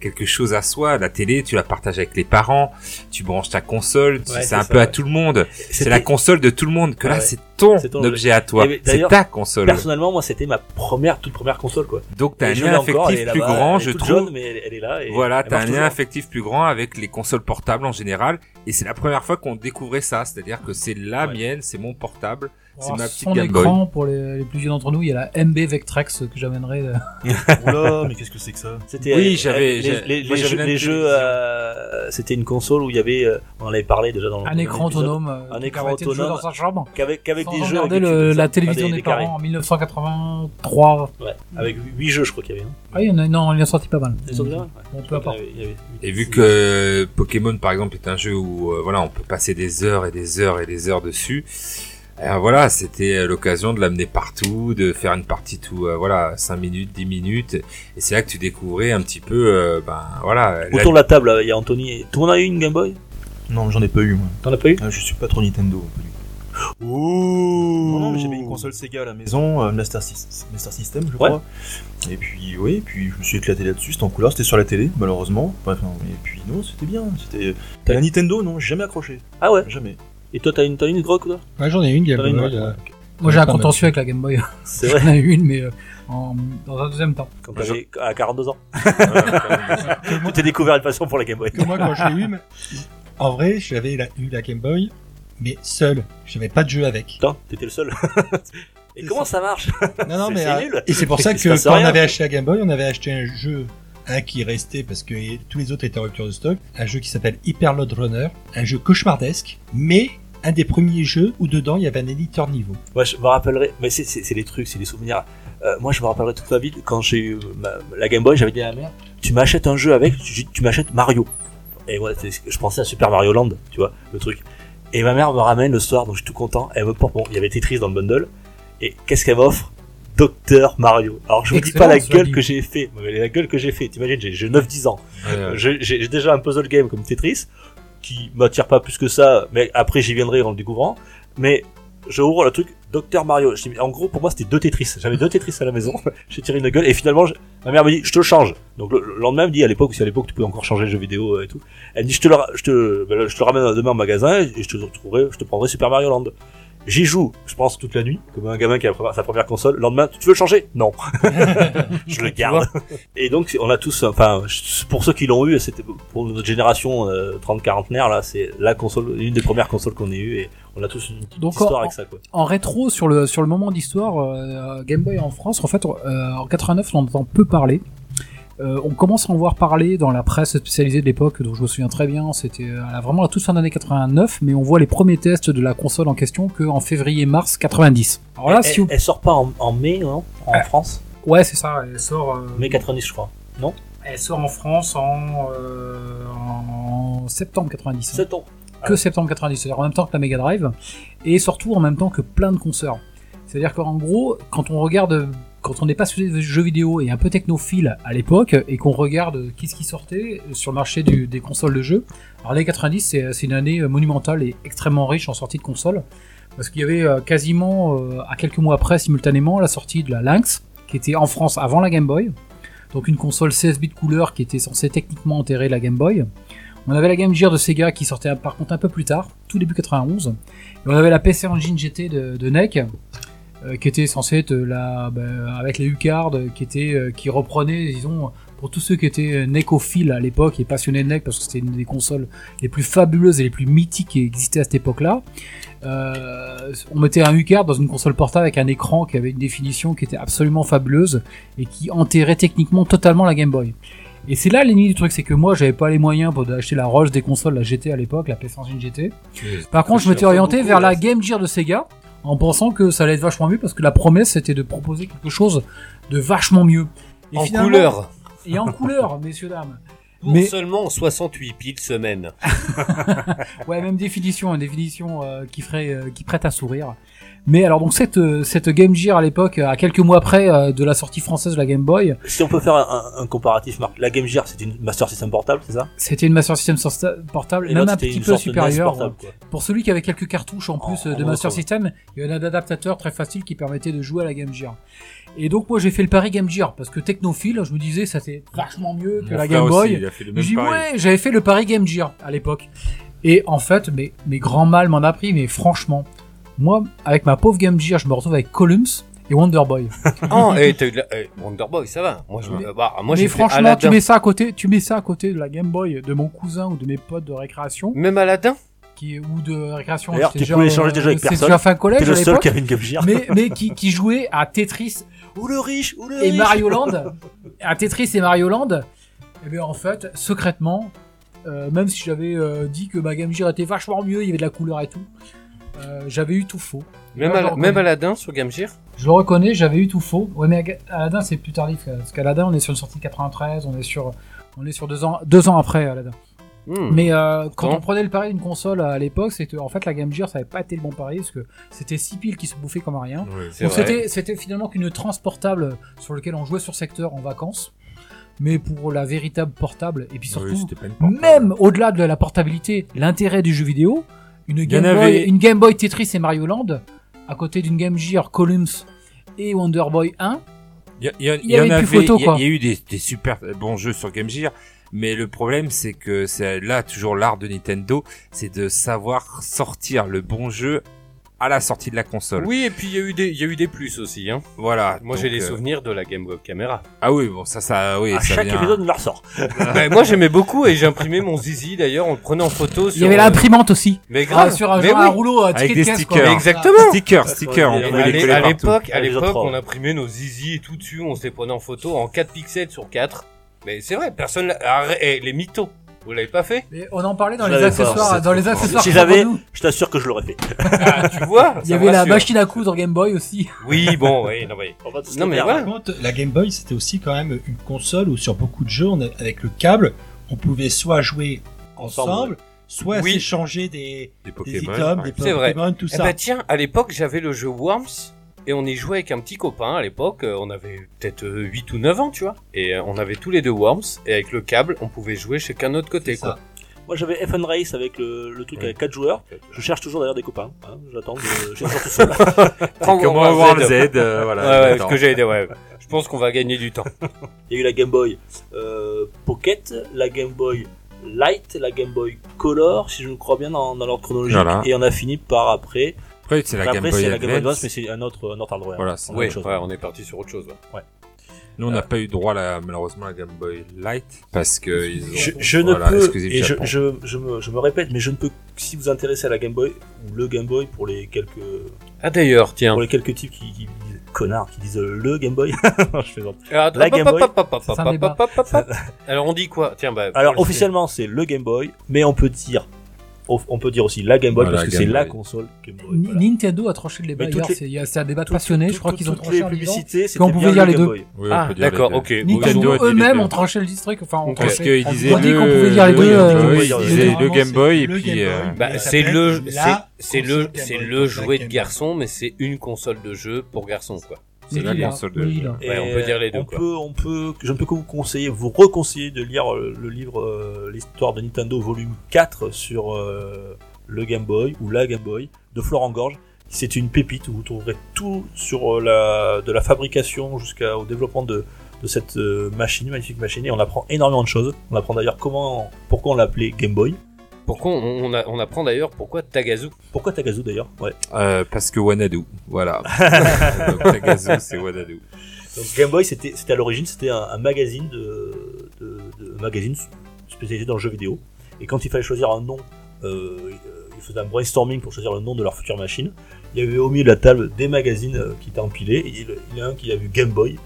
quelque chose à soi, la télé, tu la partages avec les parents, tu branches ta console, tu-
Ouais,
c'est
c'est
un
ça,
peu à
ouais.
tout le monde. C'est
C'était-
la console de tout le monde, que
Ah
là
ouais.
c'est ton,
C'est ton
objet à toi,
Et mais
c'est
d'ailleurs,
ta console.
Personnellement, moi, c'était ma première, toute première console, quoi.
Donc Euh, t'as un
Et je
lien
l'ai encore, elle est
affectif plus
là-bas,
grand,
elle est
je
toute
trouve.
Jaune, mais elle, elle est là. Et
voilà,
elle
t'as un
marche
lien
toujours.
affectif plus grand avec les consoles portables en général, et c'est la première fois qu'on découvrait ça, c'est-à-dire que c'est la
Ouais.
mienne, c'est mon portable. C'est
Alors,
ma petite
son
Game Boy.
écran, Oh, pour les, les plus vieux d'entre nous, il y a la MB Vectrex que j'amènerai. euh,
Oula, mais qu'est-ce que c'est que ça
C'était
Oui,
euh,
j'avais-
les-
j'ai-
les, les
moi, j'avais
jeux.
la
les jeux, euh, c'était une console où il y avait, euh, on en avait parlé déjà dans le-
un
dans
écran
l'épisode,
autonome. euh,
Un
qui
écran
permettait de jouer
autonome.
dans sa chambre.
Qu'avec, qu'avec
sans
des jeux.
regarder
avec des
le-
tubes,
la
enfin, des-
télévision des,
des carrés.
parents en 1983.
Ouais, avec 8 jeux, je crois qu'il y avait. hein.
Ah, il y en a, non, il en a sorti pas mal.
Mmh.
Ils sont bien, ouais.
Bon, peu importe.
Il y avait- il y avait-
Et vu que Pokémon par exemple est un jeu où euh, voilà on peut passer des heures et des heures et des heures dessus, euh, voilà c'était l'occasion de l'amener partout, de faire une partie tout euh, voilà 5 minutes, 10 minutes, et c'est là que tu découvrais un petit peu euh, ben voilà la-
Autour de la table, là, il y a Anthony. et- Tout le monde a eu une Game Boy
Non, j'en ai pas eu, moi.
T'en as pas eu
Ah, Je suis pas trop Nintendo. pas du tout. Non, non, mais j'avais une console Sega à la maison, euh, Master, Sys- Master System, je crois. Et puis, oui, puis je me suis éclaté là-dessus, c'était en couleur, c'était sur la télé, malheureusement. Enfin, et puis, non, c'était bien. C'était. La Nintendo, non, j'ai jamais accroché.
Ah ouais
Jamais.
Et toi, t'as une, t'as une grotte, toi
Ouais, j'en ai une, Game
T'en as
Boy.
une, ouais.
euh,
Moi, j'ai un
Pas mal.
contentieux avec la Game Boy.
C'est
J'en
vrai,
ai une, mais euh, en- dans un deuxième temps.
quand t'avais à 42 ans. Tu t'es découvert une passion pour la Game Boy.
que moi quand je l'ai eu, mais- en vrai, j'avais la- eu la Game Boy, mais seul. J'avais pas de jeu avec.
Putain, t'étais le seul. Et
C'est
comment ça marche
Non, non,
C'est-
mais.
c'est
euh,
nul.
Et c'est pour ça
Il
que
se passe
quand on
rien.
avait acheté la Game Boy, on avait acheté un jeu, un qui restait parce que tous les autres étaient en rupture de stock, un jeu qui s'appelle Hyper Load Runner, un jeu cauchemardesque, mais un des premiers jeux où dedans il y avait un éditeur niveau.
Moi, je me rappellerai, mais c'est- c'est c'est les trucs, c'est les souvenirs. Euh, moi, je me rappellerai toute ma vie quand j'ai eu ma- la Game Boy, j'avais dit à ma mère Tu m'achètes un jeu avec, tu, tu m'achètes Mario. Et moi, c'est ce que- je pensais à Super Mario Land, tu vois, le truc. Et ma mère me ramène le soir, donc je suis tout content. Elle me porte, bon, il y avait Tetris dans le bundle. Et qu'est-ce qu'elle m'offre Docteur Mario. Alors, je vous dis
Excellent,
pas la
cela
gueule
dit.
que j'ai fait, mais la gueule que j'ai fait, t'imagines, j'ai- j'ai 9-10 ans.
Euh,
J'ai- J'ai j'ai déjà un puzzle game comme Tetris qui m'attire pas plus que ça, mais après j'y viendrai en le découvrant. Mais je ouvre le truc Docteur Mario. Je dis, mais En gros, pour moi, c'était deux Tetris. J'avais deux Tetris à la maison. J'ai tiré une gueule et finalement, je- ma mère me dit, je te le change. Donc le, le lendemain, elle me dit à l'époque, si à l'époque tu pouvais encore changer le jeu vidéo euh, et tout, elle me dit, je te le, ra- je te, ben, je te le ramène demain au magasin et je te trouverai, je te prendrai Super Mario Land. J'y joue, je pense, toute la nuit, comme un gamin qui a sa première console. Le lendemain, tu veux le changer Non. je le garde. Et donc, on a tous, enfin, je- pour ceux qui l'ont eu, c'était pour notre génération euh, 30-40naire, là, c'est la console, une des premières consoles qu'on ait eues, et on a tous une petite
Donc,
histoire
en-
avec ça, quoi.
En rétro, sur le, sur le moment d'histoire, euh, Game Boy en France, en fait, euh, en 89, on en entend peu parler. Euh, on commence à en voir parler dans la presse spécialisée de l'époque, dont je me souviens très bien. C'était euh, à la- vraiment à toute fin d'année 89, mais on voit les premiers tests de la console en question que en février-mars 90. Alors là,
elle,
si vous...
elle sort pas en, en mai, non En France
ouais, c'est ça. Elle sort, euh,
Mai 90, je crois.
elle sort en France en, euh, en septembre 90. hein.
C'est ton.
que septembre 90, c'est-à-dire en même temps que la Mega Drive, et surtout en même temps que plein de consoeurs. C'est-à-dire qu'en gros, quand on regarde, quand on n'est pas sujet de jeux vidéo et un peu technophile à l'époque, et qu'on regarde qu'est-ce qui sortait sur le marché du- des consoles de jeux, alors les 90, c'est c'est une année monumentale et extrêmement riche en sorties de consoles, parce qu'il y avait euh, quasiment, euh, à quelques mois après, simultanément, la sortie de la Lynx, qui était en France avant la Game Boy, donc une console 16 bits couleur qui était censée techniquement enterrer la Game Boy. On avait la Game Gear de Sega qui sortait par contre un peu plus tard, tout début 91. Et on avait la PC Engine GT de, de NEC, euh, qui était censée être la, bah, avec les U-Card, qui, était, euh, qui reprenait, disons, pour tous ceux qui étaient NECophiles à l'époque et passionnés de NEC, parce que c'était une des consoles les plus fabuleuses et les plus mythiques qui existaient à cette époque-là. euh, on mettait un U-Card dans une console portable avec un écran qui avait une définition qui était absolument fabuleuse et qui enterrait techniquement totalement la Game Boy. Et c'est là l'ennemi du truc, c'est que moi j'avais pas les moyens pour acheter la Rolls des consoles, la GT à l'époque, la PS Engine GT. Par contre, je m'étais orienté vers la Game Gear de Sega en pensant que ça allait être vachement mieux parce que la promesse c'était de proposer quelque chose de vachement mieux. Et
en
finalement-
couleur.
Et en couleur, messieurs dames.
Pour
Mais-
seulement 68 piles semaine.
Ouais, même définition, une définition euh, qui ferait, euh, qui prête à sourire. Mais alors donc cette euh, cette Game Gear à l'époque, à quelques mois après euh, de la sortie française de la Game Boy,
Si on peut faire un, un- un comparatif, Marc, la Game Gear, c'est une Master System portable, c'est ça
c'était une Master System sorta- portable, même
l'autre,
un
c'était
petit
une
peu
sorte de NES
supérieure.
portable, quoi.
Pour celui qui avait quelques cartouches en plus
en
euh, de
gros,
Master
ça va.
System, il y avait un adaptateur très facile qui permettait de jouer à la Game Gear. Et donc moi j'ai fait le pari Game Gear parce que technophile, je me disais ça c'est vachement mieux que
Mon
la
frère
Game
aussi,
Boy.
il a fait le
J'ai
même
dit,
pari.
ouais, j'avais fait le pari Game Gear à l'époque. Et en fait, mes, mes grands mal m'en a pris, mais franchement, moi, avec ma pauvre Game Gear, je me retrouve avec Columns et Wonder Boy.
Oh, et t'as eu de la... eh, Wonder Boy, ça va. Moi, je me-
Mais-
bah, moi,
mais
j'ai fait
franchement, tu
Aladdin.
mets ça à côté, tu mets ça à côté de la Game Boy de mon cousin ou de mes potes de récréation,
Même Aladdin
qui ou de récréation.
D'ailleurs,
j'étais
tu
déjà
pouvais
en-
échanger déjà avec
c'est
personne.
déjà fin collège
T'es le
à
seul
l'époque,
qui avait une Game Gear.
mais mais qui, qui jouait à Tetris
Ou le riche, ou le
et
riche.
Mario Land, à Tetris et Mario Land, et bien en fait, secrètement, euh, même si j'avais euh, dit que ma Game Gear était vachement mieux, il y avait de la couleur et tout, euh, j'avais eu tout faux.
Même,
Ouais,
Al-
je le
même
reconnais.
Aladdin sur Game Gear
Je le reconnais, j'avais eu tout faux. Ouais, mais Aga- Aladdin, c'est plus tardif, euh, parce qu'Aladdin, on est sur une sortie de 93, on est sur, on est sur deux ans, deux ans après Aladdin.
Hmm.
Mais euh, quand
Bon.
on prenait le pari d'une console à l'époque, c'était en fait la Game Gear, ça avait pas été le bon pari, parce que c'était six piles qui se bouffaient comme un rien.
C'est
Donc
vrai.
c'était, c'était finalement qu'une transportable sur laquelle on jouait sur secteur en vacances. Mais pour la véritable portable, et puis surtout,
Oui, c'était pas une portable.
même au-delà de la portabilité, l'intérêt du jeu vidéo, une Game, Boy,
avait-
une Game Boy Tetris et Mario Land, à côté d'une Game Gear Columns et Wonder Boy 1,
Il y, a- il y a-
Il y
il y en
avait
avait,
plus photo,
il y a-
quoi.
il y a eu des, des super bons jeux sur Game Gear, mais le problème c'est que c'est là toujours l'art de Nintendo, c'est de savoir sortir le bon jeu à la sortie de la console.
Oui, et puis il y, a eu des- il y a eu des plus aussi. Hein.
Voilà.
Moi,
donc,
j'ai les
euh,
souvenirs de la Game Boy Camera.
Ah oui, bon ça ça oui,
À
ça
chaque
vient.
épisode, il la ressort.
Bah, moi, j'aimais beaucoup et j'imprimais mon zizi d'ailleurs, on le prenait en photo.
il
sur,
y avait
euh,
l'imprimante aussi.
Mais grave,
Ah, sur un,
mais
genre un
oui.
rouleau à
Avec
ticket
des
de caisse, quoi.
stickers.
Exactement.
Stickers, stickers, on
Et
pouvait
à
les
l'é-
coller
à
partout.
l'époque, à
Ah, les
l'époque,
autres,
on imprimait nos zizi et tout dessus, on se les prenait en photo en 4 pixels sur 4. Mais c'est vrai, personne l'a- Arrête- eh, les mythos. Vous l'avez pas fait
Mais on en parlait dans
Je
les
l'avais pas,
accessoires.
c'est
dans les
trop fort.
accessoires
Si
qui
j'avais-
sont pour nous.
Je t'assure que je l'aurais fait.
Ah, Tu vois
il y
ça
avait la
rassure.
machine à coudre Game Boy aussi.
Oui, bon, oui, non, oui.
On va tous
Non,
le
mais
faire.
voilà.
Par contre, la Game Boy, c'était aussi quand même une console où sur beaucoup de jeux, on a- avec le câble, on pouvait soit jouer ensemble,
Ensemble,
soit
Oui.
s'échanger des,
Des
des
Pokémon.
items, des
C'est vrai.
Pokémon, tout
Eh
ça.
ben tiens, à l'époque, j'avais le jeu Worms et on y jouait avec un petit copain à l'époque, euh, on avait peut-être euh, 8 ou 9 ans, tu vois. Et euh, on avait tous les deux Worms et avec le câble, on pouvait jouer chacun de notre côté
C'est ça.
quoi.
Moi j'avais FN Race avec le, le truc
Ouais.
avec 4 joueurs. Je cherche toujours d'ailleurs des copains. hein. J'attends, de- je cherche toujours tout seul.
Prends
Comment
Worms
avoir le Z euh,
Ouais,
voilà.
ouais, ce
j'attends.
que j'avais dit, ouais. Je pense qu'on va gagner du temps.
Il y a eu la Game Boy euh, Pocket, la Game Boy Light, la Game Boy Color, si je me crois bien dans, dans l'ordre chronologique.
Voilà.
Et on a fini par après
Après, c'est la
Après,
Game
c'est
Boy
la Game Boy Advance,
Advance.
mais c'est un autre, un autre hardware.
Voilà,
c'est
c'est
la
ouais,
même chose.
Ouais, on est parti sur autre chose. ouais.
Nous, on n'a pas eu droit, à la- malheureusement, à la Game Boy Light. Parce que ils ont...
Je, je ne
Voilà,
peux,
exclusive
et je,
Japon.
je, je, me, je me répète, mais je ne peux, que si vous intéressez à la Game Boy, ou le Game Boy pour les quelques,
Ah d'ailleurs, tiens.
pour les quelques types qui, qui disent connards, qui disent euh, le Game Boy. Non, je plaisante.
Ah,
La
hop,
Game
hop,
Boy.
hop, hop, hop,
C'est
hop,
un
hop,
débat.
hop, hop, hop. Alors on dit quoi Tiens, bah,
Alors
je sais.
officiellement, c'est le Game Boy, mais on peut dire, on peut dire aussi la Game Boy
Voilà,
parce que
Game
c'est la
Boy.
console Game Boy.
Ni-
voilà.
Nintendo a tranché le débat
Mais
hier,
toutes les-
c'est- il y a- c'est un débat
Tout-
passionné,
tout-
je crois
tout-
qu'ils ont
toutes les
tranché en disant
publicités,
qu'on
c'était
pouvait
bien
dire
le
les
Game
deux.
Boy.
Oui, on
Ah
peut dire les
d'accord,
deux.
ok.
Nintendo
Nintendo
a dit les
eux-mêmes
deux.
ont tranché le truc, enfin ont
Parce
tranché.
qu'ils
On
disaient
a dit
le...
qu'on pouvait dire les
oui,
deux.
on
euh,
peut
oui,
dire
Ils
les
disaient
deux.
le Game Boy, et
Le
puis...
Game
euh,
Boy.
Bah,
Elle
c'est le,
s'appelle
c'est c'est
la console
le,
Game
c'est
Boy,
le
la
jouet de
Game Boy.
garçon, mais c'est une console de jeu pour garçon, quoi.
C'est la
oui, là,
console de
hein. oui,
jeu.
là.
Ouais, euh, on peut dire les deux,
euh, On
quoi.
peut, on peut, je ne peux que vous conseiller, vous reconseiller de lire euh, le livre euh, L'histoire de Nintendo volume 4 sur euh, le Game Boy ou la Game Boy de Florent Gorge. C'est une pépite où vous trouverez tout sur euh, la, de la fabrication jusqu'au développement de, de cette euh, machine, magnifique machine, et on apprend énormément de choses. On apprend d'ailleurs comment, pourquoi on l'appelait Game Boy.
Pourquoi on, on a- on apprend d'ailleurs pourquoi Tagazu
Pourquoi Takazu d'ailleurs Ouais.
Euh, parce que Wanadu, voilà. Donc Tagazu, c'est Wanadu.
Donc Game Boy, c'était c'était à l'origine, c'était un, un magazine de, de, de- un magazine spécialisé dans le jeu vidéo. Et quand il fallait choisir un nom, euh, ils faisaient un brainstorming pour choisir le nom de leur future machine. Il y avait au milieu de la table des magazines euh, qui étaient empilés. Et il, il y en a un qui a vu Game Boy.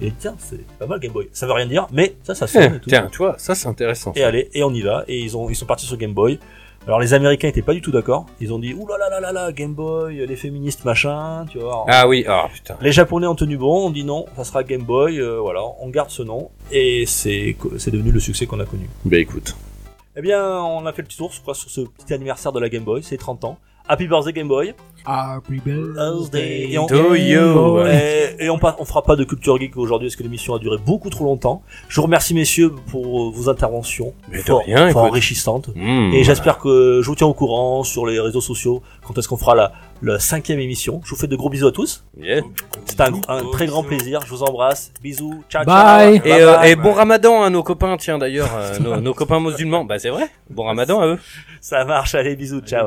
Et il dit, tiens, c'est pas mal Game Boy. Ça veut rien dire, mais ça, ça sonne et tout.
Tiens, tu vois, ça c'est intéressant.
Et allez, et on y va. Et ils, ont, ils sont partis sur Game Boy. Alors les Américains étaient pas du tout d'accord. Ils ont dit, ouh là là là là là, Game Boy, les féministes, machin, tu vois.
Ah oui, ah putain.
Les Japonais ont tenu bon, on dit non, ça sera Game Boy, euh, voilà, on garde ce nom, et c'est c'est devenu le succès qu'on a connu.
Bah écoute.
Eh bien, on a fait le petit tour, je crois, sur ce petit anniversaire de la Game Boy, c'est 30 ans. Happy birthday Game Boy
Happy
Birthday. Et on-
to you.
Et, et on, pa- on fera pas de culture geek aujourd'hui parce que l'émission a duré beaucoup trop longtemps. Je vous remercie messieurs pour euh, vos interventions
Mais de
fort,
rien,
fort
écoute.
enrichissantes.
Hmm.
Et j'espère que je vous tiens au courant sur les réseaux sociaux quand est-ce qu'on fera la, la cinquième émission. Je vous fais de gros bisous à tous.
Yeah.
C'était un, un très grand plaisir. Je vous embrasse. Bisous. Ciao.
Bye.
Ciao.
Et, euh, et bon ramadan à nos copains, tiens d'ailleurs, euh, nos, nos copains musulmans, bah c'est vrai, bon ramadan à eux.
Ça marche. Allez, bisous. Ciao.